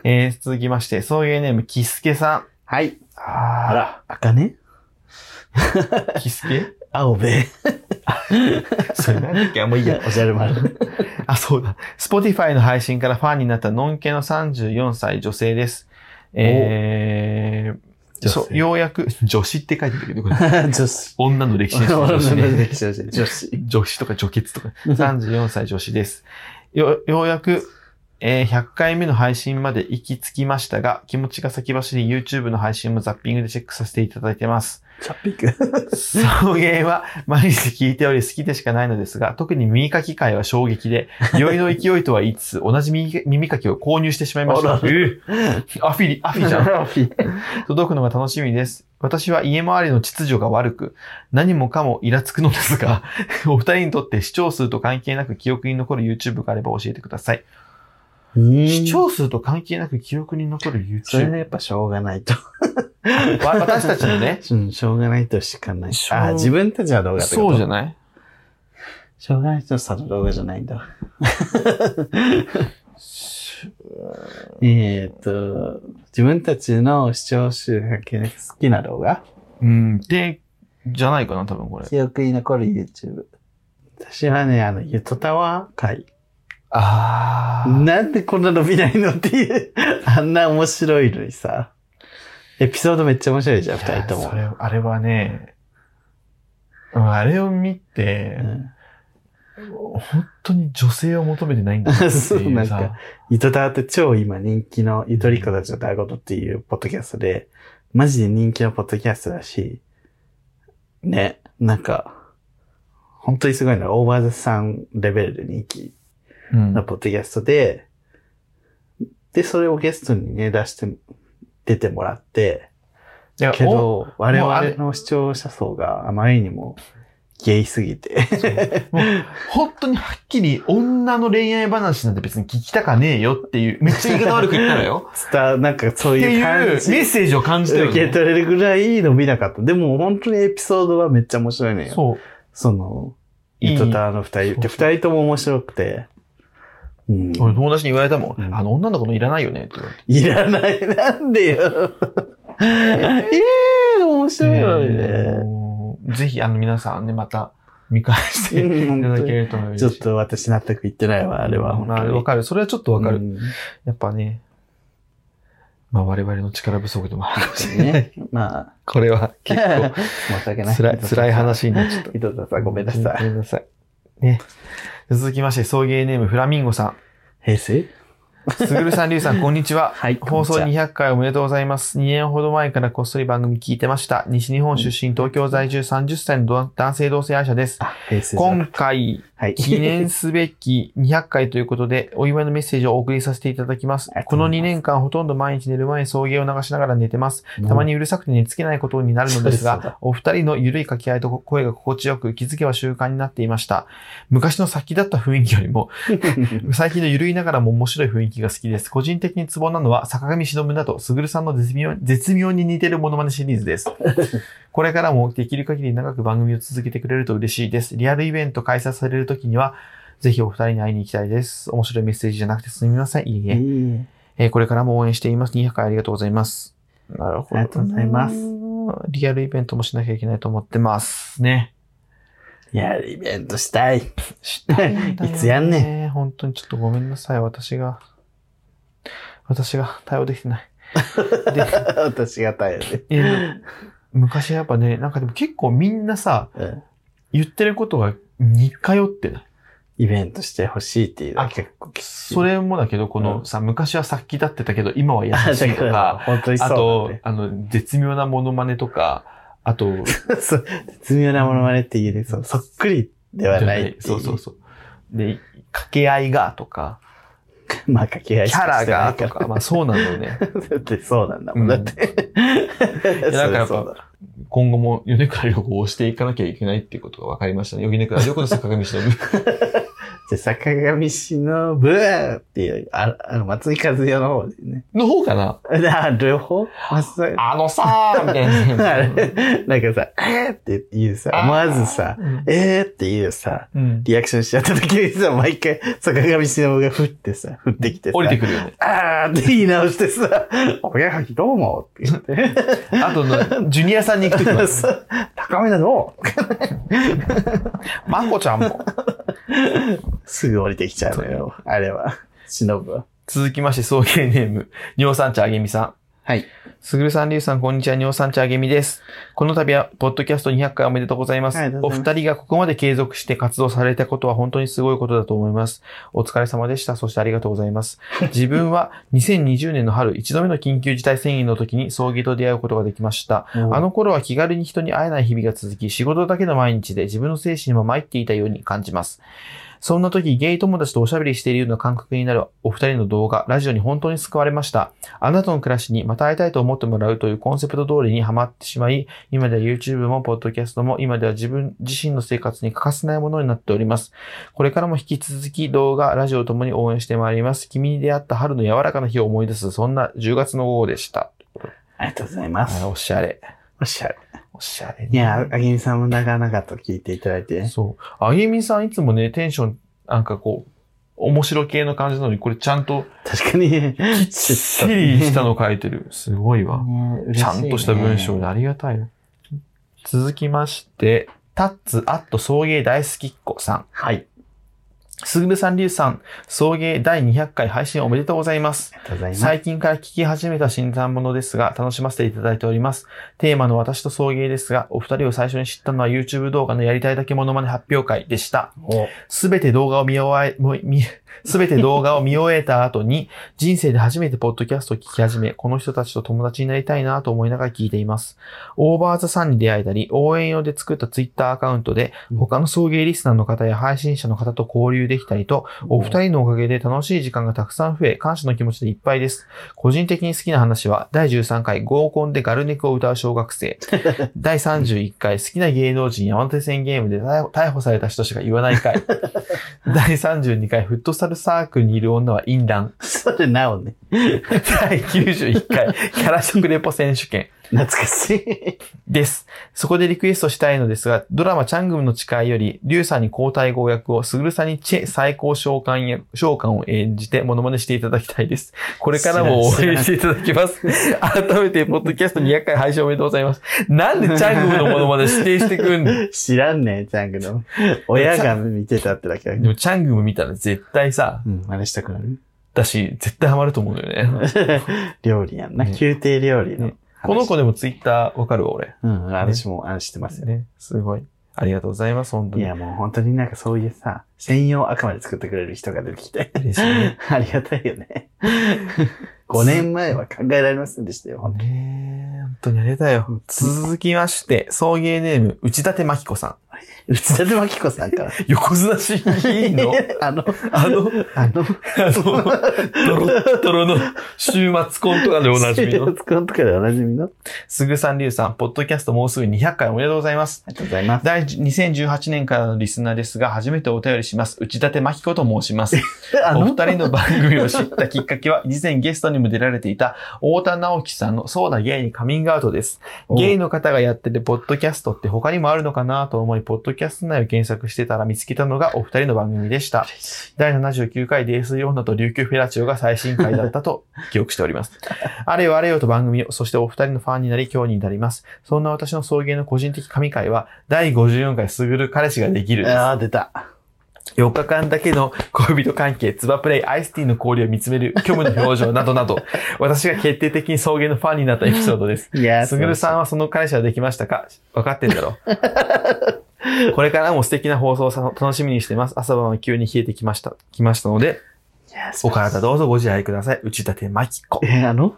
Speaker 2: えー、続きまして、そういうネーム、キスケさん。
Speaker 1: はい。あ
Speaker 2: あ
Speaker 1: ら、赤ね
Speaker 2: ら。キスケ
Speaker 1: 青べ。
Speaker 2: それ何だっけあ、もういいや。
Speaker 1: おじゃる丸。
Speaker 2: あ、そうだ。Spotify の配信からファンになったのんけの34歳女性です。えー、
Speaker 1: 女性
Speaker 2: そう、ようやく、女子って書いてあるけど、これ
Speaker 1: 女子。
Speaker 2: 女の歴史の 女子ね
Speaker 1: 女子。
Speaker 2: 女子とか女傑とか、34歳女子です。よ、ようやく、えー100回目の配信まで行き着きましたが、気持ちが先走り YouTube の配信もザッピングでチェックさせていただいてます。
Speaker 1: チャッピーク。
Speaker 2: 送迎は毎日聞いており好きでしかないのですが、特に耳かき会は衝撃で、酔いの勢いとは言いつつ、同じ耳耳かきを購入してしまいまし
Speaker 1: あ
Speaker 2: た。
Speaker 1: ら
Speaker 2: えーアフィリ、アフィじゃん。届くのが楽しみです。私は家周りの秩序が悪く、何もかもイラつくのですが、 お二人にとって視聴数と関係なく記憶に残る YouTube があれば教えてください。視聴数と関係なく記憶に残る
Speaker 1: それ
Speaker 2: YouTube。
Speaker 1: はやっぱしょうがないと。、
Speaker 2: わ私たちのね
Speaker 1: うん、しょうがないとしかない
Speaker 2: し。ょう
Speaker 1: あ、自分たちの動画ってこと
Speaker 2: そうじゃ
Speaker 1: ん。
Speaker 2: ない
Speaker 1: しょうがないとさの動画じゃないんだ。えーっと、自分たちの視聴数が好きな動画
Speaker 2: うん、で、じゃないかな、多分これ。
Speaker 1: 記憶に残る YouTube。私はね、あの、ゆとたわ会。
Speaker 2: あー
Speaker 1: なんでこんな伸びないのっていう、 あんな面白いのにさ。エピソードめっちゃ面白いじゃん、
Speaker 2: いや
Speaker 1: 二人とも。
Speaker 2: それ、あれはね、うんあれを見て、本当に女性を求めてないんだなっていうさ。
Speaker 1: そうなんかゆとたわって超今人気のゆとりっ子たちのダーゴトっていうポッドキャストで、マジで人気のポッドキャストだし、ね、なんか、本当にすごいのはオーバーザさんレベルで人気
Speaker 2: うん
Speaker 1: のポッドキャストで、で、それをゲストにね、出して、出てもらって、
Speaker 2: いや
Speaker 1: け
Speaker 2: お
Speaker 1: ど、我
Speaker 2: もうあ
Speaker 1: 々
Speaker 2: れ
Speaker 1: の視聴者層があまりにもゲイすぎて、
Speaker 2: 本当にはっきり女の恋愛話なんて別に聞きたかねえよっていう、めっちゃ言い方悪く言ったの よ。
Speaker 1: 伝わなんかそう
Speaker 2: ってい
Speaker 1: いう
Speaker 2: うメ
Speaker 1: 感
Speaker 2: ッ
Speaker 1: じ。
Speaker 2: セージを感じたよ
Speaker 1: 受け
Speaker 2: ね。
Speaker 1: 取れるぐらい伸びなかった。でも本当にエピソードはめっちゃ面白いのよ。そ
Speaker 2: そう。
Speaker 1: の、
Speaker 2: いい
Speaker 1: イトターの二人
Speaker 2: そう
Speaker 1: で、
Speaker 2: そう
Speaker 1: 二人とも面白くて。うん。
Speaker 2: 俺友達に言われたもん。
Speaker 1: うん
Speaker 2: あの女の子のいらないよねって言われて。
Speaker 1: いらない。なんで よ。ええー、面白いのにね。
Speaker 2: もうぜひ、あの皆さんね、また見返してい
Speaker 1: うん
Speaker 2: た
Speaker 1: 本
Speaker 2: だ
Speaker 1: 当に
Speaker 2: けると嬉し
Speaker 1: ち
Speaker 2: い
Speaker 1: ょっと私納得いってないわ、あれは。
Speaker 2: まあ、わかる。それはちょっと
Speaker 1: る
Speaker 2: わかる。
Speaker 1: うん
Speaker 2: やっぱね、まあ我々の力不足でもあるかもしれない。
Speaker 1: ね。まあ、
Speaker 2: これは結構
Speaker 1: 申し訳 ない。
Speaker 2: 辛い、辛い。話になっちゃった。
Speaker 1: 井戸田さん、ごめんなさ
Speaker 2: ご
Speaker 1: い。
Speaker 2: めんなさい。ね。続きまして、送迎ネームフラミンゴさ
Speaker 1: 平成
Speaker 2: ん。すぐるさん、りゅ うさん、こんにちは。
Speaker 1: はい
Speaker 2: 放送
Speaker 1: こんに
Speaker 2: 200回おめでとうございます。2年ほど前からこっそり番組聞いてました。西日本出身、東京在住30歳のど男性同性愛者です。
Speaker 1: あ、平成だ。
Speaker 2: 今回、
Speaker 1: はい。
Speaker 2: 記念すべき200回ということで、お祝いのメッセージをお送りさせていただきます
Speaker 1: あり。がと
Speaker 2: こ
Speaker 1: うござ
Speaker 2: の
Speaker 1: います
Speaker 2: 2年間ほとんど毎日寝る前に送迎を流しながら寝てます。たまにうるさくて寝つけないことになるのです
Speaker 1: そうそう
Speaker 2: が、お二人の緩い掛け合いと声が心地よく気づけば習慣になっていました。昔の先だった雰囲気よりも、最近の緩いながらも面白い雰囲気が好きです。個人的にツボなのは、坂上忍だと、すぐるさんの絶妙絶妙に似てるモノマネシリーズです。これからもできる限り長く番組を続けてくれると嬉しいです。リアルイベント開催されるときには、ぜひお二人に会いに行きたいです。面白いメッセージじゃなくてすみません。 いいえ。
Speaker 1: いいえ
Speaker 2: えーこれからも応援しています。200回ありがとうございます。なるほ
Speaker 1: ありがとうございます
Speaker 2: うんはリアルイベントもしなきゃいけないと思ってます ね。
Speaker 1: いや、イベントしたい。
Speaker 2: したいんだよ、ね。
Speaker 1: いつやんね
Speaker 2: ん。本当にちょっとごめんなさい。私が、私が対応でき てない。
Speaker 1: 私が大変で。
Speaker 2: いや昔やっぱね、なんかでも結構みんなさ、
Speaker 1: うん
Speaker 2: 言ってることが似通ってない。
Speaker 1: イベントしてほしいっていうのは
Speaker 2: あ
Speaker 1: 結構きつい。
Speaker 2: それもだけど、こ
Speaker 1: う
Speaker 2: の
Speaker 1: ん
Speaker 2: さ、昔は殺気立ってたけど、今は優
Speaker 1: あ、
Speaker 2: しい
Speaker 1: だ
Speaker 2: と
Speaker 1: から、
Speaker 2: か、
Speaker 1: 本当に
Speaker 2: あ
Speaker 1: そう
Speaker 2: と
Speaker 1: だね、。
Speaker 2: あの、絶妙なモノマネとか、あと、
Speaker 1: そう絶妙なものまねっていうね、そうそっくりではないってい
Speaker 2: そうそうそう。で、掛け合いがとか、
Speaker 1: まあ、掛け合い
Speaker 2: キ
Speaker 1: しか
Speaker 2: ャラ
Speaker 1: してな
Speaker 2: が
Speaker 1: い
Speaker 2: と
Speaker 1: ら
Speaker 2: か、まあそうなんだよね。
Speaker 1: だってそうなんだもん。だって。そう
Speaker 2: なんかやっぱ
Speaker 1: そうだ
Speaker 2: 今後も米倉涼子を押していかなきゃいけないっていうことが分かりましたね。米倉涼子と坂上忍。
Speaker 1: じゃあ、坂上忍ブーっていう、ああの、松井和代の方でね。
Speaker 2: の方かな
Speaker 1: あ、両方松井
Speaker 2: あのさーみたいな。
Speaker 1: あれなんかさ、えーって言うさ、思わずさ、
Speaker 2: うん
Speaker 1: えーっていうさ、
Speaker 2: うん。
Speaker 1: リアクションしちゃった時にさ、毎回、坂上忍が降ってさ、降ってきてさ、
Speaker 2: 降りてくるよね。
Speaker 1: あーって言い直してさ、おやはぎどうもって言って、
Speaker 2: あとの、ジュニアさんに行くときは、
Speaker 1: そう 高めだぞ
Speaker 2: マンゴちゃんも。
Speaker 1: すぐ降りてきちゃうのよ、あれは。忍は。
Speaker 2: 続きまして、送迎ネーム、尿酸茶あげみさん。
Speaker 1: はい。
Speaker 2: すぐるさん、りゅうさん、こんにちは。尿酸茶あげみです。この度は、ポッドキャスト200回おめでとうございます。
Speaker 1: ありがとうご
Speaker 2: お
Speaker 1: ざいま
Speaker 2: 二人がここまで継続して活動されたことは本当にすごいことだと思います。お疲れ様でした。そしてありがとうございます。自分は2020年の春、一度目の緊急事態宣言の時に葬儀と出会うことができました。あの頃は気軽に人に会えない日々が続き、仕事だけの毎日で自分の精神も参っていたように感じます。そんな時、ゲイ友達とおしゃべりしているような感覚になるお二人の動画、ラジオに本当に救われました。あなたの暮らしにまた会いたいと思ってもらうというコンセプト通りにハマってしまい、今では YouTube も Podcast も今では自分自身の生活に欠かせないものになっております。これからも引き続き動画、ラジオともに応援してまいります。君に出会った春の柔らかな日を思い出す、そんな10月の午後でした。
Speaker 1: ありがとうございます。
Speaker 2: おしゃれ。
Speaker 1: おっしゃる。
Speaker 2: おしゃれ、ね。
Speaker 1: いや、あげみさんも長々と聞いていただいて。
Speaker 2: そう。あゆみさんいつもね、テンション、なんかこう、面白系の感じなのに、これちゃんと、
Speaker 1: 確かに。きっ
Speaker 2: しっりしたの書いてる。すごいわ。ちゃんとした文章でありがたいよ。続きまして、タッツ、アット、送迎大好きっ子さん。
Speaker 1: はい。
Speaker 2: すぐるさん、りゅうさん、送迎第200回配信おめでとうございます。
Speaker 1: ありがとうございます。
Speaker 2: 最近から聞き始めた新参者ですが、楽しませていただいております。テーマの私と送迎ですが、お二人を最初に知ったのは YouTube 動画のやりたいだけモノマネ発表会でした。
Speaker 1: お
Speaker 2: すべて動画を見終え、もう見、すべて動画を見終えた後に、人生で初めてポッドキャストを聞き始め、この人たちと友達になりたいなと思いながら聞いています。オーバーザさんに出会えたり、応援用で作ったツイッターアカウントで、他の送迎リスナーの方や配信者の方と交流できたりと、お二人のおかげで楽しい時間がたくさん増え、感謝の気持ちでいっぱいです。個人的に好きな話は、第13回合コンでガルネクを歌う小学生。第31回好きな芸能人山手線ゲームで逮捕逮捕された人しか言わない回。第32回フットサルサークルにいる女は淫 乱。
Speaker 1: それなおね。
Speaker 2: 第91回キャラ食レポ選手権。
Speaker 1: 懐かしい。
Speaker 2: です。そこでリクエストしたいのですが、ドラマチャングムの誓いより、リュウさんに交代号役を、スグルさんにチェ最高召喚役、召喚を演じて、モノマネしていただきたいです。これからも応援していただきます。改めて、ポッドキャスト200回配信おめでとうございます。なんでチャングムのモノマネ指定してくんの
Speaker 1: 知らんねえ、ジャングの。親が見てたってだけだけ
Speaker 2: で
Speaker 1: ど。
Speaker 2: も、チャングム見たら絶対さ、
Speaker 1: うん、真似したくなる。
Speaker 2: だし、絶対ハマると思うんだよね。
Speaker 1: 料理やんな。
Speaker 2: ね
Speaker 1: 宮廷料理の
Speaker 2: ね。この子
Speaker 1: で。
Speaker 2: でもツイッターわかるわ、俺。
Speaker 1: うん、私もあれしてますよ。
Speaker 2: ね。すごい。ありがとうございます、本当
Speaker 1: い
Speaker 2: に。
Speaker 1: や、もう本当になんかそういうさ、専用あくまで作ってくれる人が出てきて。
Speaker 2: 嬉しいね。
Speaker 1: ありがたいよね。5年前は考えられませんでしたよ、本当に
Speaker 2: ねえ、本当にあれだよ。続きまして、送迎ネーム、内立真紀子さ
Speaker 1: 内田真紀子さんから。
Speaker 2: ん。横綱審議員の、
Speaker 1: あの、
Speaker 2: あの、
Speaker 1: あの、
Speaker 2: あの、ドロッドロの週末コントがでおなじみの。
Speaker 1: コンとかでおなじみの。あ
Speaker 2: すぐさん、りゅうさん、ポッドキャストもうすぐ200回おめでとうございます。
Speaker 1: りがとうございます。
Speaker 2: 第2018年からのリスナーですが、初めてお便りします。内立真紀子と申します。
Speaker 1: あ
Speaker 2: お
Speaker 1: の、
Speaker 2: 二人の番組を知ったきっか けは、以前ゲストにも出られていた、太田直樹さんのそうだゲイにカミングアウトです。ゲイの方がやってるポッドキャストって他にもあるのかなと思い、ポッドキャスト内を検索してたら見つけたのがお二人の番組でした。第79回泥酔女と琉球フェラチオが最新回だっ たと記憶しております。あれよあれよと番組を、そしてお二人のファンになり今日に至ります。そんな私の送迎の個人的神回は、第54回すぐる彼氏ができるです。
Speaker 1: ああ、出た。
Speaker 2: 4日間だけの恋人関係、ツバプレイ、アイスティーの氷を見つめる虚無の表情など など、私が決定的に送迎のファンになったエピソードです。
Speaker 1: いやー、
Speaker 2: すぐるさんはその彼氏はできましたか分かってんだろ う。これからも素敵な放送をさ楽しみにしてます。朝晩は急に冷えてきました、きましたので、
Speaker 1: いやー素
Speaker 2: お
Speaker 1: 晴らしい
Speaker 2: 体どうぞご自愛ください。内立真紀 子。
Speaker 1: えー、あの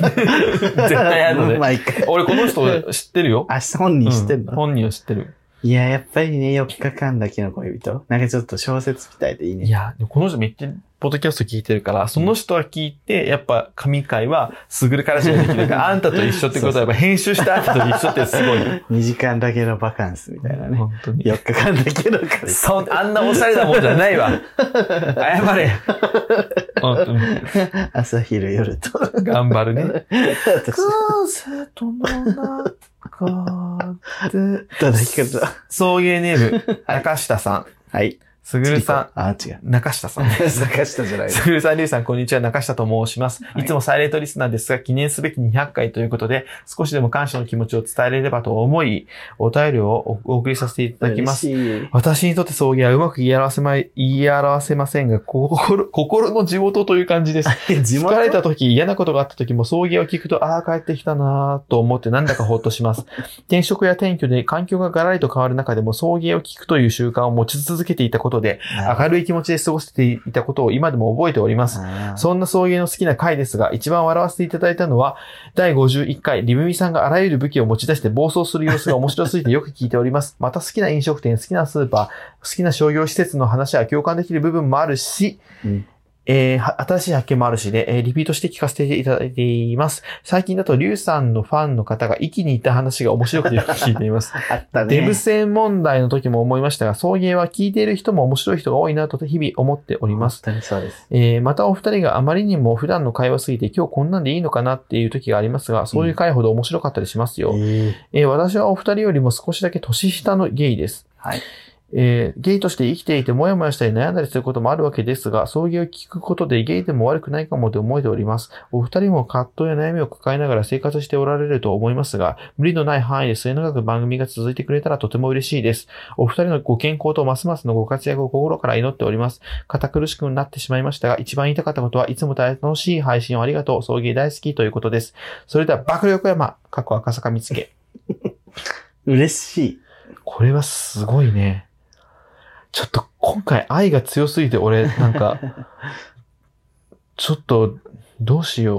Speaker 2: 絶対あるの
Speaker 1: ま
Speaker 2: で。
Speaker 1: あ、いいか。
Speaker 2: 俺この人知ってるよ。
Speaker 1: あ、本人知ってんの、
Speaker 2: うん本人は知ってる。
Speaker 1: いや、やっぱりね、4日間だけの恋人。なんかちょっと小説みたいでいいね。
Speaker 2: いや、でもこの人めっちゃ、ポッドキャスト聞いてるから、その人は聞いて、やっぱ、神回は、すぐるからしができ るから、あんたと一緒ってことは、やっぱ編集したあんたと一緒ってすごいよ。
Speaker 1: 2時間だけのバカンスみたいなね。
Speaker 2: 本当に。
Speaker 1: 4日間だけの彼氏。
Speaker 2: そん、あんなおしゃれなもんじゃないわ。謝れ。本当に
Speaker 1: 朝昼夜と。
Speaker 2: 頑張るね。
Speaker 1: 私
Speaker 2: 風との中で。
Speaker 1: ただき方。
Speaker 2: 送迎ネーム、中下さん。
Speaker 1: はい。
Speaker 2: すぐるさ
Speaker 1: ん。あ、違う。
Speaker 2: ん。中下さん。
Speaker 1: 探したじゃないの
Speaker 2: すぐるさん、りゅうさん、こんにちは。中下と申します。
Speaker 1: い
Speaker 2: いつもサイレントリスナーですが、記念すべき200回ということで、少しでも感謝の気持ちを伝えれればと思い、お便りをおお送りさせていただきます。
Speaker 1: 嬉しい
Speaker 2: 私にとって葬儀はうまく言い表せまい、言い表せませんが、心、心の地元という感じです。
Speaker 1: え地元
Speaker 2: 疲れた時、嫌なことがあった時も葬儀を聞くと、ああ、帰ってきたなぁと思ってなんだかほっとします。転職や転居で環境がガラリと変わる中でも葬儀を聞くという習慣を持ち続けていたことで、明るい気持ちで過ごしていたことを今でも覚えております。
Speaker 1: あー
Speaker 2: そんな送迎の好きな回ですが、一番笑わせていただいたのは、第51回、リブミさんがあらゆる武器を持ち出して暴走する様子が面白すぎてよく聞いております。また好きな飲食店、好きなスーパー、好きな商業施設の話は共感できる部分もあるし、
Speaker 1: うん
Speaker 2: えーは新しい発見もあるしで、えーリピートして聞かせていただいています。最近だと、リュウさんのファンの方が息にいた話が面白くてよく聞いています。
Speaker 1: あったね。
Speaker 2: デブ戦問題の時も思いましたが、送迎は聞いている人も面白い人が多いなと日々思っております。
Speaker 1: 本当にそうです。
Speaker 2: えーまたお二人があまりにも普段の会話すぎて今日こんなんでいいのかなっていう時がありますが、そういう回ほど面白かったりしますよ。
Speaker 1: えー
Speaker 2: えー私はお二人よりも少しだけ年下のゲイです。
Speaker 1: はい
Speaker 2: えーゲイとして生きていてもやもやしたり悩んだりすることもあるわけですが、葬儀を聞くことでゲイでも悪くないかもと思えております。お二人も葛藤や悩みを抱えながら生活しておられると思いますが、無理のない範囲で末永く番組が続いてくれたらとても嬉しいです。お二人のご健康とますますのご活躍を心から祈っております。堅苦しくなってしまいましたが、一番言いたかったことはいつも楽しい配信をありがとう。送迎大好きということです。それでは、爆力山、過去赤坂見つけ。
Speaker 1: 嬉しい。
Speaker 2: これはすごいね。ちょっと今回愛が強すぎて俺な んか、ちょっとどうしよう。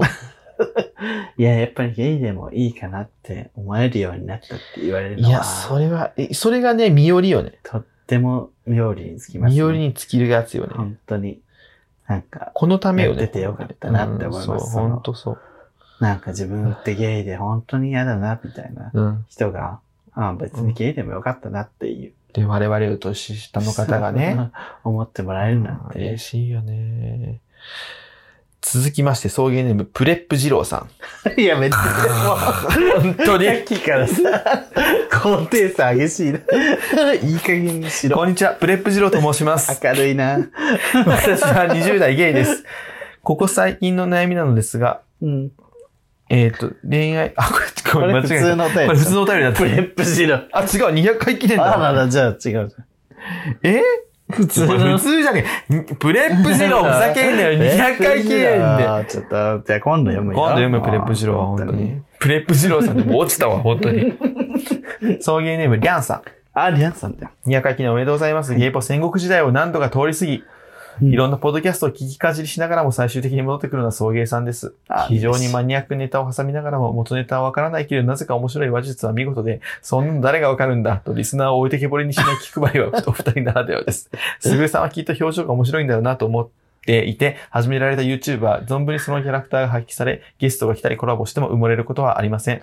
Speaker 1: いや、やっぱりゲイでもいいかなって思えるようになったって言われる
Speaker 2: い
Speaker 1: のは、
Speaker 2: や、それは、えそれがね、身寄りよね。
Speaker 1: とっても妙利につきます、ね。
Speaker 2: 身寄りに尽きるやつよね。
Speaker 1: 本当に。なんか、
Speaker 2: このためよね。
Speaker 1: やっててよかったなって思います
Speaker 2: うん
Speaker 1: そ
Speaker 2: そう、
Speaker 1: の
Speaker 2: 本当そう。
Speaker 1: なんか自分ってゲイで本当に嫌だな、みたいな
Speaker 2: うん。
Speaker 1: 人が、ああ別にゲイでもよかったなっていう。
Speaker 2: で、我々よ年下の方がね。
Speaker 1: 思ってもらえるなん
Speaker 2: うん嬉
Speaker 1: て。
Speaker 2: しいよね。続きまして、送迎ネーム、プレップ二郎さん。
Speaker 1: いや、めっ ちゃ、
Speaker 2: 本当
Speaker 1: もう、さ っきからさ、高低差激しいな。 いい加減にしろ。
Speaker 2: こんにちは、プレップ二郎と申します。
Speaker 1: 明るい な。
Speaker 2: 私は20代ゲイです。ここ最近の悩みなのですが、
Speaker 1: うん。
Speaker 2: えっ、と、恋愛、あ、これ、
Speaker 1: こ
Speaker 2: これ
Speaker 1: れ
Speaker 2: 間違
Speaker 1: 普
Speaker 2: え
Speaker 1: 通
Speaker 2: た。
Speaker 1: のお便り。
Speaker 2: これ普通のお便りだった
Speaker 1: プ。レップしろ。
Speaker 2: あ、違う、200回記念
Speaker 1: あら
Speaker 2: だ。
Speaker 1: ら、じゃあ違うじゃん。
Speaker 2: え
Speaker 1: 普通
Speaker 2: これ普通じゃねえ。プレップ二 郎、ふざけんなよ、200回記念で。
Speaker 1: で。ちょっと、じゃあ今度読むよ。
Speaker 2: 今度読むプレップ二郎は本当に。。プレップ二郎さんでも落ちたわ、本当 に。送迎ネーム、リャンさん。
Speaker 1: あ、リアンさんだよ。
Speaker 2: 200回記念おめでとうございます。ゲイポ戦国時代を何度か通り過ぎ、
Speaker 1: うん
Speaker 2: いろんなポッドキャストを聞きかじりしながらも最終的に戻ってくるのは送迎さんです
Speaker 1: あ。
Speaker 2: 非常にマニアックネタを挟みながらも元ネタはわからないけれど、なぜか面白い話術は見事で、そんなの誰がわかるんだとリスナーを置いてけぼりにしない気配りはお二人ならで はです。すぐるさんはきっと表情が面白いんだろうなと思っていて、始められた YouTuber、存分にそのキャラクターが発揮され、ゲストが来たりコラボしても埋もれることはありません。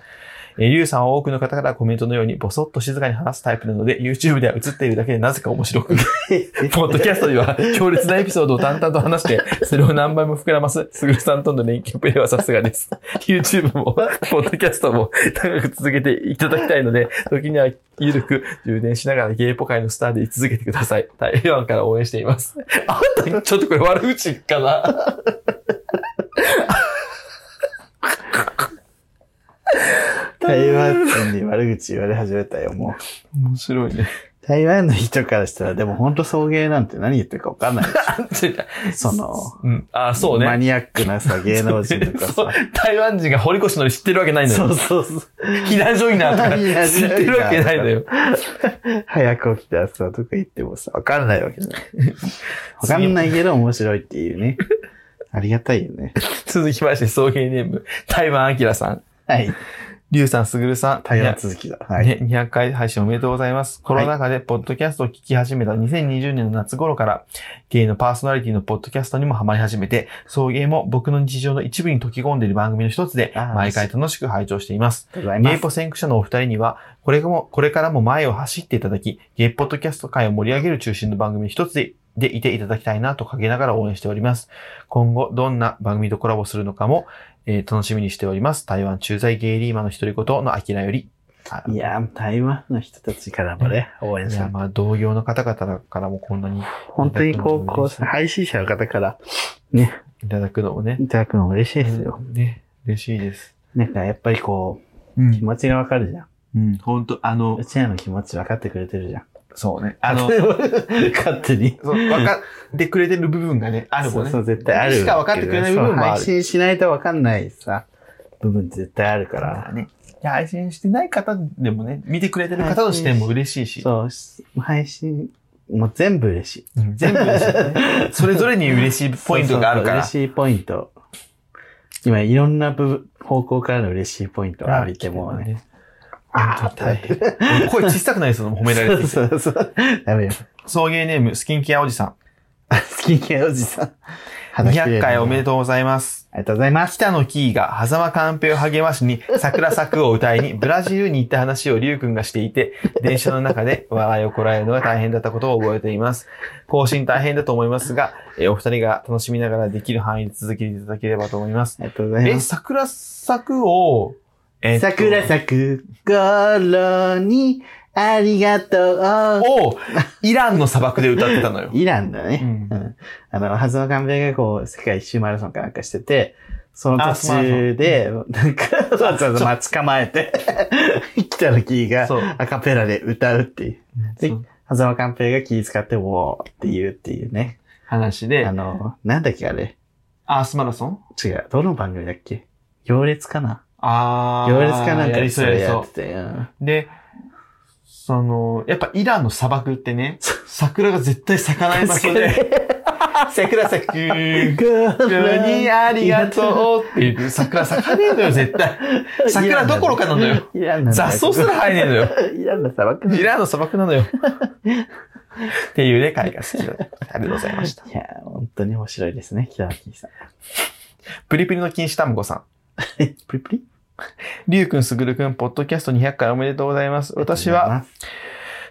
Speaker 2: えー、リュウさんは多くの方からコメントのように、ぼそっと静かに話すタイプなので、YouTube では映っているだけでなぜか面 白く、ポッドキャストでは強烈なエピソードを淡々と話して、それを何倍も膨らます、すぐるさんとの連携プレイはさすがです。YouTube も、ポッドキャストも、長く続けていただきたいので、時にはゆるく充電しながらゲイポ界のスターで居続けてください。台湾から応援しています。あんた、ちょっとこれ悪口かな
Speaker 1: 台湾人に悪口言われ始めたよ、もう。
Speaker 2: 面白いね。
Speaker 1: 台湾の人からしたら、でも本当送迎なんて何言ってるかわかんないでしょ。その、
Speaker 2: うん。あ、そうね。
Speaker 1: マニアックなさ、芸能人とか
Speaker 2: そう
Speaker 1: さ。
Speaker 2: 台湾人が堀越のり知ってるわけないの
Speaker 1: そ
Speaker 2: よ。
Speaker 1: うそうそう。
Speaker 2: 避難所にな とか
Speaker 1: 避難所
Speaker 2: 知ってるわけな いのよ。
Speaker 1: 早く起きた朝とか言ってもさ、わかんないわけ じゃない。わかんないけど面白いっていうね。ありがたいよね。
Speaker 2: 続きまして、送迎ネーム、台湾明さん。
Speaker 1: はい。
Speaker 2: りゅうさん、すぐるさん。
Speaker 1: 台湾続きだ。はい。
Speaker 2: ね、200回配信おめでとうございます。コロナ禍でポッドキャストを聞き始めた2020年の夏頃から、ゲイのパーソナリティのポッドキャストにもハマり始めて、送迎も僕の日常の一部に溶け込んでいる番組の一つで
Speaker 1: あー、
Speaker 2: 毎回楽しく拝聴しています。
Speaker 1: ありがとうござい
Speaker 2: ゲ
Speaker 1: ま
Speaker 2: イ
Speaker 1: す。
Speaker 2: ポ先駆者のお二人には、これも、これからも前を走っていただき、ゲイポッドキャスト界を盛り上げる中心の番組の一つで、でいていただきたいなと陰ながら応援しております。今後、どんな番組とコラボするのかも、えー楽しみにしております。台湾駐在ゲイリーマンの一人ことのアキラより。あ
Speaker 1: いやー、台湾の人たちからもね、応援
Speaker 2: い
Speaker 1: さ
Speaker 2: や、
Speaker 1: ん。
Speaker 2: まあ、同業の方々からもこんなに
Speaker 1: 本当にこう、こう、配信者の方から
Speaker 2: いただくのもね、
Speaker 1: いただくの嬉しいですよ。
Speaker 2: ね、嬉しいです。
Speaker 1: なんかやっぱりこ
Speaker 2: う
Speaker 1: う、気
Speaker 2: ん、
Speaker 1: 持ちがわかるじゃん。
Speaker 2: うん、本当あの
Speaker 1: う、ちらの気持ち分かってくれてるじゃん。
Speaker 2: そうね、あの、
Speaker 1: 勝手に。
Speaker 2: そう分かってくれてる部分がね、あるもんね。
Speaker 1: そうそう、絶対ある。
Speaker 2: しか分かってくれない部分もあ
Speaker 1: そう配信
Speaker 2: る。
Speaker 1: しないと分かんないさ、部分絶対あるから。
Speaker 2: ね。いや配信してない方でもね、見てくれてる方の視点も嬉しいし、
Speaker 1: そうし、配信、もう全部嬉しい。
Speaker 2: うん全部嬉しい、ね。それぞれに嬉しいポイントがあるから。
Speaker 1: そうそうそう嬉しいポイント。今、いろんな部方向からの嬉しいポイントを浴びてもね。
Speaker 2: ね。本当大変。俺声小さくないその褒めら
Speaker 1: そ
Speaker 2: れて
Speaker 1: うそう
Speaker 2: て。
Speaker 1: そう。ダメよ。
Speaker 2: 送迎ネーム、スキンケアおじさ
Speaker 1: スキンケアおじさん。
Speaker 2: ん。200回おめ
Speaker 1: と
Speaker 2: で
Speaker 1: う。
Speaker 2: とうございます。
Speaker 1: ありがとうございます。
Speaker 2: 北野キーが狭間カンペを励ましに桜作を歌いにブラジルに行った話をリュウ君がしていて、電車の中で笑いをこらえるのが大変だったことを覚えています。更新大変だと思いますが、えーお二人が楽しみながらできる範囲で続けていただければと思います。
Speaker 1: ありがとうござい
Speaker 2: え、
Speaker 1: ます。
Speaker 2: 桜作を、えーっと
Speaker 1: 桜咲く頃に、ありがとう。
Speaker 2: をイランの砂漠で歌ってたのよ。
Speaker 1: イランだね。
Speaker 2: うん
Speaker 1: うんあの、ハズマカンベがこう、世界一周マラソンかなんかしてて、その
Speaker 2: あ
Speaker 1: 途中で、なんか、わざわざ待ち構えて、北のキーが
Speaker 2: そう
Speaker 1: アカペラで歌うっていう。で
Speaker 2: そう
Speaker 1: ハズマカンペが気使って、おーって言うっていうね。
Speaker 2: 話で
Speaker 1: あ、の、なんだっけあれ
Speaker 2: アースマラソン
Speaker 1: 違う、どの番組だっけ行列かな
Speaker 2: あー
Speaker 1: 行列かなんか
Speaker 2: やりそうやり
Speaker 1: や
Speaker 2: そ
Speaker 1: っ
Speaker 2: う
Speaker 1: て。て。うん
Speaker 2: で、その、やっぱイランの砂漠ってね、桜が絶対咲かない場所で、 桜咲く
Speaker 1: 桜
Speaker 2: にありがとうって言って、桜咲かねえのよ、絶対。桜どころかなのよ。
Speaker 1: イランなんだよ。
Speaker 2: 雑草すら生えねえのよ。
Speaker 1: イランの砂漠
Speaker 2: イランの砂漠なのよ。っていうね、回が好きだ。ありがとうございました。
Speaker 1: いや、本当に面白いですね、北脇さん。
Speaker 2: プリプリの禁止タムゴさん。
Speaker 1: え プリプリ
Speaker 2: りゅうくん、すぐるくん、ポッドキャスト200回おめでとうございます。私
Speaker 1: あり
Speaker 2: は、
Speaker 1: がとう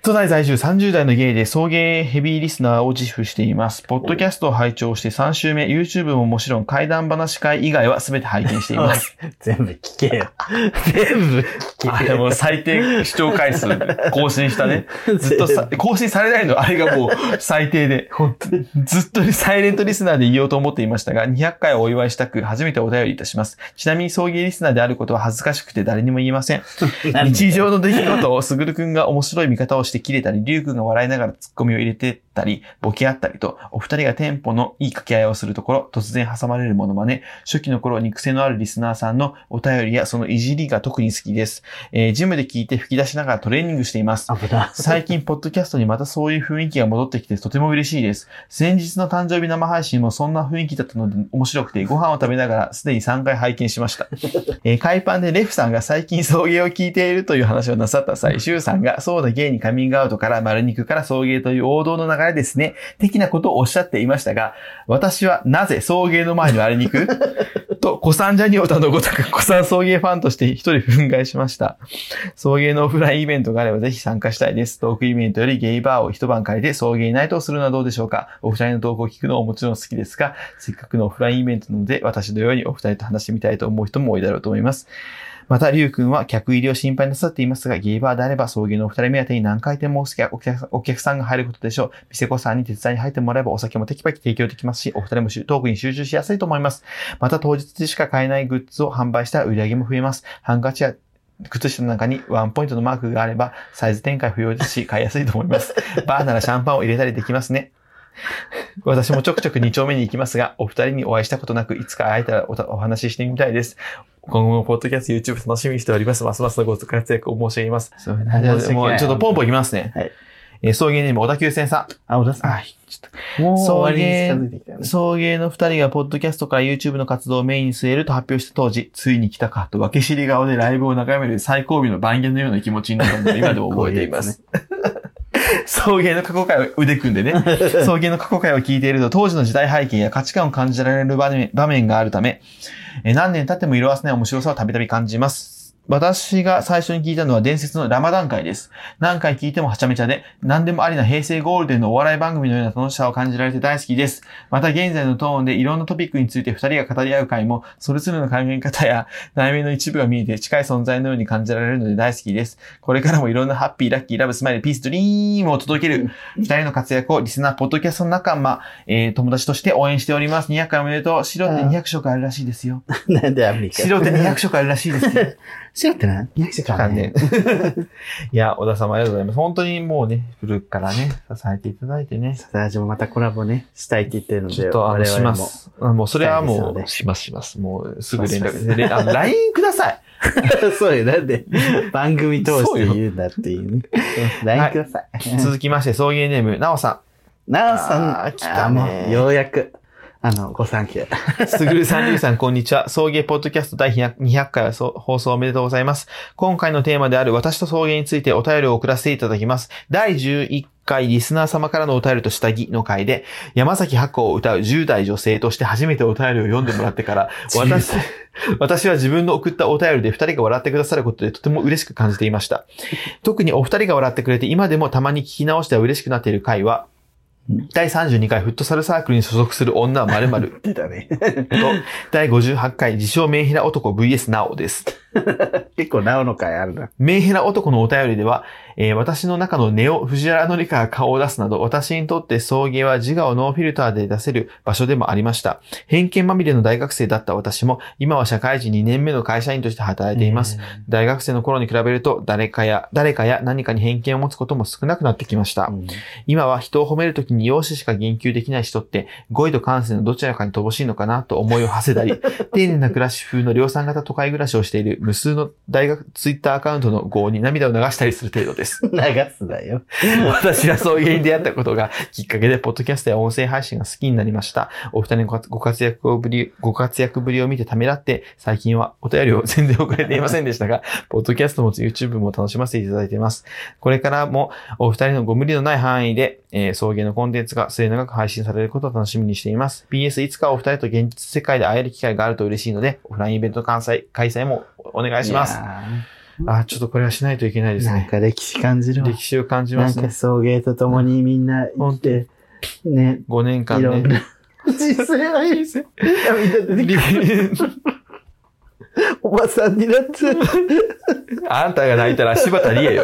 Speaker 2: 都内在住30代のゲイで送迎ヘビーリスナーを自負しています。ポッドキャストを拝聴して3週目、YouTube ももちろん怪談話会以外は全て拝見してい
Speaker 1: ござい
Speaker 2: ま。
Speaker 1: ますす。全部聞けよ。全部
Speaker 2: あ
Speaker 1: 聞け
Speaker 2: れ
Speaker 1: よ。
Speaker 2: も最低視聴回数更新し たね。 ずっとさ、更新されないの、あれがもう最低で。
Speaker 1: 本当に。
Speaker 2: ずっとサイレントリスナーで言おうと思っていましたが、200回をお祝いしたく、初めてお便りいたします。ちなみに送迎リスナーであることは恥ずかしくて誰にも言えません。日常の出来事を、すぐるくんが面白い見方をして切れたり、りゅうくんが笑いながらツッコミを入れてったり、ボケあったりと、お二人がテンポのいい掛け合いをするところ、突然挟まれるモノマネ、初期の頃に癖のあるリスナーさんのお便りやそのいじりが特に好きです。えージムで聞いて吹き出しながらトレーニングしています。
Speaker 1: 危な。
Speaker 2: 最近、ポッドキャストにまたそういう雰囲気が戻ってきてとても嬉しいです。先日の誕生日生配信もそんな雰囲気だったので面白くて、ご飯を食べながらすでに3回拝見しました。えー、海パンでレフさんが最近送迎を聞いているという話をなさった際、シュウさんが、そうだゲイにカミングアウトから丸肉から送迎という王道の流がらですね、的なことをおっしゃっていましたが、私はなぜ送迎の前に割りに行くと、古参ジャニオタのごとく古参送迎ファンとして一人憤慨しました。送迎のオフラインイベントがあればぜひ参加したいです。トークイベントよりゲイバーを一晩借りて送迎ナイトをするのはどうでしょうかお二人の投稿を聞くのももちろん好きですが、せっかくのオフラインイベントなので、私のようにお二人と話してみたいと思う人も多いだろうと思います。また、りゅうくんは客入りを心配なさっていますが、ゲイバーであれば、送迎のお二人目当てに何回でもお客お客お客さんが入ることでしょう。店子さんに手伝いに入ってもらえば、お酒もテキパキ提供できますし、お二人もしトークに集中しやすいと思います。また、当日しか買えないグッズを販売したら売り上げも増えます。ハンカチや靴下の中にワンポイントのマークがあれば、サイズ展開不要ですし、買いやすいと思い ます。バーならシャンパンを入れたりできますね。私もちょくちょく2丁目に行きますが、お二人にお会いしたことなく、いつか会えたらおたお話ししてみたいです。今後もポッドキャスト、YouTube 楽しみにしております。ますますのご活躍を申し上げます。そうね
Speaker 1: 申し訳ない
Speaker 2: もうちょっとポンポンいきますね。
Speaker 1: はい
Speaker 2: えー送迎ネーム、小田急線さん。
Speaker 1: あ、小田さん。
Speaker 2: あ、ちょっと
Speaker 1: もう
Speaker 2: そう
Speaker 1: 終わりに近づいてきたよね。
Speaker 2: 送迎の二人がポッドキャストから YouTube の活動をメインに据えると発表した当時、ついに来たかと分け知り顔でライブを眺める最後尾の番犬のような気持ちになるのを今でも覚えています。 送迎の過去回を腕組んでね、 送迎の過去回を聞いていると当時の時代背景や価値観を感じられる場面場面があるため、えー何年経っても色褪せない面白さをたびたび感じます。私が最初に聞いたのは伝説のラマダン会です。何回聞いてもはちゃめちゃで、何でもありな平成ゴールデンのお笑い番組のような楽しさを感じられて大好きです。また現在のトーンでいろんなトピックについて二人が語り合う回も、それぞれの考え方や内面の一部が見えて近い存在のように感じられるので大好きです。これからもいろんなハッピー、ラッキー、ラブ、スマイル、ピース、ドリームを届ける二人の活躍をリスナー、ポッドキャスト仲間、えー友達として応援しております。200回おめでとう。白って200色あるらしいですよ。
Speaker 1: なんでアメリカ。
Speaker 2: 白って200色あるらしい ですね。
Speaker 1: 白ってな ?200 色か ね。
Speaker 2: いや、小田様ありがとうございます。本当にもうね、古くからね、支えていただいてね。
Speaker 1: サタラジもまたコラボね、したいって言ってるので、
Speaker 2: ちょっとあの、
Speaker 1: 我
Speaker 2: し
Speaker 1: 々
Speaker 2: ま
Speaker 1: も。
Speaker 2: す。あもうそれは
Speaker 1: したい
Speaker 2: も
Speaker 1: ですよね
Speaker 2: う、しますします。もうすぐ連
Speaker 1: しま
Speaker 2: 絡
Speaker 1: す
Speaker 2: で、あの LINE くだ さい。
Speaker 1: そうよ、なんで番組通して言うんだっていうね。
Speaker 2: は
Speaker 1: LINE
Speaker 2: い
Speaker 1: ください。
Speaker 2: 続きまして、送迎ネーム、なおさ
Speaker 1: なおさん、
Speaker 2: あー来た
Speaker 1: あ
Speaker 2: ね
Speaker 1: ーもうようやく、あの、ご参加。
Speaker 2: ん。すぐるさん、りゅうさん、こんにちは。送迎ポッドキャスト第100 200回そう放送おめでとうございます。今回のテーマである私と送迎についてお便りを送らせていただきます。第11回リスナー様からのお便りと下着の回で、山崎白子を歌う10代女性として初めてお便りを読んでもらってから、私、私は自分の送ったお便りで二人が笑ってくださることでとても嬉しく感じていました。特にお二人が笑ってくれて今でもたまに聞き直しては嬉しくなっている回は、第32回フットサルサークルに所属する女〇〇
Speaker 1: 出たね。
Speaker 2: と、第58回自称メンヘラ男 VS なおです。
Speaker 1: 結構なおの会あるな。
Speaker 2: メンヘラ男のお便りでは、えー私の中のネオ、藤原紀香が顔を出すなど、私にとって送迎は自我をノーフィルターで出せる場所でもありました。偏見まみれの大学生だった私も、今は社会人2年目の会社員として働いています。大学生の頃に比べると、誰かや、誰かや何かに偏見を持つことも少なくなってきました。
Speaker 1: うん。
Speaker 2: 今は人を褒めるときに容姿しか言及できない人って、語彙と感性のどちらかに乏しいのかなと思いを馳せたり、丁寧な暮らし風の量産型都会暮らしをしている無数の大学ツイッターアカウントの号に涙を流したりする程度です。
Speaker 1: 流すだよ。
Speaker 2: 私はそういうに出会ったことがきっかけで、ポッドキャストや音声配信が好きになりました。お二人のご活ご活躍をぶり、ご活躍ぶりを見てためらって、最近はお便りを 全然遅れていませんでしたが、ポッドキャストも YouTube も楽しませていただいています。これからもお二人のご無理のない範囲で、えー、送迎のコンテンツが末永く配信されることを楽しみにしています。PS いつかお二人と現実世界で会える機会があると嬉しいので、オフラインイベント開催、開催もお願いします。
Speaker 1: や
Speaker 2: あー、ちょっとこれはしないといけないで
Speaker 1: ー。
Speaker 2: す
Speaker 1: なん
Speaker 2: ね。
Speaker 1: か歴史感じるわ。
Speaker 2: 歴史を感じ
Speaker 1: な
Speaker 2: ま
Speaker 1: ん
Speaker 2: すね
Speaker 1: か。送迎とともにみんな行って、ね、
Speaker 2: 5年間
Speaker 1: いろん
Speaker 2: ね。
Speaker 1: な。人生はいいですよ。みんな出 てきておばさんになって、
Speaker 2: あんたが泣いたら柴田理恵よ。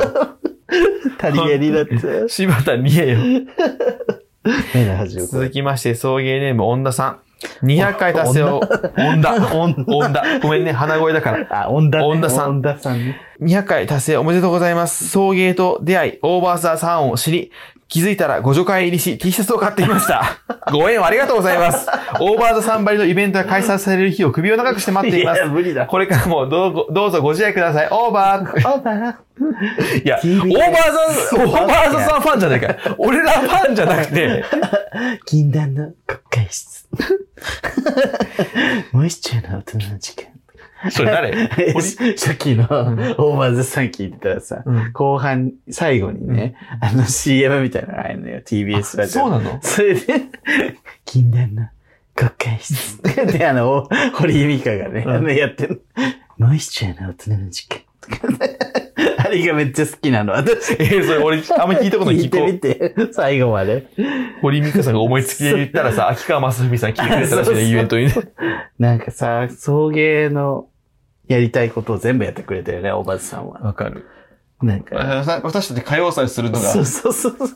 Speaker 1: 足りげになって、
Speaker 2: 柴田理恵よ。
Speaker 1: 目の端をこ
Speaker 2: 続
Speaker 1: う。
Speaker 2: きまして、送迎ネーム、恩田さん。200回達成を、恩田、
Speaker 1: 女
Speaker 2: 恩田。ごめんね、鼻声だから。
Speaker 1: あ、温田ね
Speaker 2: 温田さん
Speaker 1: 温田さんね。
Speaker 2: 200回達成おめでとうございます。送迎と出会い、オーバーザーさんを知り、気づいたらご助会入りし、T シャツを買ってきました。ご縁をありがとうございます。オーバーザーさんばりのイベントが開催される日を首を長くして待っています
Speaker 1: や、。無理だ。
Speaker 2: これからもどうごどうぞご自愛ください。オーバー。
Speaker 1: あだ
Speaker 2: いや、オー
Speaker 1: TV
Speaker 2: バー ザン、オーバーザさんファンじゃないから。俺らファンじゃなくて、
Speaker 1: 禁 断の国会室。モイスチューの大人の時間。
Speaker 2: それ誰
Speaker 1: 初期のオーバーズさん聞いてたらさ、
Speaker 2: うん。
Speaker 1: 後半、最後にね、あの CM みたいなのがあるのよ、TBS ラジオ。
Speaker 2: そうなの
Speaker 1: それで、禁断の国会 室。で、あの、お堀井美香がね、
Speaker 2: うん
Speaker 1: あの、やってんの。モイスチャーな大人の時間。 あれがめっちゃ好き なの。私、
Speaker 2: えー、それ俺、あんまり聞いたことない
Speaker 1: 聞い
Speaker 2: 聞
Speaker 1: て
Speaker 2: こ
Speaker 1: み
Speaker 2: う。
Speaker 1: て、最後まで。
Speaker 2: 堀井美香さんが思いつきで言っ たらさ、秋川雅史さん聞いてくれたらしい
Speaker 1: そうそう
Speaker 2: ね、イベントにね。
Speaker 1: なんかさ、送迎のやりたいことを全部やってくれたよね、おばずさんは。
Speaker 2: わかる。
Speaker 1: なんか。
Speaker 2: 私たち歌謡祭するのが
Speaker 1: そうそうそうそう。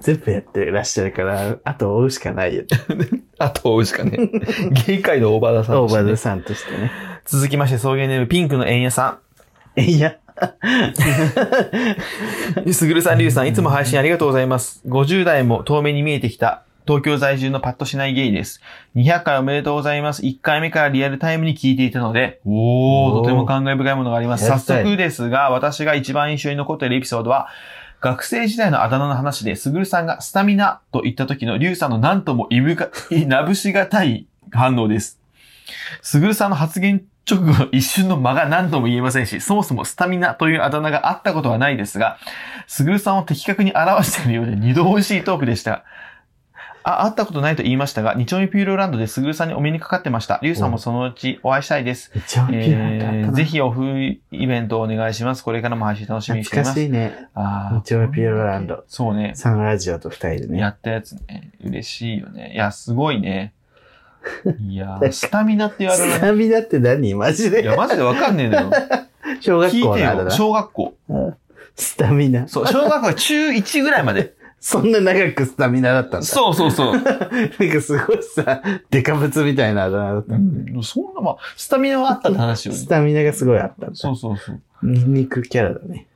Speaker 1: 全部やってらっしゃるから、あと追うしかないよ。
Speaker 2: あと追うしかね。 ゲイ界の大場田さん
Speaker 1: 大
Speaker 2: として
Speaker 1: 場
Speaker 2: ね、
Speaker 1: 田さんとしてね。
Speaker 2: 続きまして、草原ネームピンクの円屋さ
Speaker 1: いや、
Speaker 2: ん。すぐるさん、りゅうさん、いつも配信ありがとうございます。50代も遠目に見えてきた。東京在住のパッとしないゲイです。200回おめでとうございます。1回目からリアルタイムに聞いていたので、おー、
Speaker 1: おー
Speaker 2: とても感慨深いものがあります。
Speaker 1: や
Speaker 2: 早
Speaker 1: ったよ
Speaker 2: 速ですが、私が一番印象に残っているエピソードは、学生時代のあだ名の話で、すぐるさんがスタミナと言った時の、りゅうさんのなんともいぶか、いなぶしがたい反応です。すぐるさんの発言直後の一瞬の間が何とも言えませんし、そもそもスタミナというあだ名があったことはないですが、すぐるさんを的確に表しているようで二度美味しいトークでした。あ、会ったことないと言いましたが、二丁目ピューロランドですぐるさんにお目にかかってました。りゅうさんもそのうちお会いしたいです。
Speaker 1: めっちゃピュアだっ
Speaker 2: え
Speaker 1: た
Speaker 2: ー
Speaker 1: な。
Speaker 2: ぜひオフイベントをお願いします。これからも配信楽しみにしてい
Speaker 1: 懐
Speaker 2: ま
Speaker 1: か
Speaker 2: す。
Speaker 1: しいね。
Speaker 2: あー
Speaker 1: 二丁目ピューロランド。
Speaker 2: そうね。
Speaker 1: サンラジオと二人で
Speaker 2: や
Speaker 1: ね。
Speaker 2: ったやつね。嬉しいよね。いや、すごいね。いや
Speaker 1: 確か
Speaker 2: ー、
Speaker 1: に
Speaker 2: スタミナって言われる
Speaker 1: スタミナって何マジ
Speaker 2: いや、
Speaker 1: で。
Speaker 2: マジでわかんねえんだよ。
Speaker 1: 小
Speaker 2: 聞
Speaker 1: 学
Speaker 2: い
Speaker 1: 校
Speaker 2: て
Speaker 1: のあだ
Speaker 2: よ。
Speaker 1: な。
Speaker 2: 小学校。
Speaker 1: うんスタミナ。
Speaker 2: そう、小学校中1ぐらいまで。
Speaker 1: そんな長くスタミナだったんだ。
Speaker 2: そうそうそう。
Speaker 1: なんかすごいさ、デカブツみたいなあだ名だった
Speaker 2: う。んそんな、まあ、スタミナはあったって話よね
Speaker 1: ス。タミナがすごいあったん
Speaker 2: そ
Speaker 1: だ。
Speaker 2: うそうそう。
Speaker 1: ニンニクキャラだね。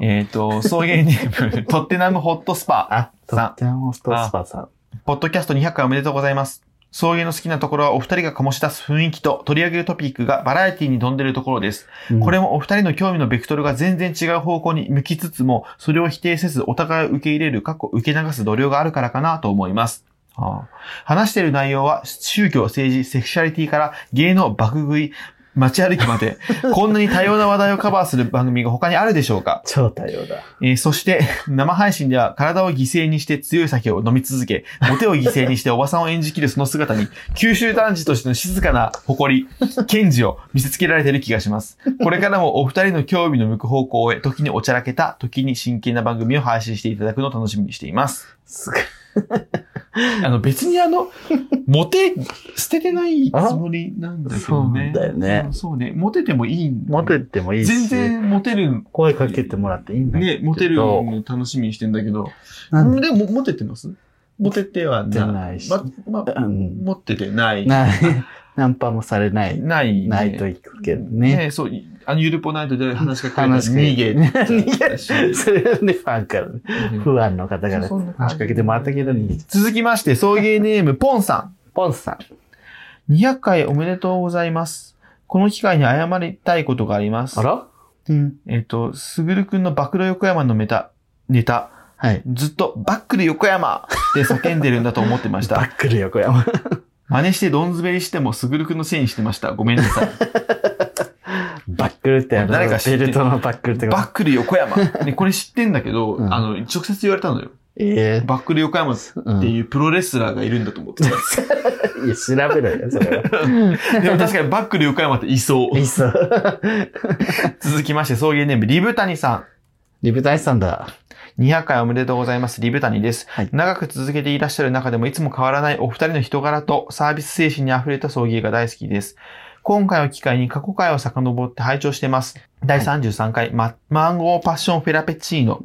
Speaker 2: えっ、と、送迎ネーム、トッテナムホットスパ。
Speaker 1: あ、と
Speaker 2: さん
Speaker 1: ってもストスパさん。
Speaker 2: ポッドキャスト200回おめでとうございます。送迎の好きなところはお二人が醸し出す雰囲気と取り上げるトピックがバラエティに富んでるところです。
Speaker 1: うん
Speaker 2: これもお二人の興味のベクトルが全然違う方向に向きつつも、それを否定せずお互いを受け入れる、過去受け流す度量があるからかなと思います。ああ話している内容は宗教、政治、セクシャリティから芸能、爆食い、街歩きまで、 こんなに多様な話題をカバーする番組が他にあるでしょうか
Speaker 1: 超多様だ。
Speaker 2: えーそして、生配信では体を犠牲にして強い酒を飲み続け、モテを犠牲にしておばさんを演じきるその姿に、九州男児としての静かな誇り、賢治を見せつけられている気がします。これからもお二人の興味の向く方向へ、時におちゃらけた、時に真剣な番組を配信していただくのを楽しみにしています。
Speaker 1: すごい。
Speaker 2: あの、別にあの、モテ、捨ててないつもりなんだけどね。
Speaker 1: あそうだよね
Speaker 2: うんそうね。モテてもいいんだ
Speaker 1: モテてもいいし。
Speaker 2: 全。然モテる、
Speaker 1: 声かけてもらっていいんだけど。
Speaker 2: ね、モテるの楽しみにしてんだけど、
Speaker 1: なんで
Speaker 2: でも、モテてますモテては
Speaker 1: じゃ
Speaker 2: な
Speaker 1: ない
Speaker 2: い。
Speaker 1: し。
Speaker 2: ま、ま、
Speaker 1: うん。
Speaker 2: 持っててない。
Speaker 1: ない。ナンパもされない。
Speaker 2: ないね。
Speaker 1: ないと
Speaker 2: い
Speaker 1: 行くけどね。
Speaker 2: そう、あの、ゆるぽないとで話しかけられ
Speaker 1: 話しかけ
Speaker 2: 逃げてたし。
Speaker 1: それはね、ファンからね。
Speaker 2: うん
Speaker 1: 不安の方から
Speaker 2: そんな感じ
Speaker 1: 話しかけてもらったけど、逃げちゃ
Speaker 2: 続きまして、送迎ネーム、ポンさ
Speaker 1: うポンさん。
Speaker 2: ん。200回おめでとうございます。この機会に謝りたいことがあります。
Speaker 1: らうん。
Speaker 2: えっ、と、すぐるくんの暴露横山のメタ、ネタ、
Speaker 1: はい。
Speaker 2: ずっとバックル横山って叫んでるんだと思ってま し
Speaker 1: バ
Speaker 2: た。
Speaker 1: ックル横山。
Speaker 2: 真似してどんずべりしてもすぐるくんのせいにしてました。ごめんなさい。
Speaker 1: バックルってあの、
Speaker 2: 誰か知って
Speaker 1: ベ
Speaker 2: る
Speaker 1: ルトのバックルってこと
Speaker 2: バックル横山。ね、これ知ってんだけど、
Speaker 1: うん
Speaker 2: あの、直接言われたのよ。
Speaker 1: ええ
Speaker 2: バックル横山って
Speaker 1: うん。 い
Speaker 2: いうプロレスラーがいるんだと思ってた。
Speaker 1: や、調べろ よ、それは。
Speaker 2: でも確かにバックル横山っていそう。
Speaker 1: いっそ。
Speaker 2: 続きまして、送迎ネーム、リブタニさ
Speaker 1: リブ大さんだ。
Speaker 2: ん。200回おめでとうございます。リブタニです。
Speaker 1: はい
Speaker 2: 長く続けていらっしゃる中でもいつも変わらないお二人の人柄とサービス精神に溢れた送迎が大好きです。今回を機会に過去回を遡って拝聴してます。第33回、まマンゴーパッションフェラペチー ノ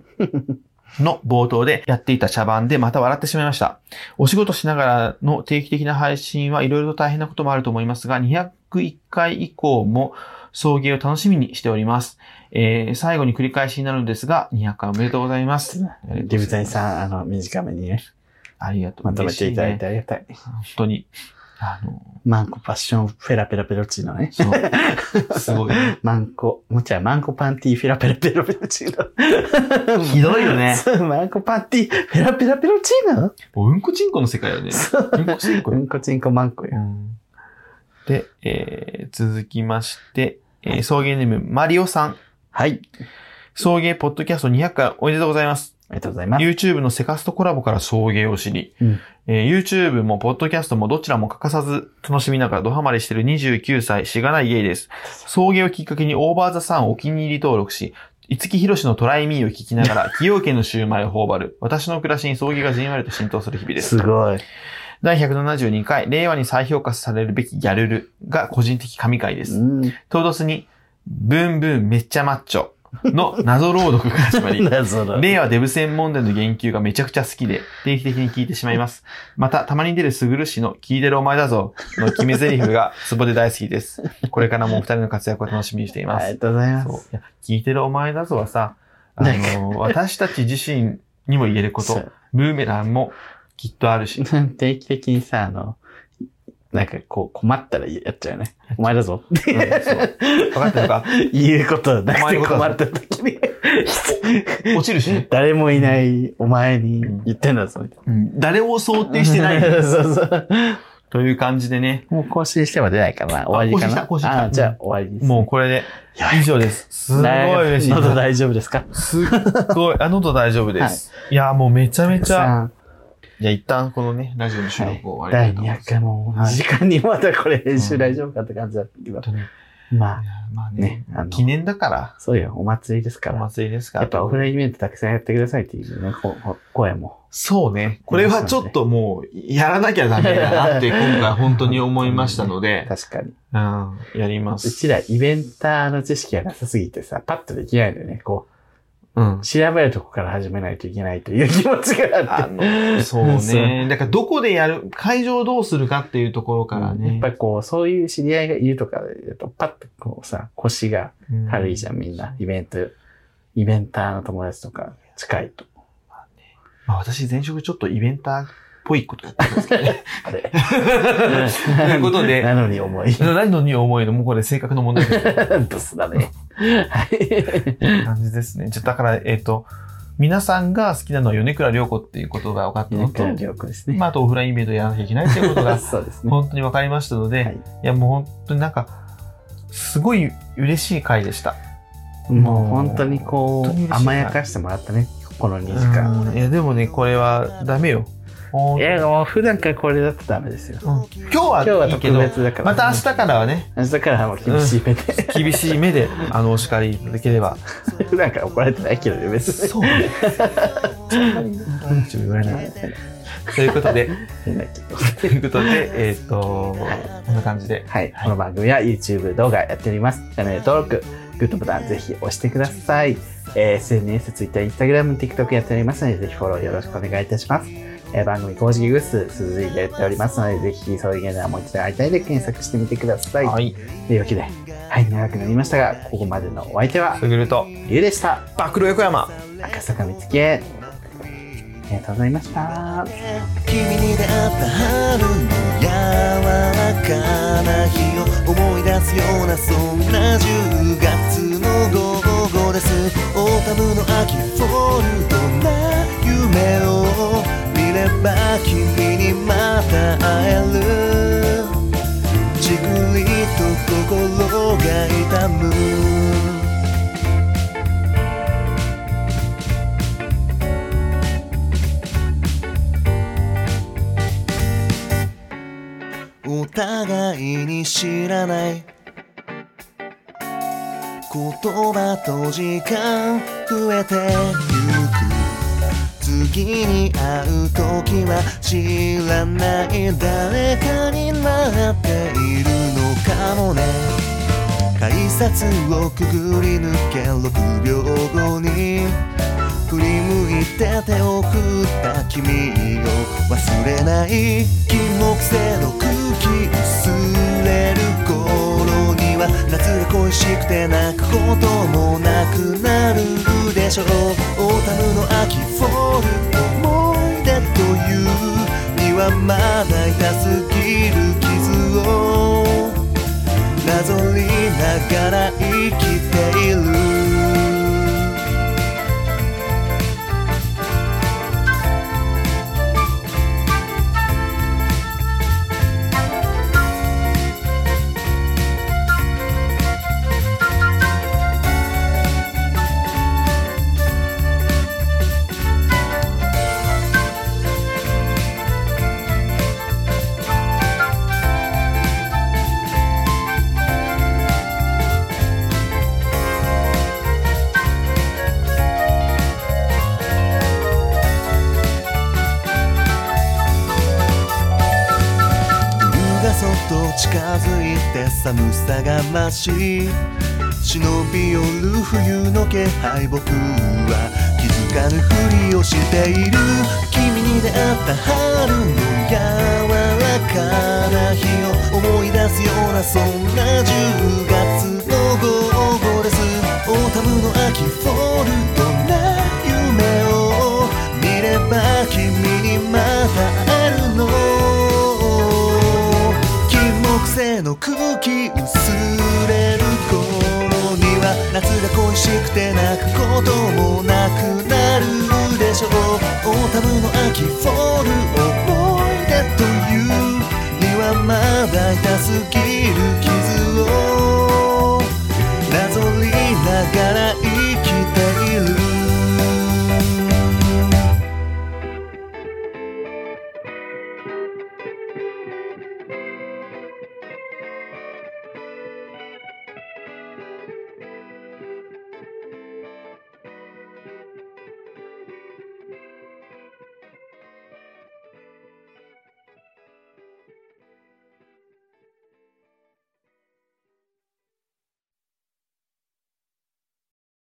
Speaker 2: の冒頭でやっていた茶番でまた笑ってしまいました。お仕事しながらの定期的な配信はいろいろと大変なこともあると思いますが、201回以降も送迎を楽しみにしております。えー最後に繰り返しになるのですが、200回おめでとうございます。
Speaker 1: リブ大さん、あの、短めにね、
Speaker 2: ありがとう
Speaker 1: まとめていただい
Speaker 2: て。
Speaker 1: てありがたい。
Speaker 2: 本当に。あの、
Speaker 1: マンコパッションフェラペラペロチーノね。
Speaker 2: そう。すごい。
Speaker 1: マンコ、もちろんマンコパンティフェラペラペロペロチーノ。
Speaker 2: ひどいよね
Speaker 1: そうマンコパンティフェラペラペロチーノ
Speaker 2: もううんこちんこの世界よね。
Speaker 1: そう
Speaker 2: うんこちんこ
Speaker 1: う
Speaker 2: よ。
Speaker 1: んこちんこマンコ
Speaker 2: う
Speaker 1: よ。
Speaker 2: んで、えー、続きまして、えー、送迎ネーム、マリオさん。
Speaker 1: はい。
Speaker 2: 送迎ポッドキャスト200回おめでとうございます。
Speaker 1: ありがとうございます。
Speaker 2: YouTube のセカストコラボから送迎を知り、
Speaker 1: うん
Speaker 2: えー YouTube もポッドキャストもどちらも欠かさず楽しみながらドハマりしてる29歳、しがないゲイです。送迎をきっかけにオーバーザさんをお気に入り登録し、五木ひろしのトライミーを聞きなが ら、崎陽軒のシューマイを頬張る、私の暮らしに送迎がじんわりと浸透する日々です。
Speaker 1: すごい。
Speaker 2: 第172回、令和に再評価されるべきギャルルが個人的神回です。
Speaker 1: うん。
Speaker 2: 唐突に、ブンブンめっちゃマッチョの謎朗読が始 まり、
Speaker 1: 謎だ。
Speaker 2: 令和デブ専門での言及がめちゃくちゃ好きで、定期的に聞いてしまいます。また、たまに出るすぐる氏の聞いてるお前だぞの決め台詞がツボで大好きです。これからもお二人の活躍を楽しみにしていま
Speaker 1: ありが
Speaker 2: す。
Speaker 1: とうございます
Speaker 2: そう。いや聞いてるお前だぞはさ、あ
Speaker 1: なん
Speaker 2: の、私たち自身にも言えるこ
Speaker 1: そ
Speaker 2: と
Speaker 1: う、
Speaker 2: ブーメランもきっとあるし、
Speaker 1: 定期的にさ、あの、なんかこう困ったらやっちゃうよね。お前だぞ。
Speaker 2: うんそう分かってるか
Speaker 1: 言うことな
Speaker 2: お
Speaker 1: く
Speaker 2: 前
Speaker 1: て
Speaker 2: のこと
Speaker 1: 困
Speaker 2: だ
Speaker 1: った時に、
Speaker 2: 落ちるしね、
Speaker 1: 誰もいないお前に言ってんだぞ、みたい
Speaker 2: うん誰を想
Speaker 1: な
Speaker 2: 定してない
Speaker 1: そうそう。
Speaker 2: という感じでね、
Speaker 1: もう更新しては出ないからな。終わりかな。
Speaker 2: 更新した更新した
Speaker 1: あじゃあ終わりです。
Speaker 2: もうこれで
Speaker 1: やばい
Speaker 2: 以上です。すごい嬉しい。
Speaker 1: 喉 大丈夫ですか
Speaker 2: すっごい、あ、喉大丈夫です。い、や、もうめちゃめちゃ。
Speaker 1: さ
Speaker 2: いや、一旦このね、ラジオの収録を
Speaker 1: あ
Speaker 2: 終わり
Speaker 1: 第
Speaker 2: たいと思いま
Speaker 1: 200回も、
Speaker 2: す。はい
Speaker 1: 時間にまたこれ編集大丈夫かって感じだったけど。
Speaker 2: 本当にい
Speaker 1: まあ、
Speaker 2: やまあ
Speaker 1: ね
Speaker 2: ね
Speaker 1: あの
Speaker 2: 記念だから、
Speaker 1: そうよ、お祭りですか
Speaker 2: お
Speaker 1: ら。
Speaker 2: 祭りですか
Speaker 1: や
Speaker 2: ら。
Speaker 1: っぱオフラインイベントたくさんやってくださいっていうね、ここ声も。
Speaker 2: そうね。これはちょっともう、やらなきゃダメだなって、今回本当に思いましたので、
Speaker 1: 確かに。
Speaker 2: うん、やりま
Speaker 1: う
Speaker 2: す。
Speaker 1: ちらイベンターの知識がなさすぎてさ、パッとできないんだよね。こ
Speaker 2: うん
Speaker 1: う、。調べるとこから始めないといけないという気持ちがあ
Speaker 2: あ
Speaker 1: って。
Speaker 2: の、そう ね。だからどこでやる、会場をどうするかっていうところからね。
Speaker 1: やっぱりこう、そういう知り合いがいるとかだと、パッとこうさ、腰が軽いじゃん、みんな。イベント、イベンターの友達とか近いと。
Speaker 2: まあ、私、前職ちょっとイベンターっぽいことやってたんですけどね。
Speaker 1: あれ。
Speaker 2: ということで、
Speaker 1: なのに重い。
Speaker 2: 何のに思いのもうこれ性格の問題みたい
Speaker 1: ブスだ ね。はい。
Speaker 2: な感じですね。じゃあだから、えっ、と、皆さんが好きなのは米倉涼子っていうことが分かったの
Speaker 1: 犬
Speaker 2: と
Speaker 1: 倉、涼子ですね。
Speaker 2: まあ、あとオフラインイベントやらなきゃいけないっていうことが
Speaker 1: そうですね。
Speaker 2: 本当に分かりましたの
Speaker 1: は
Speaker 2: で、
Speaker 1: いい、
Speaker 2: やもう本当になんか、すごい嬉しい回でした。
Speaker 1: もう本当にこ、
Speaker 2: 本当に嬉しいう
Speaker 1: 甘やかしてもらったね。この2時間を
Speaker 2: うん
Speaker 1: ね。
Speaker 2: いや、でもね、これはダメよ。ほん
Speaker 1: いや、もう普段からこれだとダメですよ。
Speaker 2: うん今日
Speaker 1: 今日
Speaker 2: は
Speaker 1: はい
Speaker 2: いけ
Speaker 1: 特
Speaker 2: ど、
Speaker 1: 別だから。
Speaker 2: また明日からはね、
Speaker 1: 明日からはもう厳しい目で。
Speaker 2: 厳しい目で、あの、お叱りいただければ。
Speaker 1: 普段から怒られてないけどね、別に。
Speaker 2: そうね。
Speaker 1: うんちょっと言わない。
Speaker 2: ということで、
Speaker 1: 変だけど。
Speaker 2: ということで、えっ、と、こんな感じで。
Speaker 1: はい、この番組は YouTube 動画やっております。チャンネル登録、グッドボタンぜひ押してください。えー SNS、Twitter、Instagram、TikTok やっておりますので、ぜひフォローよろしくお願いいたします。えー番組公式グッズ、続いてやっておりますので、ぜひ、そういうゲームはもう一度会いたいで検索してみてください。
Speaker 2: はい。
Speaker 1: というわけで、はい、長くなりましたが、ここまでのお相手は、
Speaker 2: すぐると、
Speaker 1: ゆうでした。
Speaker 2: 爆露横山。
Speaker 1: 赤坂見つけ。ありがとうございました。
Speaker 3: 君に出会った春の柔らかな日を思い出すようなそんな10月の午後ですオータムの秋フォルトな夢を見れば君にまた会えるじくりと心が痛むお互いに知らない言葉と時間増えてゆく次に会う時は知らない誰かになっているのかもね改札をくぐり抜け6秒後に振り向いて手を振った君を忘れない金木犀の空気薄れる頃には夏が恋しくて泣くこともなくなるでしょうオータムの秋フォルト思い出というにはまだ痛すぎる傷をなぞりながら生きている「そっと近づいて寒さが増し忍び寄る冬の気配僕は気づかぬふりをしている君に出会った春の柔らかな日を思い出すようなそんな10月の午後ですオータムの秋フォルトな夢を見れば君にまた会えるの金木犀の空気薄れる頃には夏が恋しくて泣くこともなくなるでしょうオータムの秋フォル